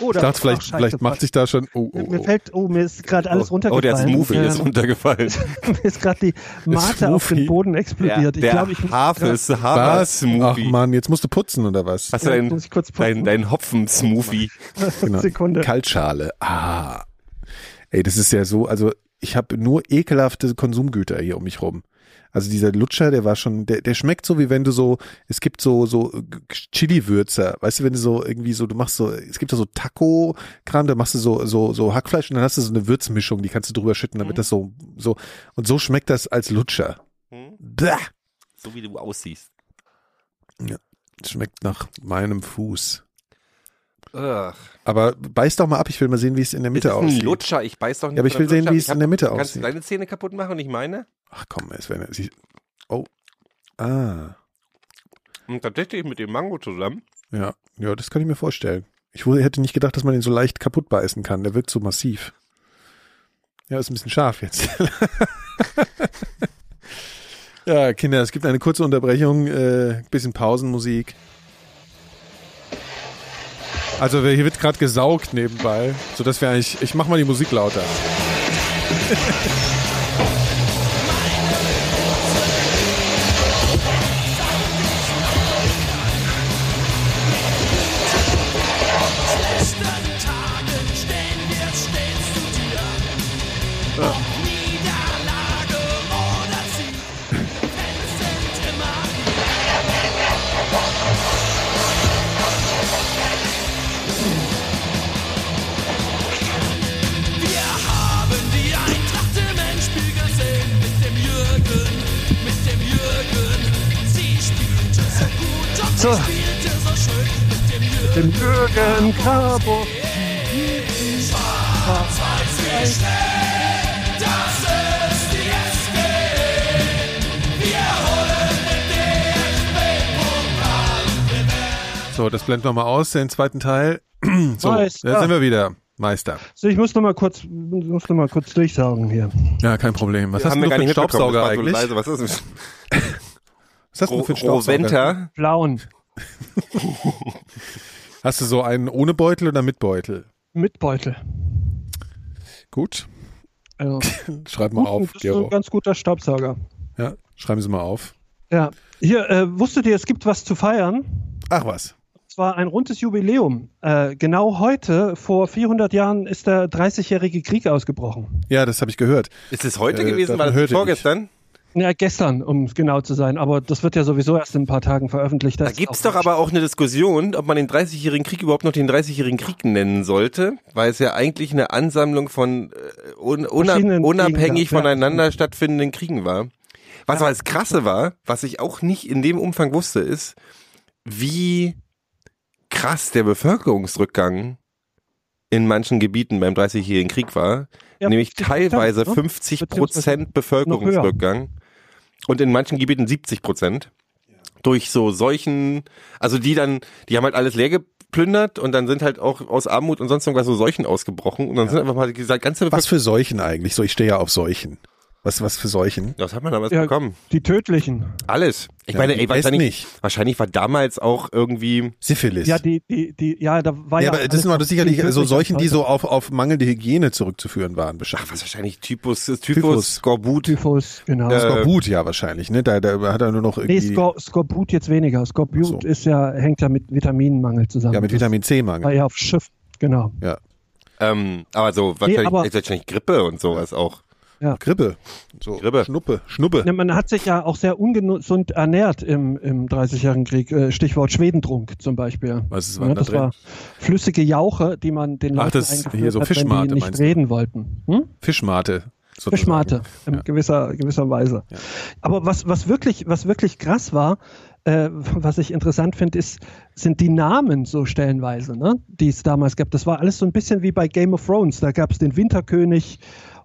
[SPEAKER 3] Oder
[SPEAKER 4] Ich dachte, vielleicht,
[SPEAKER 3] Ach, scheiße,
[SPEAKER 4] vielleicht macht sich da schon. Oh, oh,
[SPEAKER 3] Mir
[SPEAKER 4] oh.
[SPEAKER 3] fällt, oh, mir ist gerade alles
[SPEAKER 5] oh, oh, der hat
[SPEAKER 3] runtergefallen.
[SPEAKER 5] Smoothie ist
[SPEAKER 3] Ähm,
[SPEAKER 5] runtergefallen.
[SPEAKER 3] mir ist gerade die Mate auf
[SPEAKER 4] Smoothie.
[SPEAKER 3] den Boden explodiert.
[SPEAKER 5] der
[SPEAKER 3] ich glaube, ich
[SPEAKER 5] Hafer ist
[SPEAKER 4] Was? Ach
[SPEAKER 5] Hafer-Smoothie.
[SPEAKER 4] Mann, jetzt musst du putzen oder was?
[SPEAKER 5] Hast du
[SPEAKER 3] Ja,
[SPEAKER 5] deinen
[SPEAKER 3] muss ich kurz putzen.
[SPEAKER 5] dein, dein Hopfen-Smoothie?
[SPEAKER 4] Genau.
[SPEAKER 3] Sekunde.
[SPEAKER 4] Kaltschale. Ah. Ey, das ist ja so, also ich habe nur ekelhafte Konsumgüter hier um mich rum. Also dieser Lutscher, der war schon, der, der schmeckt so, wie wenn du so, es gibt so, so Chili-Würzer, weißt du, wenn du so irgendwie so, du machst so, es gibt da so Taco-Kram, da machst du so, so, so Hackfleisch und dann hast du so eine Würzmischung, die kannst du drüber schütten, damit das so, so, und so schmeckt das als Lutscher. Bäh.
[SPEAKER 5] So wie du aussiehst.
[SPEAKER 4] Schmeckt nach meinem Fuß.
[SPEAKER 5] Ugh.
[SPEAKER 4] Aber beiß doch mal ab, ich will mal sehen, wie es in der Mitte
[SPEAKER 5] es ist ein
[SPEAKER 4] aussieht.
[SPEAKER 5] Lutscher, ich weiß doch nicht.
[SPEAKER 4] Ja, aber ich
[SPEAKER 5] von einem
[SPEAKER 4] will sehen,
[SPEAKER 5] Lutscher.
[SPEAKER 4] wie es
[SPEAKER 5] Ich hab-
[SPEAKER 4] in der Mitte
[SPEAKER 5] Kannst du
[SPEAKER 4] aussieht.
[SPEAKER 5] deine Zähne kaputt machen und ich meine?
[SPEAKER 4] Ach komm, es wäre. sie- Oh. Ah.
[SPEAKER 5] Und Hm, tatsächlich mit dem Mango zusammen.
[SPEAKER 4] Ja. Ja, das kann ich mir vorstellen. Ich wu- hätte nicht gedacht, dass man den so leicht kaputt beißen kann. Der wirkt so massiv. Ja, ist ein bisschen scharf jetzt. ja, Kinder, es gibt eine kurze Unterbrechung, äh, bisschen Pausenmusik. Also wir- hier wird gerade gesaugt nebenbei, sodass wir eigentlich. Ich mach mal die Musik lauter.
[SPEAKER 3] So. Mit dem Jürgen Cabo.
[SPEAKER 4] So, das blenden wir mal aus, den zweiten Teil. So,
[SPEAKER 3] Meister.
[SPEAKER 4] da sind wir wieder. Meister.
[SPEAKER 3] So, ich muss noch mal kurz, muss noch mal kurz durchsagen hier.
[SPEAKER 4] Ja, kein Problem. Was hast du denn für einen
[SPEAKER 5] mitbekommen,
[SPEAKER 4] Staubsauger
[SPEAKER 5] das war so
[SPEAKER 4] eigentlich?
[SPEAKER 5] leise. Was ist das?
[SPEAKER 4] Was hast du denn für einen Staubsauger?
[SPEAKER 5] Roventa.
[SPEAKER 3] Blauen.
[SPEAKER 4] Hast du so einen ohne Beutel oder mit Beutel?
[SPEAKER 3] Mit Beutel.
[SPEAKER 4] Gut.
[SPEAKER 3] Also,
[SPEAKER 4] Schreib mal
[SPEAKER 3] gut,
[SPEAKER 4] auf,
[SPEAKER 3] das ist ein
[SPEAKER 4] Gero.
[SPEAKER 3] ganz guter Staubsauger.
[SPEAKER 4] Ja, schreiben Sie mal auf.
[SPEAKER 3] Ja. Hier, äh, wusstet ihr, es gibt was zu feiern?
[SPEAKER 4] Ach was.
[SPEAKER 3] Es war ein rundes Jubiläum. Äh, genau heute, vor 400 Jahren, ist der 30-jährige Krieg ausgebrochen.
[SPEAKER 4] Ja, das habe ich gehört.
[SPEAKER 5] Ist es heute
[SPEAKER 4] Äh,
[SPEAKER 5] gewesen? War
[SPEAKER 4] davon
[SPEAKER 5] das
[SPEAKER 4] hörte ich.
[SPEAKER 5] vorgestern?
[SPEAKER 3] Ja, gestern, um genau zu sein. Aber das wird ja sowieso erst in ein paar Tagen veröffentlicht.
[SPEAKER 5] Da
[SPEAKER 3] ist
[SPEAKER 5] gibt's
[SPEAKER 3] auch-
[SPEAKER 5] doch aber auch eine Diskussion, ob man den 30-jährigen Krieg überhaupt noch den 30-jährigen Krieg nennen sollte, weil es ja eigentlich eine Ansammlung von äh, un
[SPEAKER 3] Verschiedenen
[SPEAKER 5] unab unabhängig
[SPEAKER 3] Kriegen, ja.
[SPEAKER 5] voneinander stattfindenden Kriegen war. Was aber das Krasse war, was ich auch nicht in dem Umfang wusste, ist, wie krass der Bevölkerungsrückgang in manchen Gebieten beim 30-jährigen Krieg war.
[SPEAKER 3] Ja,
[SPEAKER 5] nämlich
[SPEAKER 3] 50 Prozent,
[SPEAKER 5] teilweise
[SPEAKER 3] ne?
[SPEAKER 5] 50
[SPEAKER 3] Beziehungsweise
[SPEAKER 5] Prozent Bevölkerungsrückgang und in manchen Gebieten 70 Prozent durch so Seuchen, also die dann, die haben halt alles leer geplündert und dann sind halt auch aus Armut und sonst irgendwas so Seuchen ausgebrochen und dann sind einfach mal gesagt, ganze
[SPEAKER 4] Was
[SPEAKER 5] Bevölkerung-
[SPEAKER 4] für Seuchen eigentlich? So, ich stehe ja auf Seuchen. Was, was für Seuchen?
[SPEAKER 5] das hat man damals
[SPEAKER 3] Ja,
[SPEAKER 5] bekommen.
[SPEAKER 3] Die tödlichen.
[SPEAKER 5] Alles. Ich
[SPEAKER 4] Ja,
[SPEAKER 5] meine,
[SPEAKER 4] die
[SPEAKER 5] ey,
[SPEAKER 4] Pest
[SPEAKER 5] wahrscheinlich,
[SPEAKER 4] nicht.
[SPEAKER 5] wahrscheinlich war damals auch irgendwie,
[SPEAKER 4] Syphilis.
[SPEAKER 3] Ja, die, die, die, ja, da war
[SPEAKER 4] Ja,
[SPEAKER 3] ja.
[SPEAKER 4] aber das
[SPEAKER 3] alles
[SPEAKER 4] sind aber
[SPEAKER 3] noch
[SPEAKER 4] sicherlich
[SPEAKER 3] viel
[SPEAKER 4] so
[SPEAKER 3] tödlicher
[SPEAKER 4] Seuchen, die
[SPEAKER 3] als
[SPEAKER 4] so auf, auf mangelnde Hygiene zurückzuführen waren.
[SPEAKER 5] ach,
[SPEAKER 4] Bestimmt.
[SPEAKER 5] was wahrscheinlich Typus, Typus,
[SPEAKER 4] Typhus.
[SPEAKER 5] Skorbut.
[SPEAKER 3] Typhus, genau.
[SPEAKER 5] Äh,
[SPEAKER 4] Skorbut ja wahrscheinlich, ne? Da, da hat er nur noch
[SPEAKER 3] nee,
[SPEAKER 4] irgendwie
[SPEAKER 3] Skor Skorbut jetzt weniger. Skorbut
[SPEAKER 4] Ach so.
[SPEAKER 3] ist ja, hängt ja mit Vitaminmangel zusammen.
[SPEAKER 4] ja mit
[SPEAKER 3] Das
[SPEAKER 4] Vitamin C
[SPEAKER 3] War
[SPEAKER 4] Mangel.
[SPEAKER 3] ja auf Schiff, genau.
[SPEAKER 4] Ja,
[SPEAKER 5] Ähm, aber so wahrscheinlich,
[SPEAKER 3] aber-
[SPEAKER 5] ey, wahrscheinlich Grippe und sowas auch.
[SPEAKER 4] Grippe. So
[SPEAKER 5] Grippe.
[SPEAKER 4] Schnuppe, Schnuppe.
[SPEAKER 3] Ne, Man hat sich ja auch sehr ungesund ernährt im, im 30-jährigen Krieg. Äh, Stichwort Schwedentrunk zum Beispiel.
[SPEAKER 4] Was ist- war
[SPEAKER 3] ja,
[SPEAKER 4] da
[SPEAKER 3] Das
[SPEAKER 4] drin?
[SPEAKER 3] war flüssige Jauche, die man den
[SPEAKER 4] Ach,
[SPEAKER 3] Leuten
[SPEAKER 4] das ist
[SPEAKER 3] eingeführt
[SPEAKER 4] hier so
[SPEAKER 3] hat, wenn
[SPEAKER 4] Fischmate,
[SPEAKER 3] die nicht
[SPEAKER 4] meinst du?
[SPEAKER 3] reden wollten. Hm?
[SPEAKER 4] Fischmate. sozusagen.
[SPEAKER 3] Fischmate, Ähm, in
[SPEAKER 4] Ja.
[SPEAKER 3] gewisser, gewisser Weise. Aber was, was, wirklich, was wirklich krass war, äh, was ich interessant finde, ist, sind die Namen so stellenweise, ne, die es damals gab. Das war alles so ein bisschen wie bei Game of Thrones. Da gab es den Winterkönig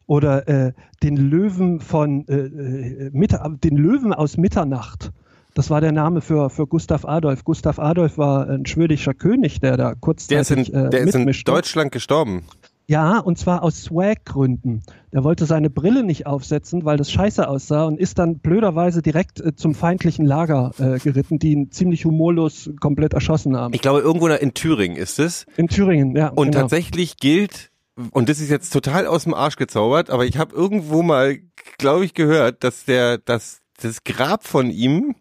[SPEAKER 3] oder äh, den Löwen von äh, äh, Mitte, den Löwen aus Mitternacht. Das war der Name für, für Gustav Adolf. Gustav Adolf war ein schwedischer König, der da
[SPEAKER 5] Der ist
[SPEAKER 3] kurzzeitig äh,
[SPEAKER 5] in,
[SPEAKER 4] äh,
[SPEAKER 5] der ist in
[SPEAKER 4] ne?
[SPEAKER 3] mitmischte.
[SPEAKER 5] Deutschland gestorben.
[SPEAKER 3] Ja, und zwar aus Swag-Gründen. Der wollte seine Brille nicht aufsetzen, weil das scheiße aussah und ist dann blöderweise direkt äh, zum feindlichen Lager äh, geritten, die ihn ziemlich humorlos komplett erschossen haben.
[SPEAKER 5] Ich glaube, irgendwo in Thüringen ist es.
[SPEAKER 3] In Thüringen, ja. genau.
[SPEAKER 5] Und tatsächlich gilt, und das ist jetzt total aus dem Arsch gezaubert, aber ich habe irgendwo mal, glaube ich, gehört, dass der, dass das Grab von ihm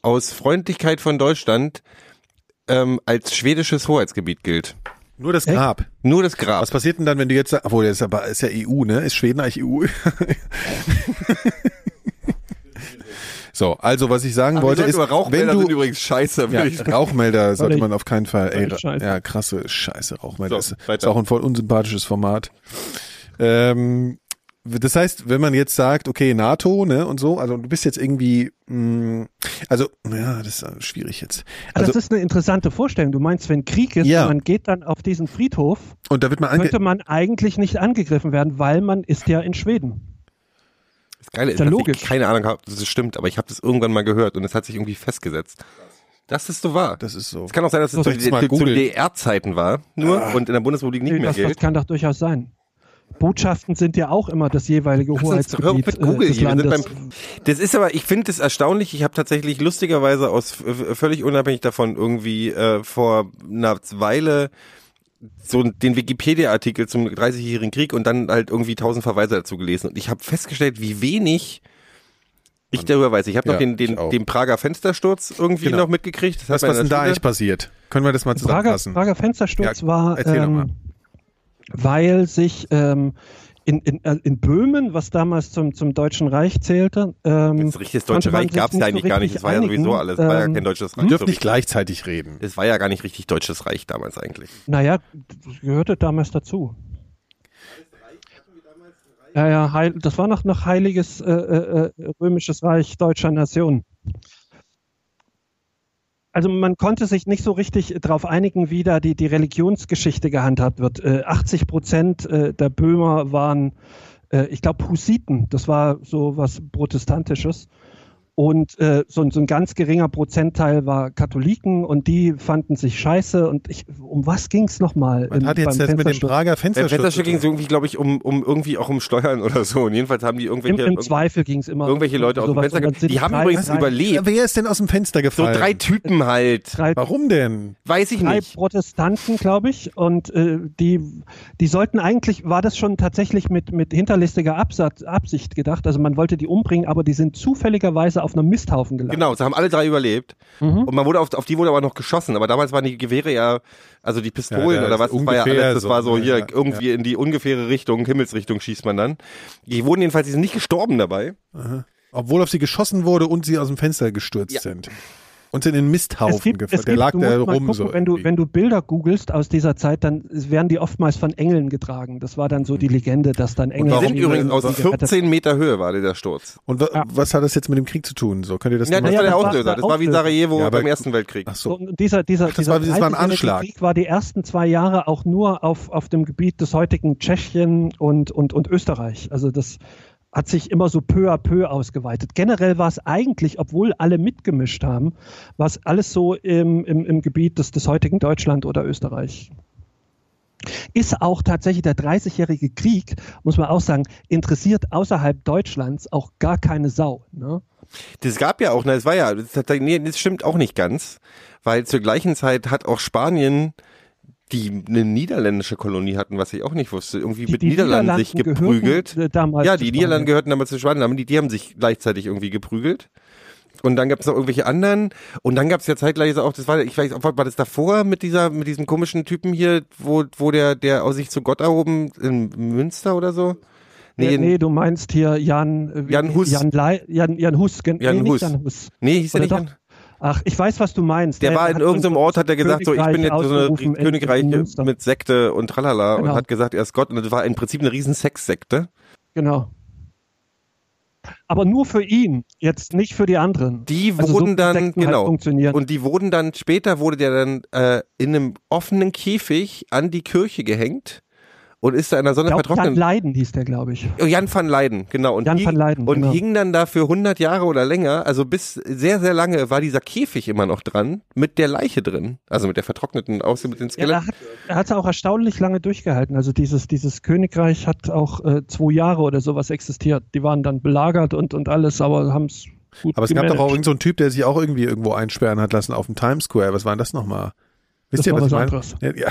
[SPEAKER 5] aus Freundlichkeit von Deutschland ähm, als schwedisches Hoheitsgebiet gilt.
[SPEAKER 4] Nur das
[SPEAKER 3] Echt?
[SPEAKER 4] Grab.
[SPEAKER 5] Nur das Grab.
[SPEAKER 4] Was passiert denn dann, wenn du jetzt, obwohl das ist aber ist ja EU, ne? Ist Schweden eigentlich EU? so, also was ich sagen
[SPEAKER 5] Ach, wir
[SPEAKER 4] wollte
[SPEAKER 5] sollten
[SPEAKER 4] ist,
[SPEAKER 5] über
[SPEAKER 4] wenn
[SPEAKER 5] Rauchmelder
[SPEAKER 4] du
[SPEAKER 5] sind übrigens scheiße,
[SPEAKER 4] ja,
[SPEAKER 5] würde ich sagen.
[SPEAKER 4] Rauchmelder sollte
[SPEAKER 3] Völlig-
[SPEAKER 4] man auf keinen Fall. Ey,
[SPEAKER 3] völlig scheiße.
[SPEAKER 4] ja, krasse Scheiße. Rauchmelder
[SPEAKER 5] So,
[SPEAKER 4] ist, ist
[SPEAKER 5] weiter.
[SPEAKER 4] auch ein voll unsympathisches Format. Ähm, das heißt, wenn man jetzt sagt, okay, NATO, ne, und so, also du bist jetzt irgendwie, mh, also, ja, das ist äh, schwierig jetzt.
[SPEAKER 3] das
[SPEAKER 4] Also,
[SPEAKER 3] ist eine interessante Vorstellung. Du meinst, wenn Krieg ist,
[SPEAKER 4] Ja.
[SPEAKER 3] man geht dann auf diesen Friedhof,
[SPEAKER 4] und da wird man ange
[SPEAKER 3] könnte man eigentlich nicht angegriffen werden, weil man ist ja in Schweden.
[SPEAKER 5] Das Geile ist,
[SPEAKER 3] Ja,
[SPEAKER 5] dass ich
[SPEAKER 3] logisch.
[SPEAKER 5] keine Ahnung habe, das stimmt, aber ich habe das irgendwann mal gehört und es hat sich irgendwie festgesetzt. Das ist so Ah. wahr.
[SPEAKER 4] Das ist so.
[SPEAKER 5] Es kann auch sein, dass es
[SPEAKER 4] Muss
[SPEAKER 5] zu,
[SPEAKER 4] ich jetzt mal
[SPEAKER 5] zu, zu
[SPEAKER 4] googeln.
[SPEAKER 5] DDR-Zeiten war, nur und in der Bundesrepublik nicht mehr
[SPEAKER 3] das, das
[SPEAKER 5] gilt.
[SPEAKER 3] kann doch durchaus sein. Botschaften sind ja auch immer das jeweilige
[SPEAKER 5] Lass uns- hör auf
[SPEAKER 3] Hoheitsgebiet
[SPEAKER 5] mit Google
[SPEAKER 3] äh, des
[SPEAKER 5] hier. Wir sind
[SPEAKER 3] Landes.
[SPEAKER 5] beim, das ist aber, ich finde das erstaunlich. Ich habe tatsächlich lustigerweise aus äh, völlig unabhängig davon irgendwie äh, vor einer Weile so den Wikipedia-Artikel zum 30-jährigen Krieg und dann halt irgendwie tausend Verweise dazu gelesen. Und ich habe festgestellt, wie wenig ich darüber weiß. Ich habe noch
[SPEAKER 4] Ja,
[SPEAKER 5] den,
[SPEAKER 4] ich
[SPEAKER 5] den,
[SPEAKER 4] auch.
[SPEAKER 5] den Prager Fenstersturz irgendwie
[SPEAKER 4] Genau.
[SPEAKER 5] noch mitgekriegt. Das
[SPEAKER 4] Was,
[SPEAKER 5] hat man
[SPEAKER 4] was denn
[SPEAKER 5] in der
[SPEAKER 4] da
[SPEAKER 5] Schule.
[SPEAKER 4] eigentlich passiert? Können wir das mal
[SPEAKER 3] Prager,
[SPEAKER 4] zusammenfassen?
[SPEAKER 3] Prager Fenstersturz
[SPEAKER 4] Ja,
[SPEAKER 3] war,
[SPEAKER 4] erzähl doch mal.
[SPEAKER 3] ähm, weil sich ähm, in, in, äh, in Böhmen, was damals zum, zum Deutschen Reich zählte, ähm,
[SPEAKER 5] Das richtige
[SPEAKER 3] konnte
[SPEAKER 5] Deutsche
[SPEAKER 3] man
[SPEAKER 5] Reich
[SPEAKER 3] sich
[SPEAKER 5] gab es
[SPEAKER 3] nicht
[SPEAKER 5] da
[SPEAKER 3] so
[SPEAKER 5] eigentlich gar nicht.
[SPEAKER 3] richtig
[SPEAKER 5] Es war ja sowieso
[SPEAKER 3] einigen.
[SPEAKER 5] alles. Es war ja
[SPEAKER 3] Ähm,
[SPEAKER 5] kein deutsches
[SPEAKER 4] Wir
[SPEAKER 5] Reich.
[SPEAKER 4] dürfen
[SPEAKER 5] so
[SPEAKER 4] nicht gleichzeitig reden.
[SPEAKER 5] richtig. Es war ja gar nicht richtig deutsches Reich damals eigentlich.
[SPEAKER 3] Naja, das gehörte damals dazu. Ja, ja, heil, das war noch, noch heiliges äh, äh, äh, römisches Reich deutscher Nation. Also man konnte sich nicht so richtig darauf einigen, wie da die, die Religionsgeschichte gehandhabt wird. Äh, 80 Prozent äh, der Böhmer waren, äh, ich glaube, Hussiten. Das war so was Protestantisches. Und äh, so, ein- so ein ganz geringer Prozentteil war Katholiken und die fanden sich scheiße. Und ich, um was ging es nochmal?
[SPEAKER 4] Man hat jetzt das mit dem Prager
[SPEAKER 5] Der
[SPEAKER 4] Fensterschutz.
[SPEAKER 5] Fensterstück ging
[SPEAKER 4] zu
[SPEAKER 5] es irgendwie, glaube ich, um, um irgendwie auch um Steuern oder so. Und jedenfalls haben die
[SPEAKER 3] Im,
[SPEAKER 5] irgendwelche,
[SPEAKER 3] Im Zweifel ging es immer.
[SPEAKER 5] irgendwelche Leute aus dem
[SPEAKER 3] sowas.
[SPEAKER 5] Fenster.
[SPEAKER 3] Und dann
[SPEAKER 5] ge-
[SPEAKER 3] sind
[SPEAKER 5] Die haben
[SPEAKER 3] drei-
[SPEAKER 5] übrigens
[SPEAKER 3] drei-
[SPEAKER 4] tun.
[SPEAKER 5] überlebt.
[SPEAKER 4] Wer ist denn aus dem Fenster
[SPEAKER 5] So
[SPEAKER 4] gefallen?
[SPEAKER 5] drei Typen halt.
[SPEAKER 3] drei,
[SPEAKER 4] Warum denn?
[SPEAKER 5] Weiß ich
[SPEAKER 3] drei
[SPEAKER 5] nicht.
[SPEAKER 3] Protestanten, glaube ich, und äh, die, die sollten eigentlich, war das schon tatsächlich mit, mit hinterlistiger Absatz, Absicht gedacht, also man wollte die umbringen, aber die sind zufälligerweise auf einem Misthaufen gelandet.
[SPEAKER 5] Genau, sie haben alle drei überlebt.
[SPEAKER 3] Mhm.
[SPEAKER 5] Und man wurde auf, auf die wurde aber noch geschossen. Aber damals waren die Gewehre ja, also die
[SPEAKER 4] Ja,
[SPEAKER 5] Pistolen
[SPEAKER 4] ja,
[SPEAKER 5] oder was,
[SPEAKER 4] ist
[SPEAKER 5] das war ja
[SPEAKER 4] ungefähr
[SPEAKER 5] alles, das
[SPEAKER 4] so,
[SPEAKER 5] war so
[SPEAKER 4] ja,
[SPEAKER 5] hier
[SPEAKER 4] ja,
[SPEAKER 5] irgendwie in die ungefähre Richtung, Himmelsrichtung schießt man dann. Die wurden jedenfalls, die sind nicht gestorben dabei.
[SPEAKER 4] Obwohl auf sie geschossen wurde und sie aus dem Fenster gestürzt
[SPEAKER 5] Ja.
[SPEAKER 4] sind. Und in den
[SPEAKER 5] Genau,
[SPEAKER 4] Misthaufen gefallen. Der lag
[SPEAKER 3] du
[SPEAKER 4] da
[SPEAKER 3] musst mal
[SPEAKER 4] rum
[SPEAKER 3] gucken,
[SPEAKER 4] so.
[SPEAKER 3] wenn du
[SPEAKER 4] irgendwie.
[SPEAKER 3] wenn du Bilder googelst aus dieser Zeit, dann werden die oftmals von Engeln getragen. Das war dann so die Legende, dass dann
[SPEAKER 5] Die
[SPEAKER 3] Engel.
[SPEAKER 4] warum-
[SPEAKER 5] sind übrigens aus
[SPEAKER 3] die gerettet-
[SPEAKER 5] 14 Meter Höhe war der Sturz.
[SPEAKER 4] und wa
[SPEAKER 3] Ja.
[SPEAKER 4] was hat das jetzt mit dem Krieg zu tun? So, könnt ihr das
[SPEAKER 5] Ja, das
[SPEAKER 4] mal-
[SPEAKER 5] war der
[SPEAKER 3] das war
[SPEAKER 5] Auslöser.
[SPEAKER 3] der
[SPEAKER 5] Das war wie
[SPEAKER 3] Auslöser.
[SPEAKER 5] Sarajevo
[SPEAKER 4] Ja, aber-
[SPEAKER 5] beim Ersten Weltkrieg.
[SPEAKER 4] Ach so.
[SPEAKER 3] So, und dieser, dieser,
[SPEAKER 4] das
[SPEAKER 3] dieser
[SPEAKER 4] war- das war ein
[SPEAKER 3] Dreißigjährige
[SPEAKER 4] Anschlag.
[SPEAKER 3] Krieg war die ersten zwei Jahre auch nur auf, auf dem Gebiet des heutigen Tschechien und, und, und Österreich. Also das hat sich immer so peu à peu ausgeweitet. Generell war es eigentlich, obwohl alle mitgemischt haben, war es alles so im, im, im Gebiet des, des heutigen Deutschland oder Österreich. Ist auch tatsächlich der Dreißigjährige Krieg, muss man auch sagen, interessiert außerhalb Deutschlands auch gar keine Sau. Ne?
[SPEAKER 5] Das gab ja auch, ne, das war ja, das, hat- nee, das stimmt auch nicht ganz, weil zur gleichen Zeit hat auch Spanien, die eine niederländische Kolonie hatten, was ich auch nicht wusste, irgendwie mit Niederlanden sich
[SPEAKER 3] Niederlanden
[SPEAKER 5] geprügelt.
[SPEAKER 3] gehörten, äh, damals
[SPEAKER 5] Ja,
[SPEAKER 3] zu
[SPEAKER 5] die
[SPEAKER 3] Spanien.
[SPEAKER 5] Niederlande gehörten damals zu Spanien, aber die, die haben sich gleichzeitig irgendwie geprügelt. Und dann gab es noch irgendwelche anderen. Und dann gab es ja zeitgleich auch, das war, ich weiß, war das davor mit dieser, mit diesem komischen Typen hier, wo, wo der, der aus sich zu Gott erhoben, in Münster oder so?
[SPEAKER 3] Nee, nee, du meinst hier Jan, äh,
[SPEAKER 5] Jan Hus.
[SPEAKER 3] Jan, Lei, Jan, Jan Hus. gen-
[SPEAKER 5] Jan
[SPEAKER 3] nee, nicht
[SPEAKER 5] Hus.
[SPEAKER 3] Jan Hus.
[SPEAKER 5] nee hieß der
[SPEAKER 3] Oder
[SPEAKER 5] nicht.
[SPEAKER 3] doch?
[SPEAKER 5] Jan-
[SPEAKER 3] Ach, ich weiß, was du meinst.
[SPEAKER 5] Der
[SPEAKER 3] Er
[SPEAKER 5] war
[SPEAKER 3] Äh, hat
[SPEAKER 5] in irgendeinem
[SPEAKER 3] so
[SPEAKER 5] Ort, hat er gesagt, so ich bin jetzt so
[SPEAKER 3] Königreich
[SPEAKER 5] eine Rie-
[SPEAKER 3] ausgerufen in-
[SPEAKER 5] Königreich
[SPEAKER 3] in Münster.
[SPEAKER 5] mit Sekte und tralala und
[SPEAKER 3] Genau.
[SPEAKER 5] hat gesagt, er ist Gott. Und das war im Prinzip eine riesen Sexsekte.
[SPEAKER 3] Genau. Aber nur für ihn, jetzt nicht für die anderen.
[SPEAKER 5] Die
[SPEAKER 3] Also so
[SPEAKER 5] wurden dann,
[SPEAKER 3] Sekten halt
[SPEAKER 5] genau.
[SPEAKER 3] funktionieren.
[SPEAKER 5] Und die wurden dann, später wurde der dann äh, in einem offenen Käfig an die Kirche gehängt und ist da in der Sonne
[SPEAKER 3] Ich glaub, Jan
[SPEAKER 5] vertrocknet.
[SPEAKER 3] Leiden hieß der, glaube ich.
[SPEAKER 5] Oh, Jan van Leyden, genau. Und
[SPEAKER 3] Jan
[SPEAKER 5] hing,
[SPEAKER 3] van Leyden,
[SPEAKER 5] Und
[SPEAKER 3] genau.
[SPEAKER 5] hing dann da für 100 Jahre oder länger, also bis sehr, sehr lange war dieser Käfig immer noch dran, mit der Leiche drin. Also mit der vertrockneten, aus mit den
[SPEAKER 3] Ja,
[SPEAKER 5] Skeletten.
[SPEAKER 3] er hat er hat's auch erstaunlich lange durchgehalten. Also dieses, dieses Königreich hat auch äh, zwei Jahre oder sowas existiert. Die waren dann belagert und, und alles, aber haben es gut
[SPEAKER 4] Aber es gab doch
[SPEAKER 3] gemanagt.
[SPEAKER 4] auch irgendeinen so einen Typ, der sich auch irgendwie irgendwo einsperren hat lassen auf dem Times Square. Was war denn das nochmal?
[SPEAKER 3] Das
[SPEAKER 4] Wisst ihr,
[SPEAKER 3] war
[SPEAKER 4] was ich
[SPEAKER 3] was
[SPEAKER 4] meine?
[SPEAKER 3] anderes.
[SPEAKER 4] Ja, ja.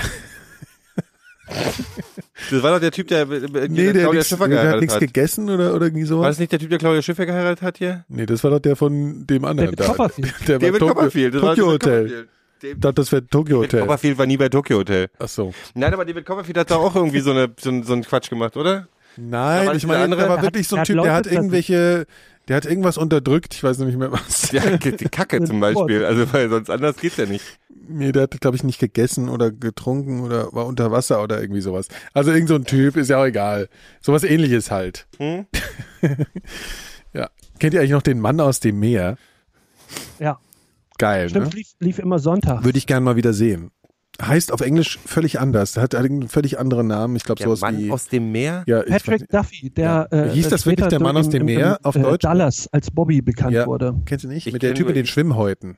[SPEAKER 5] das war doch der Typ, der, der,
[SPEAKER 4] Nee, der, hat
[SPEAKER 5] Claudia
[SPEAKER 4] nix-
[SPEAKER 5] Schiffer
[SPEAKER 4] der hat
[SPEAKER 5] geheiratet
[SPEAKER 4] nichts
[SPEAKER 5] hat.
[SPEAKER 4] gegessen oder, oder irgendwie
[SPEAKER 5] War
[SPEAKER 4] sowas?
[SPEAKER 5] das nicht der Typ, der Claudia Schiffer geheiratet hat hier?
[SPEAKER 4] Nee, das war doch der von dem anderen.
[SPEAKER 3] David
[SPEAKER 4] da.
[SPEAKER 3] Copperfield.
[SPEAKER 4] Der
[SPEAKER 5] David
[SPEAKER 4] Tokyo-
[SPEAKER 5] Copperfield. Das war
[SPEAKER 4] Tokyo
[SPEAKER 5] David
[SPEAKER 4] Hotel.
[SPEAKER 5] Copperfield. David
[SPEAKER 4] Ich dachte, das wäre Tokyo Hotel.
[SPEAKER 5] Copperfield war nie bei Tokyo Hotel.
[SPEAKER 4] Ach so.
[SPEAKER 5] Nein, aber David Copperfield hat da auch irgendwie so, eine, so, einen- so einen Quatsch gemacht, oder? Da war
[SPEAKER 4] Nein, ich
[SPEAKER 5] dieser
[SPEAKER 4] meine,
[SPEAKER 5] andere,
[SPEAKER 4] da war
[SPEAKER 5] der
[SPEAKER 4] wirklich
[SPEAKER 3] hat-
[SPEAKER 4] so ein
[SPEAKER 3] der hat
[SPEAKER 4] Typ,
[SPEAKER 3] Leute
[SPEAKER 4] der hat
[SPEAKER 3] plötzlich-
[SPEAKER 4] irgendwelche, der hat irgendwas unterdrückt, ich weiß nämlich mehr was.
[SPEAKER 5] Ja, die Kacke zum Beispiel. Also, weil sonst anders geht's ja nicht.
[SPEAKER 4] Nee, der hat, glaube ich, nicht gegessen oder getrunken oder war unter Wasser oder irgendwie sowas. Also irgend so ein Typ, ist ja auch egal. Sowas ähnliches halt.
[SPEAKER 5] Hm?
[SPEAKER 4] Ja. Kennt ihr eigentlich noch den Mann aus dem Meer?
[SPEAKER 3] Ja,
[SPEAKER 4] Geil,
[SPEAKER 3] stimmt,
[SPEAKER 4] ne?
[SPEAKER 3] lief, lief immer Sonntag.
[SPEAKER 4] Würde ich gern mal wieder sehen. Heißt auf Englisch völlig anders. Hat einen völlig anderen Namen. Ich glaube,
[SPEAKER 5] Der
[SPEAKER 4] sowas
[SPEAKER 5] Mann
[SPEAKER 4] wie.
[SPEAKER 5] aus dem Meer?
[SPEAKER 4] ja, ich weiß
[SPEAKER 3] Patrick
[SPEAKER 4] nicht.
[SPEAKER 3] Duffy, der äh,
[SPEAKER 4] Hieß das
[SPEAKER 3] später
[SPEAKER 4] wirklich der
[SPEAKER 3] so
[SPEAKER 4] Mann aus
[SPEAKER 3] im-
[SPEAKER 4] dem
[SPEAKER 3] im-
[SPEAKER 4] Meer
[SPEAKER 3] im,
[SPEAKER 4] auf
[SPEAKER 3] äh,
[SPEAKER 4] Deutsch?
[SPEAKER 3] Dallas als Bobby bekannt
[SPEAKER 4] ja.
[SPEAKER 3] wurde.
[SPEAKER 4] Kennst du nicht?
[SPEAKER 5] Ich
[SPEAKER 4] Mit der
[SPEAKER 5] kenn
[SPEAKER 4] Typ
[SPEAKER 5] nur-
[SPEAKER 4] mit den Schwimmhäuten.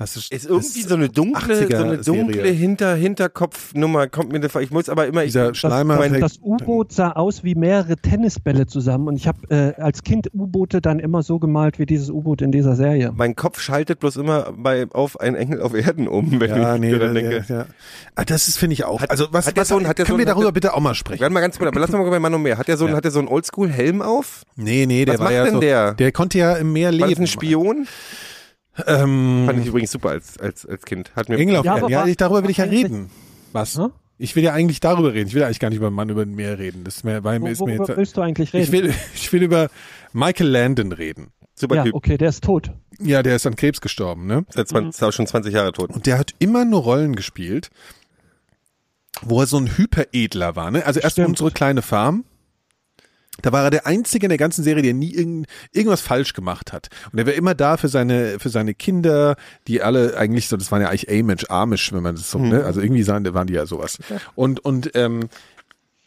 [SPEAKER 4] Das ist,
[SPEAKER 5] Ist irgendwie so eine dunkle, so eine
[SPEAKER 4] 80er
[SPEAKER 5] dunkle
[SPEAKER 4] Serie.
[SPEAKER 5] Hinter Hinterkopfnummer kommt mir da vor. Ich muss aber immer, ich,
[SPEAKER 4] Dieser Schleimer.
[SPEAKER 3] Das, das U-Boot sah aus wie mehrere Tennisbälle zusammen und ich habe äh, als Kind U-Boote dann immer so gemalt wie dieses U-Boot in dieser Serie.
[SPEAKER 5] mein Kopf schaltet bloß immer bei, auf einen Engel auf Erden um, wenn
[SPEAKER 4] ja,
[SPEAKER 5] ich
[SPEAKER 4] nee, ja,
[SPEAKER 5] daran denke.
[SPEAKER 4] ja, ja. Ah, das ist, finde ich auch.
[SPEAKER 5] Hat-
[SPEAKER 4] also, was,
[SPEAKER 5] hat der
[SPEAKER 4] was
[SPEAKER 5] so einen- hat der
[SPEAKER 4] können
[SPEAKER 5] so
[SPEAKER 4] wir
[SPEAKER 5] einen-
[SPEAKER 4] darüber bitte auch mal sprechen?
[SPEAKER 5] Werden wir ganz kurz, aber lass uns mal bei Mann und Meer. Hat der so, ein- hat der so einen Oldschool-Helm auf?
[SPEAKER 4] Nee, nee, der
[SPEAKER 5] Was
[SPEAKER 4] war
[SPEAKER 5] macht
[SPEAKER 4] ja so,
[SPEAKER 5] denn der?
[SPEAKER 4] konnte ja im Meer
[SPEAKER 5] War
[SPEAKER 4] leben.
[SPEAKER 5] das ein Spion?
[SPEAKER 4] Ähm,
[SPEAKER 5] Fand ich übrigens super als, als, als Kind. Hat mir
[SPEAKER 4] Engel auf
[SPEAKER 3] Ja,
[SPEAKER 4] Erden.
[SPEAKER 3] aber
[SPEAKER 4] Ja,
[SPEAKER 3] war-
[SPEAKER 4] ich, darüber will ich ja
[SPEAKER 3] war eigentlich-
[SPEAKER 4] reden. Was?
[SPEAKER 3] Hä?
[SPEAKER 4] Ich will ja eigentlich darüber reden. Ich will eigentlich gar nicht über einen Mann über den Meer reden. Das ist mir, weil mir
[SPEAKER 3] Wor-
[SPEAKER 4] ist mir
[SPEAKER 3] Worüber
[SPEAKER 4] jetzt, halt-
[SPEAKER 3] willst du eigentlich reden?
[SPEAKER 4] ich will, ich will über Michael Landon reden.
[SPEAKER 5] super
[SPEAKER 3] ja,
[SPEAKER 5] Typ.
[SPEAKER 3] okay, Mhm. der ist tot.
[SPEAKER 4] Ja, der ist an Krebs gestorben, ne?
[SPEAKER 5] Seit 20, ist auch schon 20 Jahre tot.
[SPEAKER 4] Und der hat immer nur Rollen gespielt, wo er so ein Hyperedler war. Ne? Also erst
[SPEAKER 3] Stimmt.
[SPEAKER 4] unsere kleine Farm. Da war er der Einzige in der ganzen Serie, der nie irgend, irgendwas falsch gemacht hat. Und er war immer da für seine, für seine Kinder, die alle eigentlich so, das waren ja eigentlich Amish, Amish, wenn man das so, ne? Also irgendwie sahen, waren die ja sowas. Und, und ähm,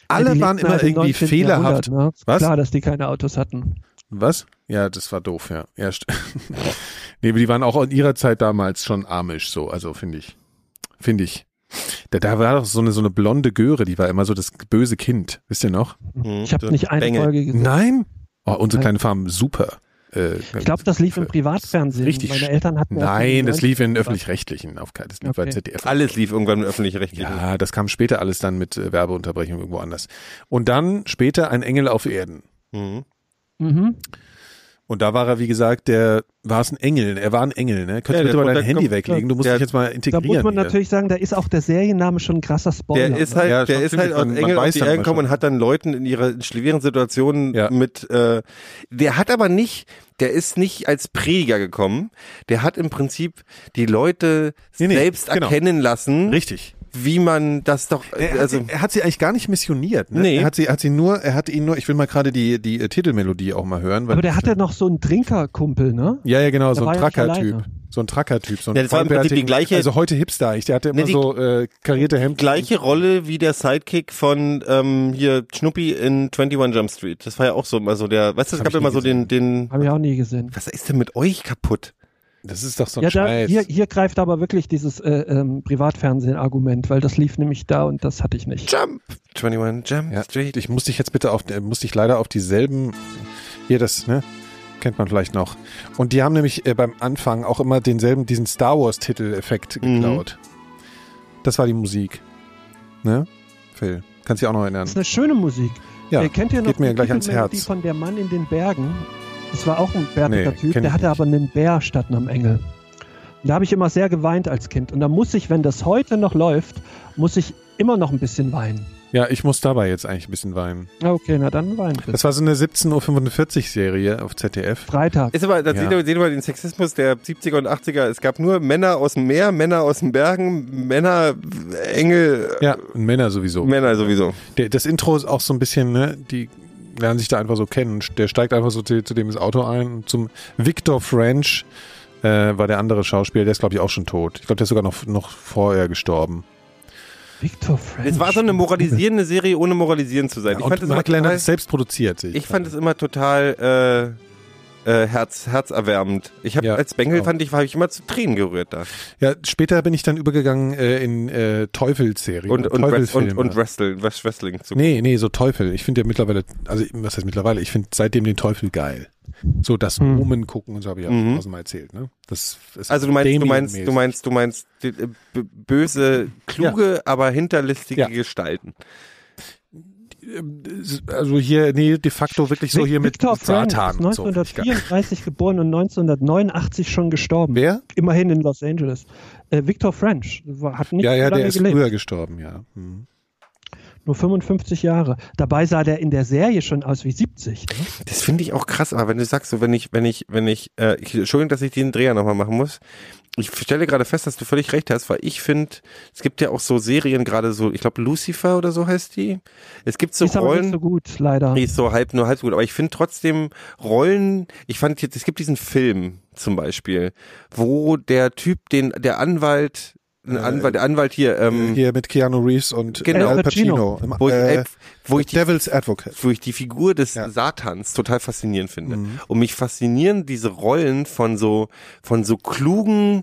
[SPEAKER 4] alle
[SPEAKER 3] Hm. Ja, die
[SPEAKER 4] waren
[SPEAKER 3] lebten
[SPEAKER 4] immer
[SPEAKER 3] halt im
[SPEAKER 4] irgendwie
[SPEAKER 3] 19.
[SPEAKER 4] fehlerhaft.
[SPEAKER 3] Jahrhundert, Ne?
[SPEAKER 4] Was? Hm,
[SPEAKER 3] Klar, dass die keine Autos hatten.
[SPEAKER 4] Was? Ja, das war doof, ja. ja st- nee, aber die waren auch in ihrer Zeit damals schon amisch, so, also finde ich. Finde ich. Da, da war doch so eine, so eine blonde Göre, die war immer so das böse Kind, wisst ihr noch?
[SPEAKER 5] Mhm.
[SPEAKER 3] Ich habe nicht eine
[SPEAKER 5] Bengel.
[SPEAKER 3] Folge gesehen.
[SPEAKER 4] Nein? Oh, unsere
[SPEAKER 3] Mhm. Nein.
[SPEAKER 4] kleine Farm, super. Äh,
[SPEAKER 3] Ich glaube, das lief im Privatfernsehen.
[SPEAKER 4] Richtig
[SPEAKER 3] Meine Eltern hatten erst
[SPEAKER 4] Nein,
[SPEAKER 3] die
[SPEAKER 4] das lief in
[SPEAKER 3] 90er.
[SPEAKER 4] öffentlich-rechtlichen, auf keinen Fall
[SPEAKER 3] Okay.
[SPEAKER 4] ZDF.
[SPEAKER 5] Alles lief irgendwann im öffentlich-rechtlichen.
[SPEAKER 4] Ja, das kam später alles dann mit äh, Werbeunterbrechung irgendwo anders. Und dann später ein Engel auf Erden.
[SPEAKER 5] Mhm.
[SPEAKER 3] Mhm.
[SPEAKER 4] Und da war er, wie gesagt, der war es ein Engel. Er war ein Engel, ne? Könntest
[SPEAKER 5] Ja,
[SPEAKER 4] du bitte
[SPEAKER 5] der-
[SPEAKER 4] mal
[SPEAKER 5] der
[SPEAKER 4] dein Handy
[SPEAKER 5] kommt-
[SPEAKER 4] weglegen? Du musst
[SPEAKER 5] der-
[SPEAKER 4] dich jetzt mal
[SPEAKER 3] Da
[SPEAKER 4] integrieren.
[SPEAKER 3] muss man
[SPEAKER 4] hier.
[SPEAKER 3] natürlich sagen, da ist auch der Serienname schon ein krasser Spoiler.
[SPEAKER 5] Der ist
[SPEAKER 3] ne?
[SPEAKER 5] halt,
[SPEAKER 4] Ja,
[SPEAKER 5] der
[SPEAKER 4] schon
[SPEAKER 5] ist halt
[SPEAKER 4] ziemlich,
[SPEAKER 5] aus
[SPEAKER 4] man-
[SPEAKER 5] England
[SPEAKER 4] man
[SPEAKER 5] auf
[SPEAKER 4] weiß
[SPEAKER 5] die
[SPEAKER 4] dann
[SPEAKER 5] Erde
[SPEAKER 4] immer
[SPEAKER 5] gekommen
[SPEAKER 4] schon.
[SPEAKER 5] und hat dann Leuten in ihrer schweren Situation
[SPEAKER 4] Ja.
[SPEAKER 5] mit, äh, der hat aber nicht, der ist nicht als Prediger gekommen, der hat im Prinzip die Leute
[SPEAKER 4] Nee, nee,
[SPEAKER 5] selbst
[SPEAKER 4] genau.
[SPEAKER 5] erkennen lassen,
[SPEAKER 4] Richtig.
[SPEAKER 5] wie man das doch,
[SPEAKER 4] Er, hat
[SPEAKER 5] also,
[SPEAKER 4] sie, er hat sie eigentlich gar nicht missioniert. Ne?
[SPEAKER 5] Nee.
[SPEAKER 4] Er hat sie, hat sie nur, er hat ihn nur, ich will mal gerade die, die äh, Titelmelodie auch mal hören. Weil,
[SPEAKER 3] Aber der hatte noch so einen Trinkerkumpel, ne?
[SPEAKER 4] ja, ja, genau,
[SPEAKER 3] der
[SPEAKER 4] so
[SPEAKER 3] war
[SPEAKER 4] ein
[SPEAKER 3] ja nicht
[SPEAKER 4] Tracker-Typ.
[SPEAKER 3] alleine.
[SPEAKER 4] So ein Tracker-Typ. So ein
[SPEAKER 6] Ja, das war im Prinzip die
[SPEAKER 4] vollbärtigen-
[SPEAKER 6] gleiche-
[SPEAKER 4] Also heute Hipster. Ich, der hatte immer
[SPEAKER 6] Nee, die-
[SPEAKER 4] so äh, karierte Hemden.
[SPEAKER 6] Gleiche Rolle wie der Sidekick von ähm, hier Schnuppi in 21 Jump Street. Das war ja auch so immer so der, weißt du, es
[SPEAKER 4] Hab
[SPEAKER 6] gab
[SPEAKER 4] ich
[SPEAKER 6] immer
[SPEAKER 4] nie
[SPEAKER 6] so den, den,
[SPEAKER 3] Hab ich auch nie gesehen.
[SPEAKER 5] was ist denn mit euch kaputt?
[SPEAKER 4] Das ist doch so ein
[SPEAKER 3] Ja, da,
[SPEAKER 4] Scheiß.
[SPEAKER 3] hier, hier greift aber wirklich dieses äh, ähm, Privatfernsehen-Argument, weil das lief nämlich da und das hatte ich nicht.
[SPEAKER 5] Jump! 21 Jump
[SPEAKER 4] Ja,
[SPEAKER 5] Street.
[SPEAKER 4] ich muss dich jetzt bitte auf, äh, muss dich leider auf dieselben, hier das, ne? Kennt man vielleicht noch. Und die haben nämlich äh, beim Anfang auch immer denselben, diesen Star Wars-Titel-Effekt geklaut. Das war die Musik. Ne? Phil, kannst dich auch noch erinnern.
[SPEAKER 3] Das ist eine schöne Musik.
[SPEAKER 4] Ja,
[SPEAKER 3] Äh, kennt ihr noch
[SPEAKER 4] geht mir
[SPEAKER 3] die
[SPEAKER 4] gleich ans
[SPEAKER 3] Titelmelodie
[SPEAKER 4] Herz.
[SPEAKER 3] von der Mann in den Bergen? Das war auch ein bärtiger
[SPEAKER 4] Nee,
[SPEAKER 3] Typ,
[SPEAKER 4] kenn
[SPEAKER 3] der
[SPEAKER 4] ich
[SPEAKER 3] hatte
[SPEAKER 4] nicht.
[SPEAKER 3] aber einen Bär statt einem Engel. Und da habe ich immer sehr geweint als Kind. Und da muss ich, wenn das heute noch läuft, muss ich immer noch ein bisschen weinen.
[SPEAKER 4] Ja, ich muss dabei jetzt eigentlich ein bisschen weinen.
[SPEAKER 3] Na, Okay, na dann weint es.
[SPEAKER 4] Das war so eine 17.45 Uhr Serie auf ZDF.
[SPEAKER 3] Freitag.
[SPEAKER 5] Ist aber, da
[SPEAKER 4] Ja.
[SPEAKER 5] sehen wir- sehen wir den Sexismus der 70er und 80er. Es gab nur Männer aus dem Meer, Männer aus den Bergen, Männer, Engel,
[SPEAKER 4] Ja, und Männer sowieso.
[SPEAKER 5] Männer sowieso.
[SPEAKER 4] Der, das Intro ist auch so ein bisschen, ne, die lernen sich da einfach so kennen. Der steigt einfach so zu, zu dem ins Auto ein. Und Zum Victor French äh, war der andere Schauspieler, der ist, glaube ich, auch schon tot. Ich glaube, der ist sogar noch, noch vorher gestorben.
[SPEAKER 3] Victor French.
[SPEAKER 5] Es war so eine moralisierende Serie, ohne moralisierend zu sein.
[SPEAKER 4] Ja,
[SPEAKER 5] ich,
[SPEAKER 4] und
[SPEAKER 5] fand es immer
[SPEAKER 4] Mark Lennart
[SPEAKER 5] total,
[SPEAKER 4] hat es selbst produziert. sehe
[SPEAKER 5] ich
[SPEAKER 4] gerade.
[SPEAKER 5] fand es immer total äh, äh, herz, herzerwärmend. Ich habe
[SPEAKER 4] Ja, Genau.
[SPEAKER 5] als Bengel
[SPEAKER 4] auch.
[SPEAKER 5] fand ich, war ich immer zu Tränen gerührt da.
[SPEAKER 4] Ja, später bin ich dann übergegangen äh, in äh, Teufelsserien.
[SPEAKER 5] Und, und, Wrest-
[SPEAKER 4] Teufelfilme.
[SPEAKER 5] und, und Wrestling, Wes- Wrestling zu.
[SPEAKER 4] Nee, nee, so Teufel. Ich finde ja mittlerweile, also was heißt mittlerweile, ich finde seitdem den Teufel geil. So das
[SPEAKER 3] Hm.
[SPEAKER 4] Omen gucken und so habe ich ja
[SPEAKER 5] Mhm.
[SPEAKER 4] mhm. tausendmal erzählt, ne? Das ist
[SPEAKER 5] Also du meinst, du meinst, du
[SPEAKER 4] Damien-mäßig.
[SPEAKER 5] meinst, du meinst die, äh, b- böse, kluge, aber hinterlistige
[SPEAKER 4] Ja.
[SPEAKER 5] Gestalten.
[SPEAKER 4] also hier, nee, de facto wirklich so hier mit
[SPEAKER 3] Victor French ist
[SPEAKER 4] Satan. und so.
[SPEAKER 3] 1934 geboren und 1989 schon gestorben.
[SPEAKER 4] Wer?
[SPEAKER 3] Immerhin in Los Angeles. Äh, Victor French war, hat nicht
[SPEAKER 4] Ja, ja,
[SPEAKER 3] so lange
[SPEAKER 4] der ist
[SPEAKER 3] gelebt.
[SPEAKER 4] früher gestorben, ja.
[SPEAKER 5] Mhm.
[SPEAKER 4] Hm.
[SPEAKER 3] Nur 55 Jahre. Dabei sah der in der Serie schon aus wie 70. Ne?
[SPEAKER 5] Das finde ich auch krass, aber wenn du sagst, so wenn ich, wenn ich, wenn ich, äh, ich Entschuldigung, dass ich diesen Dreher nochmal machen muss. Ich stelle gerade fest, dass du völlig recht hast, weil ich finde, es gibt ja auch so Serien, gerade so, ich glaube Lucifer oder so heißt die. Es gibt so
[SPEAKER 3] ist aber nicht
[SPEAKER 5] Rollen.
[SPEAKER 3] so gut, leider.
[SPEAKER 5] Die ist so halb, nur halb so gut. Aber ich finde trotzdem Rollen, ich fand jetzt, es gibt diesen Film zum Beispiel, wo der Typ, den, der Anwalt, ein Anwalt, der Anwalt hier, ähm,
[SPEAKER 4] Äh, Hier mit Keanu Reeves und äh,
[SPEAKER 5] Genau.
[SPEAKER 4] Al Pacino. Im,
[SPEAKER 5] wo ich,
[SPEAKER 4] äh,
[SPEAKER 5] äh, wo ich die
[SPEAKER 4] Devil's Advocate.
[SPEAKER 5] wo ich die Figur des
[SPEAKER 4] Ja. Mhm.
[SPEAKER 5] Satans total faszinierend finde. Und mich faszinieren diese Rollen von so, von so klugen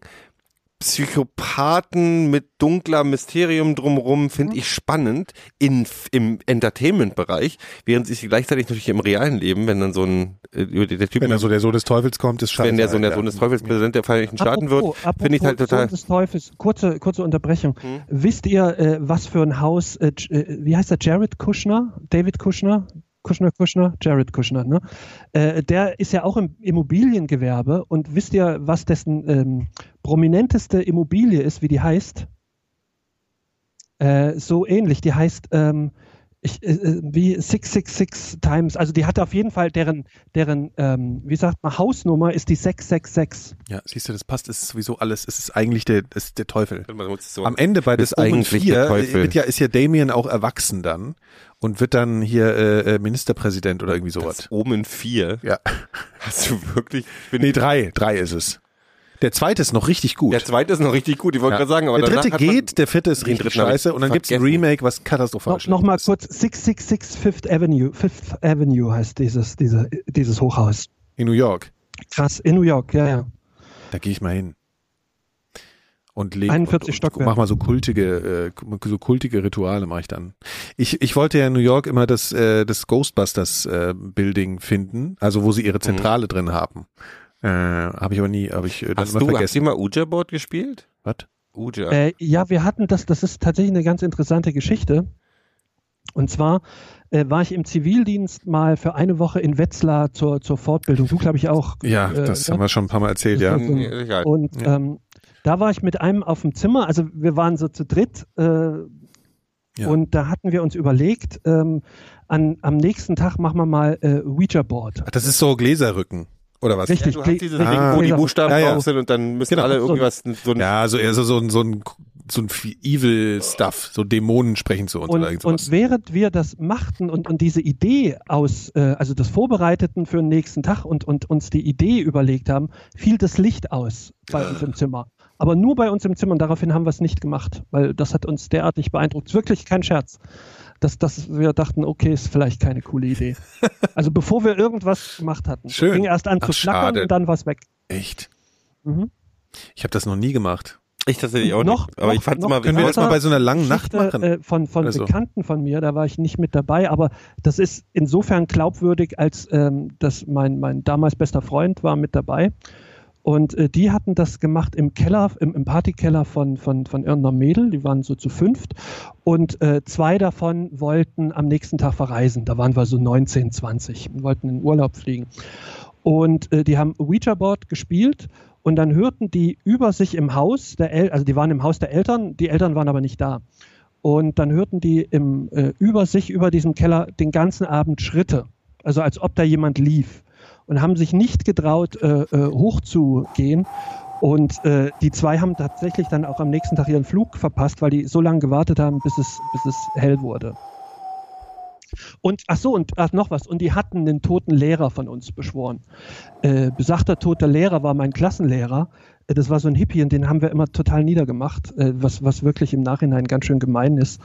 [SPEAKER 5] Psychopathen mit dunkler Mysterium drumherum,
[SPEAKER 4] Mhm.
[SPEAKER 5] finde ich spannend in, im Entertainment-Bereich, während ich sie gleichzeitig natürlich im realen Leben, wenn dann so ein, äh, der Typ,
[SPEAKER 4] Wenn da so der Sohn des Teufels kommt, ist scheiße.
[SPEAKER 5] wenn der so der
[SPEAKER 4] Alter.
[SPEAKER 5] Sohn des Teufels Präsident der Vereinigten Staaten
[SPEAKER 3] Apropos-
[SPEAKER 5] wird, finde ich halt
[SPEAKER 3] apropos
[SPEAKER 5] total, Hm?
[SPEAKER 3] Sohn des Teufels. Kurze, kurze Unterbrechung. Wisst ihr, äh, was für ein Haus, äh, J- äh, wie heißt der, Jared Kushner? David Kushner? Kushner, Kushner? Jared Kushner, ne? Äh, der ist ja auch im Immobiliengewerbe und wisst ihr, was dessen ähm, prominenteste Immobilie ist, wie die heißt? Äh, so ähnlich, die heißt ähm, ich, äh, äh, wie 666 Times, also die hat auf jeden Fall deren, deren ähm, wie sagt man, Hausnummer ist die 666.
[SPEAKER 4] Ja, siehst du, das passt, es ist sowieso alles, es ist eigentlich der, es ist der Teufel.
[SPEAKER 5] Warte mal, muss ich so-
[SPEAKER 4] Am Ende bei
[SPEAKER 5] Ist
[SPEAKER 4] des Omen
[SPEAKER 5] eigentlich
[SPEAKER 4] 4
[SPEAKER 5] der Teufel.
[SPEAKER 4] wird ja, ist ja Damien auch erwachsen dann und wird dann hier äh, äh, Ministerpräsident oder irgendwie sowas.
[SPEAKER 5] das Omen 4.
[SPEAKER 4] Ja.
[SPEAKER 5] Hast du wirklich, ich bin
[SPEAKER 4] Nee, drei, drei ist es. Der zweite ist noch richtig gut.
[SPEAKER 5] Der zweite ist noch richtig gut, ich wollte
[SPEAKER 4] Ja.
[SPEAKER 5] gerade sagen, aber
[SPEAKER 4] der dritte
[SPEAKER 5] danach hat man-
[SPEAKER 4] geht, der vierte ist
[SPEAKER 5] Den
[SPEAKER 4] richtig
[SPEAKER 5] dritten hab ich
[SPEAKER 4] scheiße und dann gibt's ein
[SPEAKER 5] vergessen.
[SPEAKER 4] Remake, was katastrophal
[SPEAKER 3] No, Nochmal kurz, 666 Fifth Avenue, Fifth Avenue heißt dieses, diese, dieses Hochhaus.
[SPEAKER 4] In New York.
[SPEAKER 3] Krass, in New York, ja, ja.
[SPEAKER 4] Da gehe ich mal hin. Und leg,
[SPEAKER 3] 41
[SPEAKER 4] und, und
[SPEAKER 3] Stockwerke.
[SPEAKER 4] mach mal so kultige, äh, so kultige Rituale mache ich dann. Ich, ich wollte ja in New York immer das, äh, das Ghostbusters äh, Building finden, also wo sie
[SPEAKER 5] Mhm.
[SPEAKER 4] ihre Zentrale drin haben. Äh, habe ich aber nie, habe ich äh, dann
[SPEAKER 7] Hast
[SPEAKER 4] immer
[SPEAKER 7] du, hast du
[SPEAKER 4] vergessen.
[SPEAKER 7] mal Uja-Board gespielt?
[SPEAKER 4] Was?
[SPEAKER 7] Uja.
[SPEAKER 3] Äh, ja, wir hatten das, das ist tatsächlich eine ganz interessante Geschichte. Und zwar äh, war ich im Zivildienst mal für eine Woche in Wetzlar zur, zur Fortbildung. Du, glaube ich, auch.
[SPEAKER 4] Ja,
[SPEAKER 3] äh,
[SPEAKER 4] das
[SPEAKER 3] ne?
[SPEAKER 4] haben wir schon ein paar Mal erzählt, ja.
[SPEAKER 3] Mhm.
[SPEAKER 7] Nee, egal.
[SPEAKER 3] Und ähm, da war ich mit einem auf dem Zimmer, also wir waren so zu dritt äh,
[SPEAKER 4] Ja.
[SPEAKER 3] und da hatten wir uns überlegt, ähm, an, am nächsten Tag machen wir mal äh, Ouija-Board.
[SPEAKER 4] Ach, das ist so Gläserrücken, oder was?
[SPEAKER 3] Richtig, Genau.
[SPEAKER 7] du
[SPEAKER 3] Gle-
[SPEAKER 7] hast dieses Ding,
[SPEAKER 4] Ah.
[SPEAKER 7] wo die
[SPEAKER 3] Gläser-
[SPEAKER 7] Buchstaben
[SPEAKER 4] Ja, ja.
[SPEAKER 7] drauf sind und dann müssen
[SPEAKER 4] Genau.
[SPEAKER 7] alle
[SPEAKER 3] So-
[SPEAKER 7] irgendwie was, so ein
[SPEAKER 4] Ja, so eher so, so ein, so ein, so ein Evil-Stuff, so Dämonen sprechen zu uns oder
[SPEAKER 3] Und,
[SPEAKER 4] irgend
[SPEAKER 3] und
[SPEAKER 4] sowas.
[SPEAKER 3] während wir das machten und, und diese Idee aus, äh, also das Vorbereiteten für den nächsten Tag und, und uns die Idee überlegt haben, fiel das Licht aus bei uns im Zimmer. Aber nur bei uns im Zimmer und daraufhin haben wir es nicht gemacht, weil das hat uns derartig beeindruckt. Ist Wirklich kein Scherz. Dass, dass wir dachten, okay, ist vielleicht keine coole Idee. Also bevor wir irgendwas gemacht hatten.
[SPEAKER 4] Schön.
[SPEAKER 3] Fing erst an zu
[SPEAKER 4] Ach,
[SPEAKER 3] schnackern
[SPEAKER 4] schade.
[SPEAKER 3] und dann war es weg.
[SPEAKER 4] Echt?
[SPEAKER 3] Mhm.
[SPEAKER 4] Ich habe das noch nie gemacht.
[SPEAKER 5] Ich tatsächlich auch
[SPEAKER 3] Noch-
[SPEAKER 5] nicht. Aber ich
[SPEAKER 3] noch-
[SPEAKER 5] fand's
[SPEAKER 3] noch-
[SPEAKER 5] mal
[SPEAKER 4] Können wir das mal bei so einer langen Nacht
[SPEAKER 3] Geschichte,
[SPEAKER 4] machen?
[SPEAKER 3] Äh, von von
[SPEAKER 4] Also.
[SPEAKER 3] Bekannten von mir, da war ich nicht mit dabei, aber das ist insofern glaubwürdig, als ähm, dass mein, mein damals bester Freund war mit dabei. Und äh, die hatten das gemacht im Keller, im, im Partykeller von, von, von irgendeiner Mädel, die waren so zu fünft. Und äh, zwei davon wollten am nächsten Tag verreisen. Da waren wir so 19, 20 und wollten in Urlaub fliegen. Und äh, die haben Ouija Board gespielt und dann hörten die über sich im Haus der El also die waren im Haus der Eltern, die Eltern waren aber nicht da. Und dann hörten die im, äh, über sich, über diesem Keller den ganzen Abend Schritte. Also als ob da jemand lief. Und haben sich nicht getraut, äh, äh, hochzugehen. Und äh, die zwei haben tatsächlich dann auch am nächsten Tag ihren Flug verpasst, weil die so lange gewartet haben, bis es, bis es hell wurde. Und ach so, und ach, noch was. Und die hatten den toten Lehrer von uns beschworen. Äh, besagter toter Lehrer war mein Klassenlehrer. Äh, Das war so ein Hippie und den haben wir immer total niedergemacht, äh, was, was wirklich im Nachhinein ganz schön gemein ist.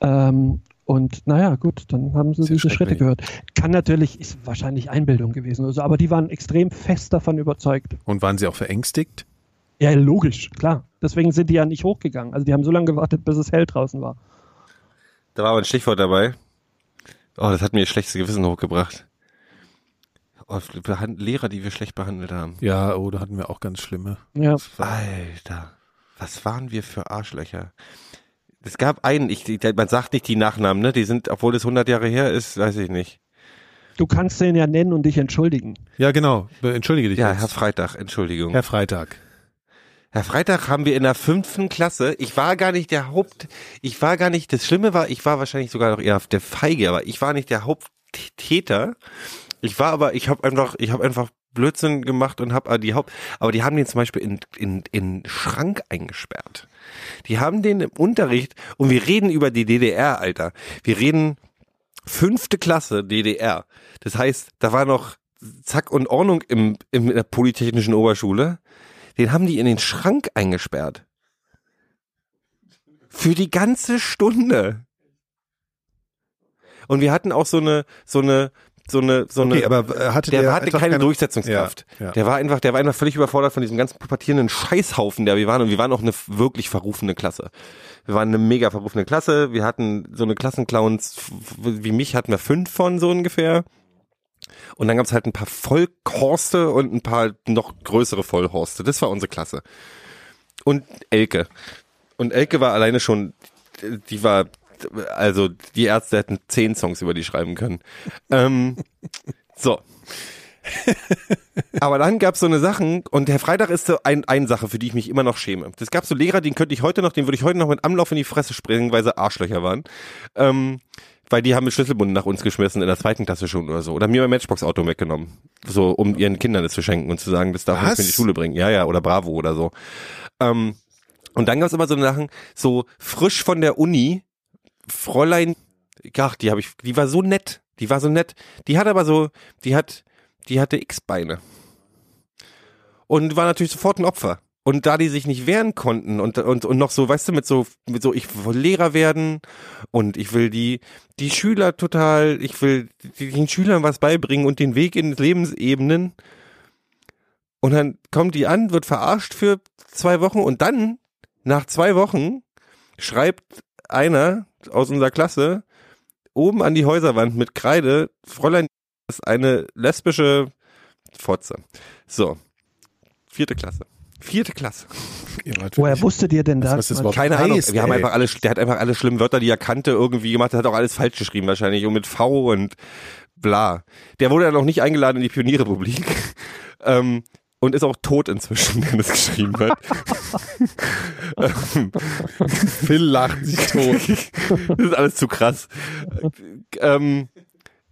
[SPEAKER 3] Ähm, und naja, gut, dann haben sie
[SPEAKER 4] Sehr
[SPEAKER 3] diese Schritte
[SPEAKER 4] schrecklich.
[SPEAKER 3] gehört. Kann natürlich, ist wahrscheinlich Einbildung gewesen oder so, aber die waren extrem fest davon überzeugt.
[SPEAKER 4] Und waren sie auch verängstigt?
[SPEAKER 3] Ja, logisch, klar. Deswegen sind die ja nicht hochgegangen. Also die haben so lange gewartet, bis es hell draußen war.
[SPEAKER 7] Da war aber ein Stichwort dabei.
[SPEAKER 5] Oh, das hat mir schlechtes Gewissen hochgebracht. Oh, behand- Lehrer, die wir schlecht behandelt haben.
[SPEAKER 4] Ja, oh, da hatten wir auch ganz schlimme.
[SPEAKER 3] Ja.
[SPEAKER 5] Alter, was waren wir für Arschlöcher? Es gab einen, ich, ich- man sagt nicht die Nachnamen, ne? Die sind, obwohl es 100 Jahre her ist, weiß ich nicht.
[SPEAKER 3] Du kannst den ja nennen und dich entschuldigen.
[SPEAKER 4] Ja, genau. Be- Entschuldige dich.
[SPEAKER 5] Ja,
[SPEAKER 4] jetzt.
[SPEAKER 5] Herr Freitag, Entschuldigung.
[SPEAKER 4] Herr Freitag.
[SPEAKER 5] Herr Freitag haben wir in der fünften Klasse, ich war gar nicht der Haupt, ich war gar nicht, das Schlimme war, ich war wahrscheinlich sogar noch eher der Feige, aber ich war nicht der Haupttäter. Ich war aber, ich habe einfach, ich habe einfach Blödsinn gemacht und habe die Haupt, aber die haben den zum Beispiel in, in, in Schrank eingesperrt. Die haben den im Unterricht, und wir reden über die DDR, Alter. Wir reden fünfte Klasse DDR. Das heißt, da war noch Zack und Ordnung im, im, in der Polytechnischen Oberschule. Den haben die in den Schrank eingesperrt. Für die ganze Stunde. Und wir hatten auch so eine, so eine, so eine, so eine.
[SPEAKER 4] Okay, aber äh, hatte
[SPEAKER 5] Der,
[SPEAKER 4] der
[SPEAKER 5] hatte
[SPEAKER 4] einfach
[SPEAKER 5] keine, Durchsetzungskraft.
[SPEAKER 4] Ja, ja.
[SPEAKER 5] Der war einfach, der war einfach völlig überfordert von diesem ganzen pubertierenden Scheißhaufen, der wir waren. Und wir waren auch eine wirklich verrufene Klasse. Wir waren eine mega verrufene Klasse. Wir hatten so eine Klassenclowns, f- wie mich hatten wir fünf von so ungefähr. Und dann gab's halt ein paar Vollhorste und ein paar noch größere Vollhorste. Das war unsere Klasse. Und Elke. Und Elke war alleine schon, die war, also die Ärzte hätten zehn Songs über die schreiben können. ähm, so. Aber dann gab's so eine Sachen und Herr Freitag ist so ein, eine Sache, für die ich mich immer noch schäme. Es gab so Lehrer, den könnte ich heute noch, den würde ich heute noch mit Anlauf in die Fresse springen, weil sie Arschlöcher waren. Ähm, weil die haben mit Schlüsselbunden nach uns geschmissen in der zweiten Klasse schon oder so. Oder mir mein Matchbox-Auto weggenommen. So, um ihren Kindern das zu schenken und zu sagen, das darf man
[SPEAKER 4] Was?
[SPEAKER 5] nicht in die Schule bringen. Ja, ja, oder Bravo oder so. Ähm, und dann gab's immer so Sachen, so frisch von der Uni, Fräulein, ach, die habe ich, die war so nett, die war so nett. Die hat aber so, die hat, die hatte X-Beine. Und war natürlich sofort ein Opfer. Und da die sich nicht wehren konnten und, und, und noch so, weißt du, mit so, mit so, ich will Lehrer werden und ich will die, die Schüler total, ich will den Schülern was beibringen und den Weg in Lebensebenen. Und dann kommt die an, wird verarscht für zwei Wochen und dann, nach zwei Wochen, schreibt einer aus unserer Klasse oben an die Häuserwand mit Kreide, Fräulein ist eine lesbische Fotze. So. Vierte Klasse. Vierte Klasse.
[SPEAKER 3] Woher wusstet ihr denn das?
[SPEAKER 4] Was ist überhaupt
[SPEAKER 5] Keine
[SPEAKER 4] heißt,
[SPEAKER 5] Ahnung. Wir haben
[SPEAKER 4] ey?
[SPEAKER 5] einfach alle, der hat einfach alle schlimmen Wörter, die er kannte, irgendwie gemacht. Der hat auch alles falsch geschrieben wahrscheinlich und mit V und bla. Der wurde dann auch nicht eingeladen in die Pionierrepublik. ähm, und ist auch tot inzwischen, wenn er es geschrieben hat. ähm,
[SPEAKER 4] Phil lacht sich tot.
[SPEAKER 5] das ist alles zu krass. Ähm,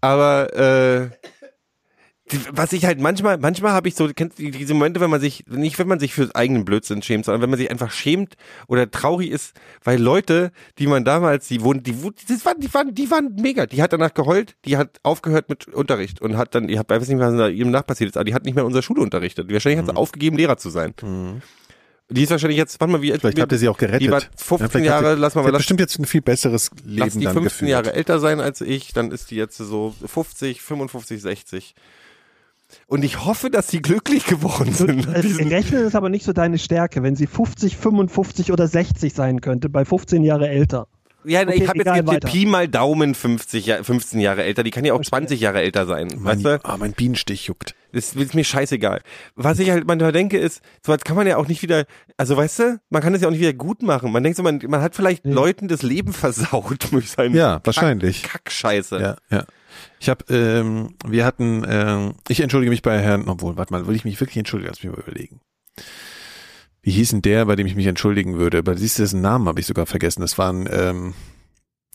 [SPEAKER 5] aber äh, die- was ich halt manchmal, manchmal habe ich so, kennst du diese Momente, wenn man sich, nicht wenn man sich für eigenen Blödsinn schämt, sondern wenn man sich einfach schämt oder traurig ist, weil Leute, die man damals, die wurden, die, wu- das waren, die waren, die waren mega. Die hat danach geheult, die hat aufgehört mit Unterricht und hat dann, ich hab- ich weiß nicht, was da ihrem Nach passiert ist, aber die hat nicht mehr in unserer Schule unterrichtet. Wahrscheinlich
[SPEAKER 4] Mhm.
[SPEAKER 5] hat sie aufgegeben, Lehrer zu sein. Die ist wahrscheinlich jetzt, warte mal, wie
[SPEAKER 4] Vielleicht habt ihr sie auch gerettet.
[SPEAKER 5] Die war
[SPEAKER 4] Ja,
[SPEAKER 5] 15
[SPEAKER 4] vielleicht habt
[SPEAKER 5] Jahre,
[SPEAKER 4] ihr-
[SPEAKER 5] lass mal,
[SPEAKER 4] sie hat
[SPEAKER 5] lass
[SPEAKER 4] bestimmt jetzt ein viel besseres Leben
[SPEAKER 5] Lass die
[SPEAKER 4] dann
[SPEAKER 5] 15
[SPEAKER 4] geführt.
[SPEAKER 5] Jahre älter sein als ich, dann ist die jetzt so 50, 55, 60. Und ich hoffe, dass sie glücklich geworden sind.
[SPEAKER 3] Äh, Rechnen ist aber nicht so deine Stärke, wenn sie 50, 55 oder 60 sein könnte, bei 15 Jahre älter.
[SPEAKER 5] ja,
[SPEAKER 3] okay,
[SPEAKER 5] ich habe jetzt
[SPEAKER 3] egal,
[SPEAKER 5] getippt,
[SPEAKER 3] weiter.
[SPEAKER 5] Pi mal Daumen 50, Jahr- 15 Jahre älter. Die kann ja auch 20 Jahre älter sein.
[SPEAKER 4] Mann,
[SPEAKER 5] Weißt du?
[SPEAKER 4] ah, mein Bienenstich juckt.
[SPEAKER 5] Das ist mir scheißegal. Was ich halt manchmal denke, ist, sowas kann man ja auch nicht wieder, also weißt du, man kann das ja auch nicht wieder gut machen. Man denkt so, man, man hat vielleicht Leuten das Leben versaut durch seinen
[SPEAKER 4] Ja, wahrscheinlich.
[SPEAKER 5] Kackscheiße.
[SPEAKER 4] Ja, ja. Ich habe, ähm, wir hatten, ähm, ich entschuldige mich bei Herrn, obwohl, warte mal, will ich mich wirklich entschuldigen? Lass mich mal überlegen. Wie hieß denn der, bei dem ich mich entschuldigen würde? Aber siehst du, dessen Namen habe ich sogar vergessen. Das war ein ähm,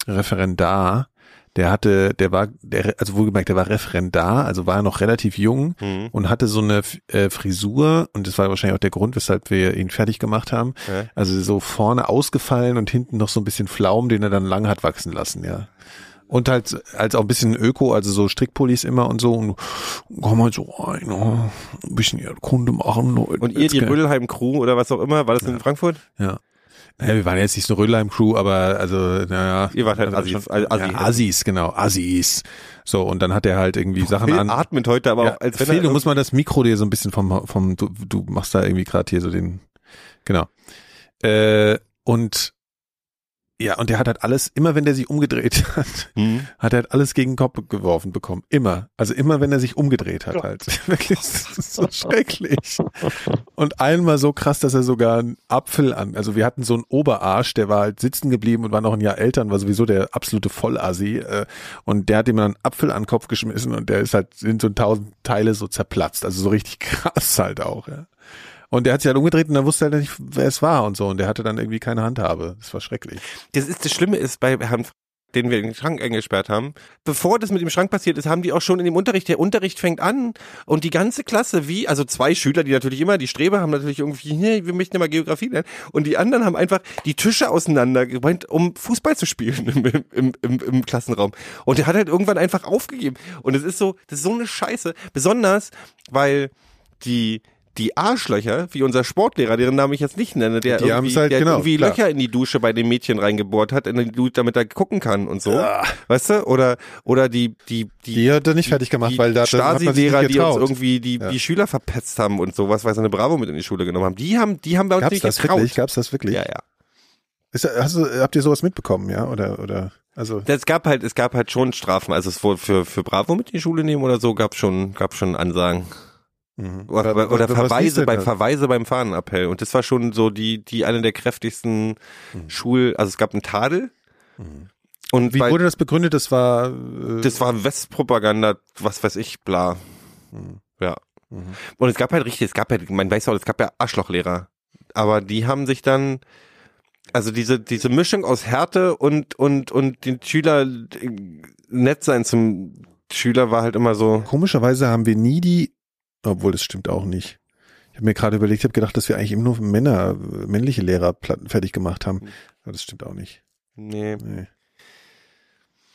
[SPEAKER 4] Referendar, der hatte, der war, der, also wohlgemerkt, der war Referendar, also war noch relativ jung
[SPEAKER 5] Mhm.
[SPEAKER 4] und hatte so eine F- äh, Frisur und das war wahrscheinlich auch der Grund, weshalb wir ihn fertig gemacht haben.
[SPEAKER 5] Ja.
[SPEAKER 4] Also so vorne ausgefallen und hinten noch so ein bisschen Flaum, den er dann lang hat wachsen lassen, ja. Und halt als auch ein bisschen Öko, also so Strickpullis immer und so und komm halt so rein, oh, ein bisschen ihre Kunde machen. Leute.
[SPEAKER 5] Und ihr, die
[SPEAKER 4] Jetzt-
[SPEAKER 5] Rödelheim-Crew oder was auch immer, war das in Frankfurt?
[SPEAKER 4] Ja. Naja, wir waren jetzt nicht so eine Rödelheim-Crew, aber also, naja.
[SPEAKER 5] Ihr wart halt
[SPEAKER 4] also
[SPEAKER 5] Assis,
[SPEAKER 4] schon-
[SPEAKER 5] Assi.
[SPEAKER 4] ja, Assis, genau, Assis. So, und dann hat er halt irgendwie Sachen
[SPEAKER 5] Phil
[SPEAKER 4] an.
[SPEAKER 5] atmet heute aber
[SPEAKER 4] Ja,
[SPEAKER 5] auch, als wenn
[SPEAKER 4] Phil,
[SPEAKER 5] er...
[SPEAKER 4] du musst mal das Mikro dir so ein bisschen vom, vom du, du machst da irgendwie gerade hier so den, genau. Äh, und ja, und der hat halt alles, immer wenn der sich umgedreht hat,
[SPEAKER 5] Hm.
[SPEAKER 4] hat er halt alles gegen den Kopf geworfen bekommen. Immer. Also immer, wenn er sich umgedreht hat halt. Wirklich, das ist so schrecklich. Und einmal so krass, dass er sogar einen Apfel an, also wir hatten so einen Oberarsch, der war halt sitzen geblieben und war noch ein Jahr älter und war sowieso der absolute Vollassi. Äh, und der hat ihm dann einen Apfel an den Kopf geschmissen und der ist halt in so tausend Teile so zerplatzt. Also so richtig krass halt auch, ja. Und der hat sich halt umgedreht und dann wusste er halt nicht, wer es war und so. Und der hatte dann irgendwie keine Handhabe. Das war schrecklich.
[SPEAKER 5] Das ist das Schlimme ist bei Herrn F- den wir in den Schrank eingesperrt haben. Bevor das mit dem Schrank passiert ist, haben die auch schon in dem Unterricht, der Unterricht fängt an und die ganze Klasse, wie, also zwei Schüler, die natürlich immer, die Streber haben natürlich irgendwie, hey, wir möchten ja mal Geografie lernen und die anderen haben einfach die Tische auseinandergeräumt, um Fußball zu spielen im, im, im, im Klassenraum. Und der hat halt irgendwann einfach aufgegeben. Und es ist so, das ist so eine Scheiße. Besonders, weil die, die Arschlöcher, wie unser Sportlehrer, deren Namen ich jetzt nicht nenne, der
[SPEAKER 4] Die haben's
[SPEAKER 5] irgendwie,
[SPEAKER 4] halt,
[SPEAKER 5] der
[SPEAKER 4] genau,
[SPEAKER 5] irgendwie
[SPEAKER 4] klar.
[SPEAKER 5] Löcher in die Dusche bei den Mädchen reingebohrt hat, in die Dusche, damit er gucken kann und so. Weißt du? Oder, oder die, die, die,
[SPEAKER 4] Die hat er nicht fertig gemacht,
[SPEAKER 5] die
[SPEAKER 4] weil da hat man sich nicht
[SPEAKER 5] Stasi-Lehrer, die uns
[SPEAKER 4] getraut.
[SPEAKER 5] irgendwie die,
[SPEAKER 4] Ja.
[SPEAKER 5] die Schüler verpetzt haben und sowas, weil sie eine Bravo mit in die Schule genommen haben. Die haben, die haben bei uns
[SPEAKER 4] Gab's
[SPEAKER 5] nicht
[SPEAKER 4] das
[SPEAKER 5] getraut.
[SPEAKER 4] wirklich? Gab's das wirklich?
[SPEAKER 5] Ja, ja.
[SPEAKER 4] Ist, hast du, habt ihr sowas mitbekommen, ja? Oder, oder, also.
[SPEAKER 5] Es gab halt, es gab halt schon Strafen. Also es wurde für, für Bravo mit in die Schule nehmen oder so, gab schon, gab schon Ansagen.
[SPEAKER 4] Mhm.
[SPEAKER 5] Oder, oder,
[SPEAKER 4] was liest
[SPEAKER 5] Verweise,
[SPEAKER 4] denn
[SPEAKER 5] bei,
[SPEAKER 4] da?
[SPEAKER 5] Verweise beim Fahnenappell. Und das war schon so die, die eine der kräftigsten Schul-, also es gab einen Tadel. Und
[SPEAKER 4] Mhm. Wie
[SPEAKER 5] bei,
[SPEAKER 4] wurde das begründet? Das war, äh,
[SPEAKER 5] das war Westpropaganda, was weiß ich, bla. Ja.
[SPEAKER 4] Mhm.
[SPEAKER 5] Und es gab halt richtig, es gab halt, man weiß auch, es gab ja Arschlochlehrer. Aber die haben sich dann, also diese, diese Mischung aus Härte und, und, und den Schüler äh, nett sein zum Schüler war halt immer so,
[SPEAKER 4] komischerweise haben wir nie die, obwohl das stimmt auch nicht. Ich habe mir gerade überlegt, ich habe gedacht, dass wir eigentlich immer nur Männer, äh, männliche Lehrer platt- fertig gemacht
[SPEAKER 5] Hm.
[SPEAKER 4] haben. Aber das stimmt auch nicht.
[SPEAKER 5] nee.
[SPEAKER 4] Nee.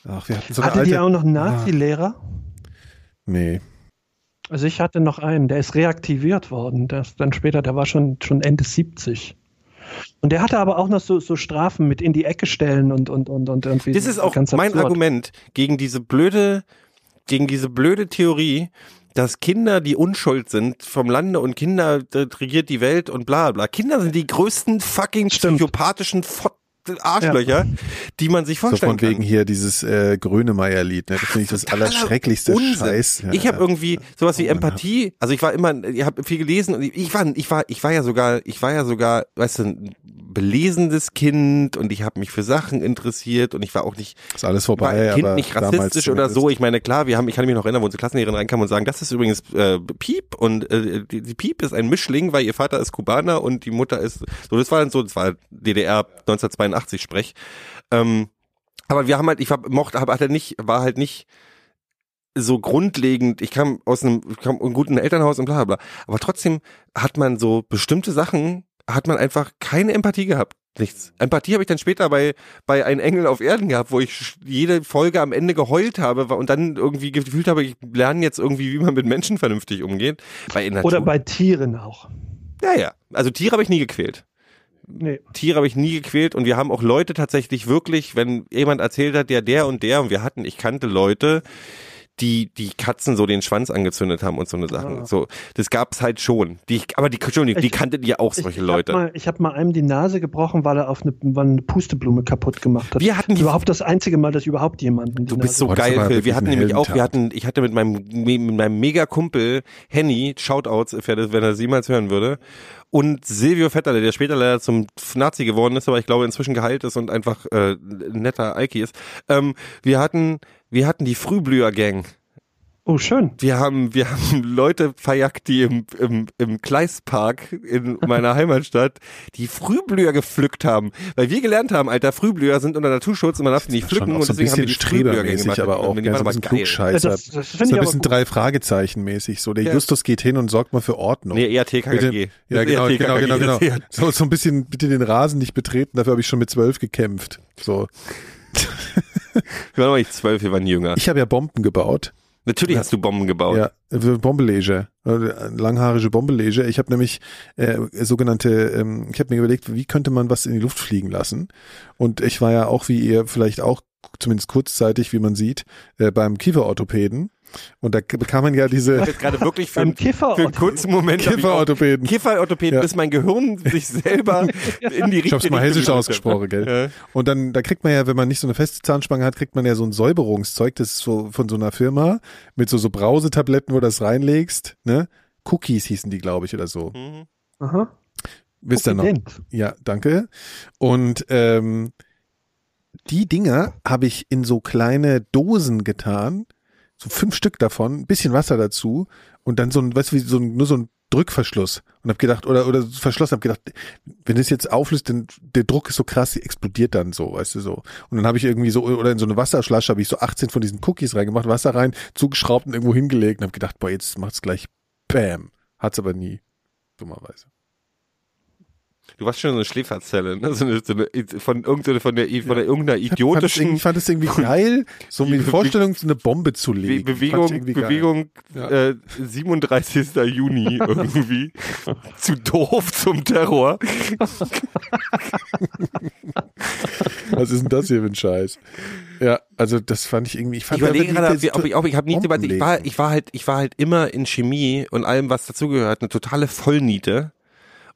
[SPEAKER 4] Ach, wir hatten so eine
[SPEAKER 3] Hattet
[SPEAKER 4] alte.
[SPEAKER 3] ihr auch noch einen Nazi-Lehrer?
[SPEAKER 4] nee.
[SPEAKER 3] Also ich hatte noch einen, der ist reaktiviert worden, das dann später, der war schon, schon Ende 70. Und der hatte aber auch noch so, so Strafen mit in die Ecke stellen und, und, und, und irgendwie.
[SPEAKER 5] Das ist auch mein
[SPEAKER 3] absurd.
[SPEAKER 5] Argument gegen diese blöde, gegen diese blöde Theorie, dass Kinder die Unschuld sind vom Lande und Kinder äh, regiert die Welt und bla bla. Kinder sind die größten fucking
[SPEAKER 3] Stimmt.
[SPEAKER 5] psychopathischen Fot Arschlöcher, die man sich
[SPEAKER 4] So
[SPEAKER 5] vorstellen
[SPEAKER 4] von wegen
[SPEAKER 5] kann.
[SPEAKER 4] hier dieses äh, Grönemeyer-Lied, ne? Das finde ich das allerschrecklichste
[SPEAKER 5] Unsinn.
[SPEAKER 4] Scheiß. Ja,
[SPEAKER 5] ich habe
[SPEAKER 4] ja.
[SPEAKER 5] irgendwie sowas wie Empathie. Also ich war immer, ich habe viel gelesen und ich war, ich war, ich war ja sogar, ich war ja sogar, weißt du, ein belesendes Kind und ich habe mich für Sachen interessiert und ich war auch nicht
[SPEAKER 4] Ist alles
[SPEAKER 5] war
[SPEAKER 4] vorbei,
[SPEAKER 5] ein Kind
[SPEAKER 4] aber
[SPEAKER 5] nicht
[SPEAKER 4] damals
[SPEAKER 5] rassistisch oder
[SPEAKER 4] zumindest.
[SPEAKER 5] so. Ich meine, klar, wir haben, ich kann mich noch erinnern, wo unsere Klassenlehrerin reinkam und sagen, das ist übrigens äh, Piep und äh, die, die Piep ist ein Mischling, weil ihr Vater ist Kubaner und die Mutter ist so, das war dann so, das war DDR 1982 Sprech. Ähm, aber wir haben halt, ich hab, mochte, hab, hatte nicht, war halt nicht so grundlegend, ich kam aus einem, ich kam aus einem guten Elternhaus und bla bla bla. Aber trotzdem hat man so bestimmte Sachen, hat man einfach keine Empathie gehabt. Nichts. Empathie habe ich dann später bei, bei Ein Engel auf Erden gehabt, wo ich sch- jede Folge am Ende geheult habe wa- und dann irgendwie gefühlt habe, ich lerne jetzt irgendwie, wie man mit Menschen vernünftig umgeht. Bei Natur,
[SPEAKER 3] Oder bei Tieren auch.
[SPEAKER 5] ja, ja. Also Tiere habe ich nie gequält.
[SPEAKER 3] Nee.
[SPEAKER 5] Tiere habe ich nie gequält und wir haben auch Leute tatsächlich wirklich, wenn jemand erzählt hat, der, der und der und wir hatten, ich kannte Leute, die die Katzen so den Schwanz angezündet haben und so eine Sachen. So, das gab's halt schon. Die, ich- aber die, Entschuldigung, die
[SPEAKER 3] Ah. Ich-
[SPEAKER 5] kanntet ihr auch solche Leute.
[SPEAKER 3] Hab mal, ich habe mal einem die Nase gebrochen, weil er auf eine, weil eine Pusteblume kaputt gemacht hat.
[SPEAKER 5] Wir hatten die-
[SPEAKER 3] überhaupt das einzige Mal, dass überhaupt jemanden die
[SPEAKER 5] Du bist so
[SPEAKER 4] Boah, das
[SPEAKER 5] geil,
[SPEAKER 4] war
[SPEAKER 5] Phil.
[SPEAKER 4] wirklich
[SPEAKER 5] Wir hatten
[SPEAKER 4] ein
[SPEAKER 5] nämlich auch, wir
[SPEAKER 4] Heldentat.
[SPEAKER 5] hatten, ich hatte mit meinem, mit meinem Mega-Kumpel Henny, Shoutouts, if er das- wenn er das jemals hören würde, und Silvio Vetterle, der später leider zum Nazi geworden ist, aber ich glaube inzwischen geheilt ist und einfach äh, ein netter Alki ist. Ähm, wir hatten, wir hatten die Frühblüher-Gang.
[SPEAKER 3] Oh, schön.
[SPEAKER 5] Wir haben, wir haben Leute verjagt, die im, im, im Kleistpark in meiner Heimatstadt die Frühblüher gepflückt haben. Weil wir gelernt haben, Alter, Frühblüher sind unter Naturschutz und man darf die nicht
[SPEAKER 4] Schon
[SPEAKER 5] pflücken
[SPEAKER 4] auch
[SPEAKER 5] und
[SPEAKER 4] so ein
[SPEAKER 5] deswegen haben wir
[SPEAKER 4] bisschen
[SPEAKER 5] die Frühblüher gemacht.
[SPEAKER 4] strebermäßig, aber auch
[SPEAKER 5] Und
[SPEAKER 4] ganz
[SPEAKER 5] die
[SPEAKER 4] ein
[SPEAKER 5] waren aber
[SPEAKER 4] bisschen
[SPEAKER 5] geil.
[SPEAKER 4] klugscheißer.
[SPEAKER 3] Das- das
[SPEAKER 4] so
[SPEAKER 3] finde
[SPEAKER 4] ein
[SPEAKER 3] ich aber
[SPEAKER 4] bisschen
[SPEAKER 3] gut.
[SPEAKER 4] drei Fragezeichen mäßig. So der
[SPEAKER 5] Ja.
[SPEAKER 4] Justus geht hin und sorgt mal für Ordnung.
[SPEAKER 5] Nee, eher TKKG.
[SPEAKER 4] Bitte, ja, genau,
[SPEAKER 5] eher
[SPEAKER 4] genau,
[SPEAKER 5] TKKG.
[SPEAKER 4] genau, genau.
[SPEAKER 5] Das ist eher-
[SPEAKER 4] So, so ein bisschen bitte den Rasen nicht betreten, dafür habe ich schon mit zwölf gekämpft. So.
[SPEAKER 5] Wir waren aber nicht zwölf, wir waren jünger.
[SPEAKER 4] Ich habe ja Bomben gebaut.
[SPEAKER 5] Natürlich hast du Bomben gebaut.
[SPEAKER 4] Ja, äh, Bombeleger, äh, langhaarische Bombeleger. Ich habe nämlich äh, sogenannte, ähm, ich habe mir überlegt, wie könnte man was in die Luft fliegen lassen? Und ich war ja auch, wie ihr vielleicht auch, zumindest kurzzeitig, wie man sieht, äh, beim Kieferorthopäden. Und da k- bekam man ja diese
[SPEAKER 5] Ich hab jetzt gerade wirklich für,
[SPEAKER 3] Beim Kiffer.
[SPEAKER 5] für einen kurzen Moment. hab ich auch-
[SPEAKER 4] Kieferorthopäden.
[SPEAKER 5] Kifferorthopäden,
[SPEAKER 4] Ja.
[SPEAKER 5] bis mein Gehirn sich selber in die richtige
[SPEAKER 4] Ich hab's mal hessisch
[SPEAKER 5] Richtung-
[SPEAKER 4] ausgesprochen, gell? Und dann, da kriegt man ja, wenn man nicht so eine feste Zahnspange hat, kriegt man ja so ein Säuberungszeug, das ist so von so einer Firma mit so, so Brausetabletten, wo du das reinlegst, ne? Cookies hießen die, glaube ich, oder so.
[SPEAKER 5] Mhm.
[SPEAKER 3] Aha.
[SPEAKER 4] Wisst ihr noch?
[SPEAKER 3] Provident.
[SPEAKER 4] Ja, danke. Und ähm, die Dinger habe ich in so kleine Dosen getan, so fünf Stück davon, ein bisschen Wasser dazu und dann so ein, weißt du, wie so ein, nur so ein Drückverschluss und habe gedacht oder oder verschlossen habe gedacht, wenn das jetzt auflöst, dann der Druck ist so krass, die explodiert dann so, weißt du so. Und dann habe ich irgendwie so oder in so eine Wasserflasche habe ich so 18 von diesen Cookies reingemacht, Wasser rein, zugeschraubt und irgendwo hingelegt und habe gedacht, boah, jetzt macht's gleich Bam. Hat's aber nie dummerweise.
[SPEAKER 5] Du warst schon so eine Schläferzelle, ne? so eine, so eine, von, irgendeiner, von, der, von der,
[SPEAKER 4] fand es
[SPEAKER 5] irgendeiner
[SPEAKER 4] irgendwie,
[SPEAKER 5] idiotischen
[SPEAKER 4] ich fand es irgendwie geil, so
[SPEAKER 5] Die
[SPEAKER 4] mir die
[SPEAKER 5] Bewe-
[SPEAKER 4] Vorstellung, so eine Bombe zu
[SPEAKER 5] Be
[SPEAKER 4] legen. Fand ich
[SPEAKER 5] Bewegung,
[SPEAKER 4] irgendwie geil.
[SPEAKER 5] Bewegung
[SPEAKER 4] Ja.
[SPEAKER 5] äh, 37. Juni irgendwie. Zu doof zum Terror.
[SPEAKER 4] Was ist denn das hier für ein Scheiß? Ja, also das fand ich irgendwie. Ich fand
[SPEAKER 5] Ich überlege
[SPEAKER 4] einfach
[SPEAKER 5] gerade,
[SPEAKER 4] die-
[SPEAKER 5] ob ich, ob ich, ob ich habe nicht debattiert. Ich war, ich war halt, ich war halt immer in Chemie und allem, was dazugehört, eine totale Vollniete.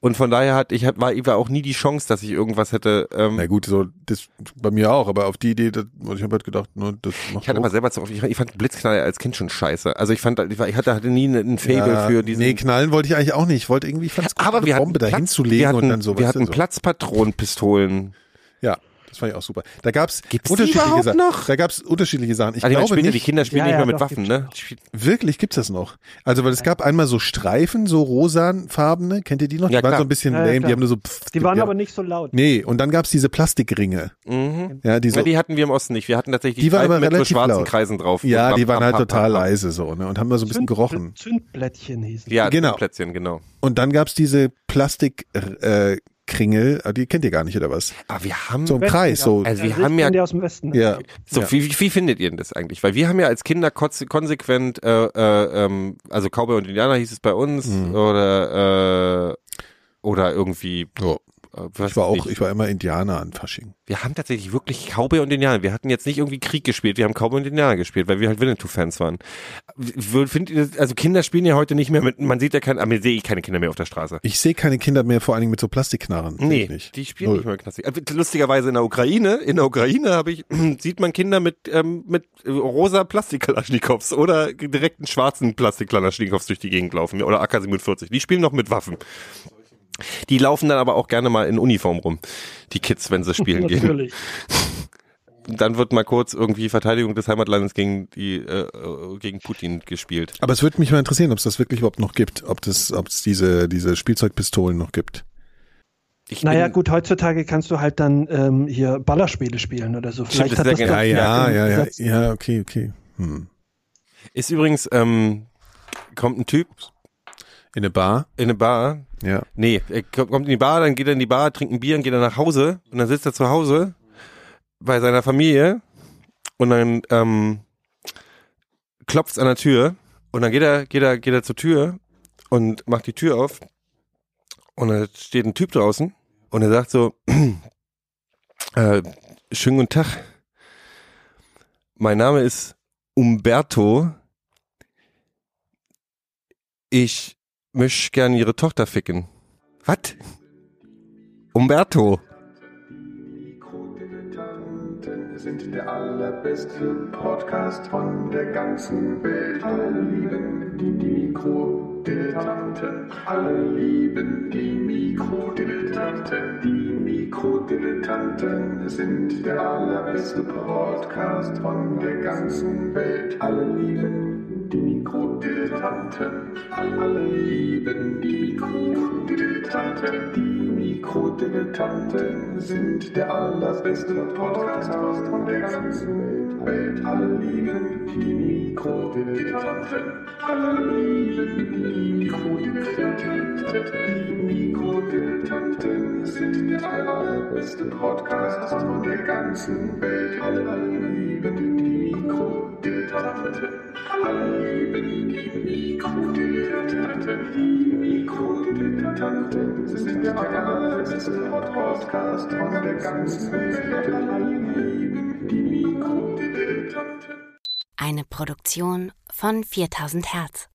[SPEAKER 5] Und von daher hat ich hab- war, ich war auch nie die Chance, dass ich irgendwas hätte. Ähm,
[SPEAKER 4] Na gut, so das bei mir auch, aber auf die Idee, das, ich habe halt gedacht, nur das macht
[SPEAKER 5] ich hatte aber
[SPEAKER 4] Druck.
[SPEAKER 5] selber zu oft, ich, ich fand Blitzknaller als Kind schon scheiße. Also ich fand, ich, war, ich hatte, hatte nie einen Fable
[SPEAKER 4] ja,
[SPEAKER 5] für diesen.
[SPEAKER 4] Nee, knallen wollte ich eigentlich auch nicht. Ich wollte irgendwie, ich fand es gut,
[SPEAKER 5] aber
[SPEAKER 4] eine
[SPEAKER 5] wir hatten
[SPEAKER 4] Bombe da
[SPEAKER 5] Platz-
[SPEAKER 4] hinzulegen
[SPEAKER 5] wir hatten,
[SPEAKER 4] und dann so.
[SPEAKER 5] Wir
[SPEAKER 4] weißt du,
[SPEAKER 5] hatten
[SPEAKER 4] so.
[SPEAKER 5] Platzpatronenpistolen. Ah,
[SPEAKER 4] Ja, das fand ich auch super. Da gab's
[SPEAKER 5] Gibt's die
[SPEAKER 4] unterschiedliche
[SPEAKER 5] überhaupt
[SPEAKER 4] Sachen.
[SPEAKER 5] noch?
[SPEAKER 4] Da gab's unterschiedliche Sachen. Ich
[SPEAKER 5] Also ich
[SPEAKER 4] glaube
[SPEAKER 5] meine, spielen ja-
[SPEAKER 4] nicht.
[SPEAKER 5] die Kinder spielen
[SPEAKER 3] Ja,
[SPEAKER 5] nicht
[SPEAKER 3] ja,
[SPEAKER 5] mehr mit
[SPEAKER 3] doch,
[SPEAKER 5] Waffen,
[SPEAKER 3] gibt's
[SPEAKER 5] ne?
[SPEAKER 4] Wirklich gibt's das noch? Also, weil es gab einmal so Streifen, so rosanfarbene, kennt ihr die noch? Die
[SPEAKER 5] Ja,
[SPEAKER 4] waren
[SPEAKER 5] klar.
[SPEAKER 4] so ein bisschen
[SPEAKER 3] Ja, ja,
[SPEAKER 4] lame, die
[SPEAKER 3] klar.
[SPEAKER 4] haben nur so pff,
[SPEAKER 3] Die waren
[SPEAKER 4] ja.
[SPEAKER 3] aber nicht so laut.
[SPEAKER 4] Nee, und dann gab's diese Plastikringe.
[SPEAKER 5] Mhm.
[SPEAKER 4] Ja, die so,
[SPEAKER 5] Ja, die hatten wir im Osten nicht. Wir hatten tatsächlich
[SPEAKER 4] Die waren
[SPEAKER 5] Streifen
[SPEAKER 4] aber
[SPEAKER 5] mit so
[SPEAKER 4] relativ
[SPEAKER 5] schwarzen
[SPEAKER 4] laut.
[SPEAKER 5] Kreisen drauf.
[SPEAKER 4] ja,
[SPEAKER 5] Bam,
[SPEAKER 4] die waren
[SPEAKER 5] bam,
[SPEAKER 4] halt
[SPEAKER 5] bam,
[SPEAKER 4] total
[SPEAKER 5] bam, bam.
[SPEAKER 4] leise so, ne? Und haben da so ein bisschen
[SPEAKER 3] Zünd-
[SPEAKER 4] gerochen.
[SPEAKER 3] Zündblättchen hießen.
[SPEAKER 5] Ja,
[SPEAKER 4] Genau.
[SPEAKER 5] genau. Plätzchen, genau.
[SPEAKER 4] Und dann gab's diese Plastik äh, Kringel, ah, die kennt ihr gar nicht, oder was?
[SPEAKER 5] Aber wir haben
[SPEAKER 4] So im Kreis, so.
[SPEAKER 5] Also wir
[SPEAKER 3] Also ich
[SPEAKER 5] haben ja-
[SPEAKER 3] bin der aus dem Westen.
[SPEAKER 4] Ja.
[SPEAKER 5] So,
[SPEAKER 4] ja.
[SPEAKER 5] wie, wie, wie findet ihr denn das eigentlich? Weil wir haben ja als Kinder konse konsequent, äh, äh, ähm, also Cowboy und Indianer hieß es bei uns
[SPEAKER 4] Mhm.
[SPEAKER 5] oder äh, oder irgendwie.
[SPEAKER 4] Ja.
[SPEAKER 5] äh, was
[SPEAKER 4] Ich war
[SPEAKER 5] weiß
[SPEAKER 4] auch, ich war immer Indianer an Fasching.
[SPEAKER 5] Wir haben tatsächlich wirklich Cowboy und Indianer. Wir hatten jetzt nicht irgendwie Krieg gespielt, wir haben Cowboy und Indianer gespielt, weil wir halt Winnetou-Fans waren. W- Findet ihr das, also Kinder spielen ja heute nicht mehr mit, man sieht ja kein, aber sehe ich keine Kinder mehr auf der Straße.
[SPEAKER 4] Ich sehe keine Kinder mehr, vor allen Dingen mit so Plastikknarren. Sehe ich
[SPEAKER 5] Nee,
[SPEAKER 4] nicht.
[SPEAKER 5] die spielen
[SPEAKER 4] Null.
[SPEAKER 5] nicht mehr klassisch. Äh, Lustigerweise in der Ukraine, in der Ukraine habe ich hm, sieht man Kinder mit ähm, mit äh, rosa Plastikkalaschnikows oder direkten schwarzen Plastikkalaschnikows durch die Gegend laufen oder AK47. Die spielen noch mit Waffen. Die laufen dann aber auch gerne mal in Uniform rum, die Kids, wenn sie spielen gehen.
[SPEAKER 3] Natürlich.
[SPEAKER 5] Dann wird mal kurz irgendwie Verteidigung des Heimatlandes gegen die äh, äh, gegen Putin gespielt.
[SPEAKER 4] Aber es würde mich mal interessieren, ob es das wirklich überhaupt noch gibt, ob das, ob es diese, diese Spielzeugpistolen noch gibt.
[SPEAKER 5] Ich
[SPEAKER 3] Naja,
[SPEAKER 5] bin-
[SPEAKER 3] gut, heutzutage kannst du halt dann ähm, hier Ballerspiele spielen oder so. Vielleicht
[SPEAKER 5] das
[SPEAKER 3] hat
[SPEAKER 5] ist
[SPEAKER 3] das
[SPEAKER 5] ja
[SPEAKER 3] doch-
[SPEAKER 4] ja, ja, ja,
[SPEAKER 3] das-
[SPEAKER 4] ja, okay, okay. Hm.
[SPEAKER 5] Ist übrigens ähm, kommt ein Typ
[SPEAKER 4] In eine Bar?
[SPEAKER 5] in eine Bar,
[SPEAKER 4] Ja.
[SPEAKER 5] Nee, er ko- kommt in die Bar, dann geht er in die Bar, trinkt ein Bier und geht dann nach Hause. Und dann sitzt er zu Hause bei seiner Familie und dann ähm, klopft an der Tür. Und dann geht er, geht, er, geht er zur Tür und macht die Tür auf. Und dann steht ein Typ draußen und er sagt so, äh, schönen guten Tag. Mein Name ist Umberto. Ich möchte gern ihre Tochter ficken. Was? Umberto.
[SPEAKER 1] Tanten sind der allerbeste Podcast von der ganzen Welt. Alle lieben die Mikrodilettanten. Alle lieben die Mikrodilettanten. Die Mikrodilettanten sind der allerbeste Podcast von der ganzen Welt. Alle lieben die Mikrodilettanten. Alle lieben die Mikrodilettanten. Die Mikrodilettanten sind der allerbeste Podcast von der ganzen Welt. Alle lieben die Mikrodilettanten. Alle lieben die Mikrodilettanten. Die Mikrodilettanten sind der allerbeste Podcast von der ganzen Welt. Alle lieben die Mikrodilettanten. Alle lieben die Mikrodilettanten. Die Mikrodilettanten sind der allerbeste Podcast von der ganzen Welt. Alle lieben die Mikrodilettanten.
[SPEAKER 8] Eine Produktion von 4000 Hertz.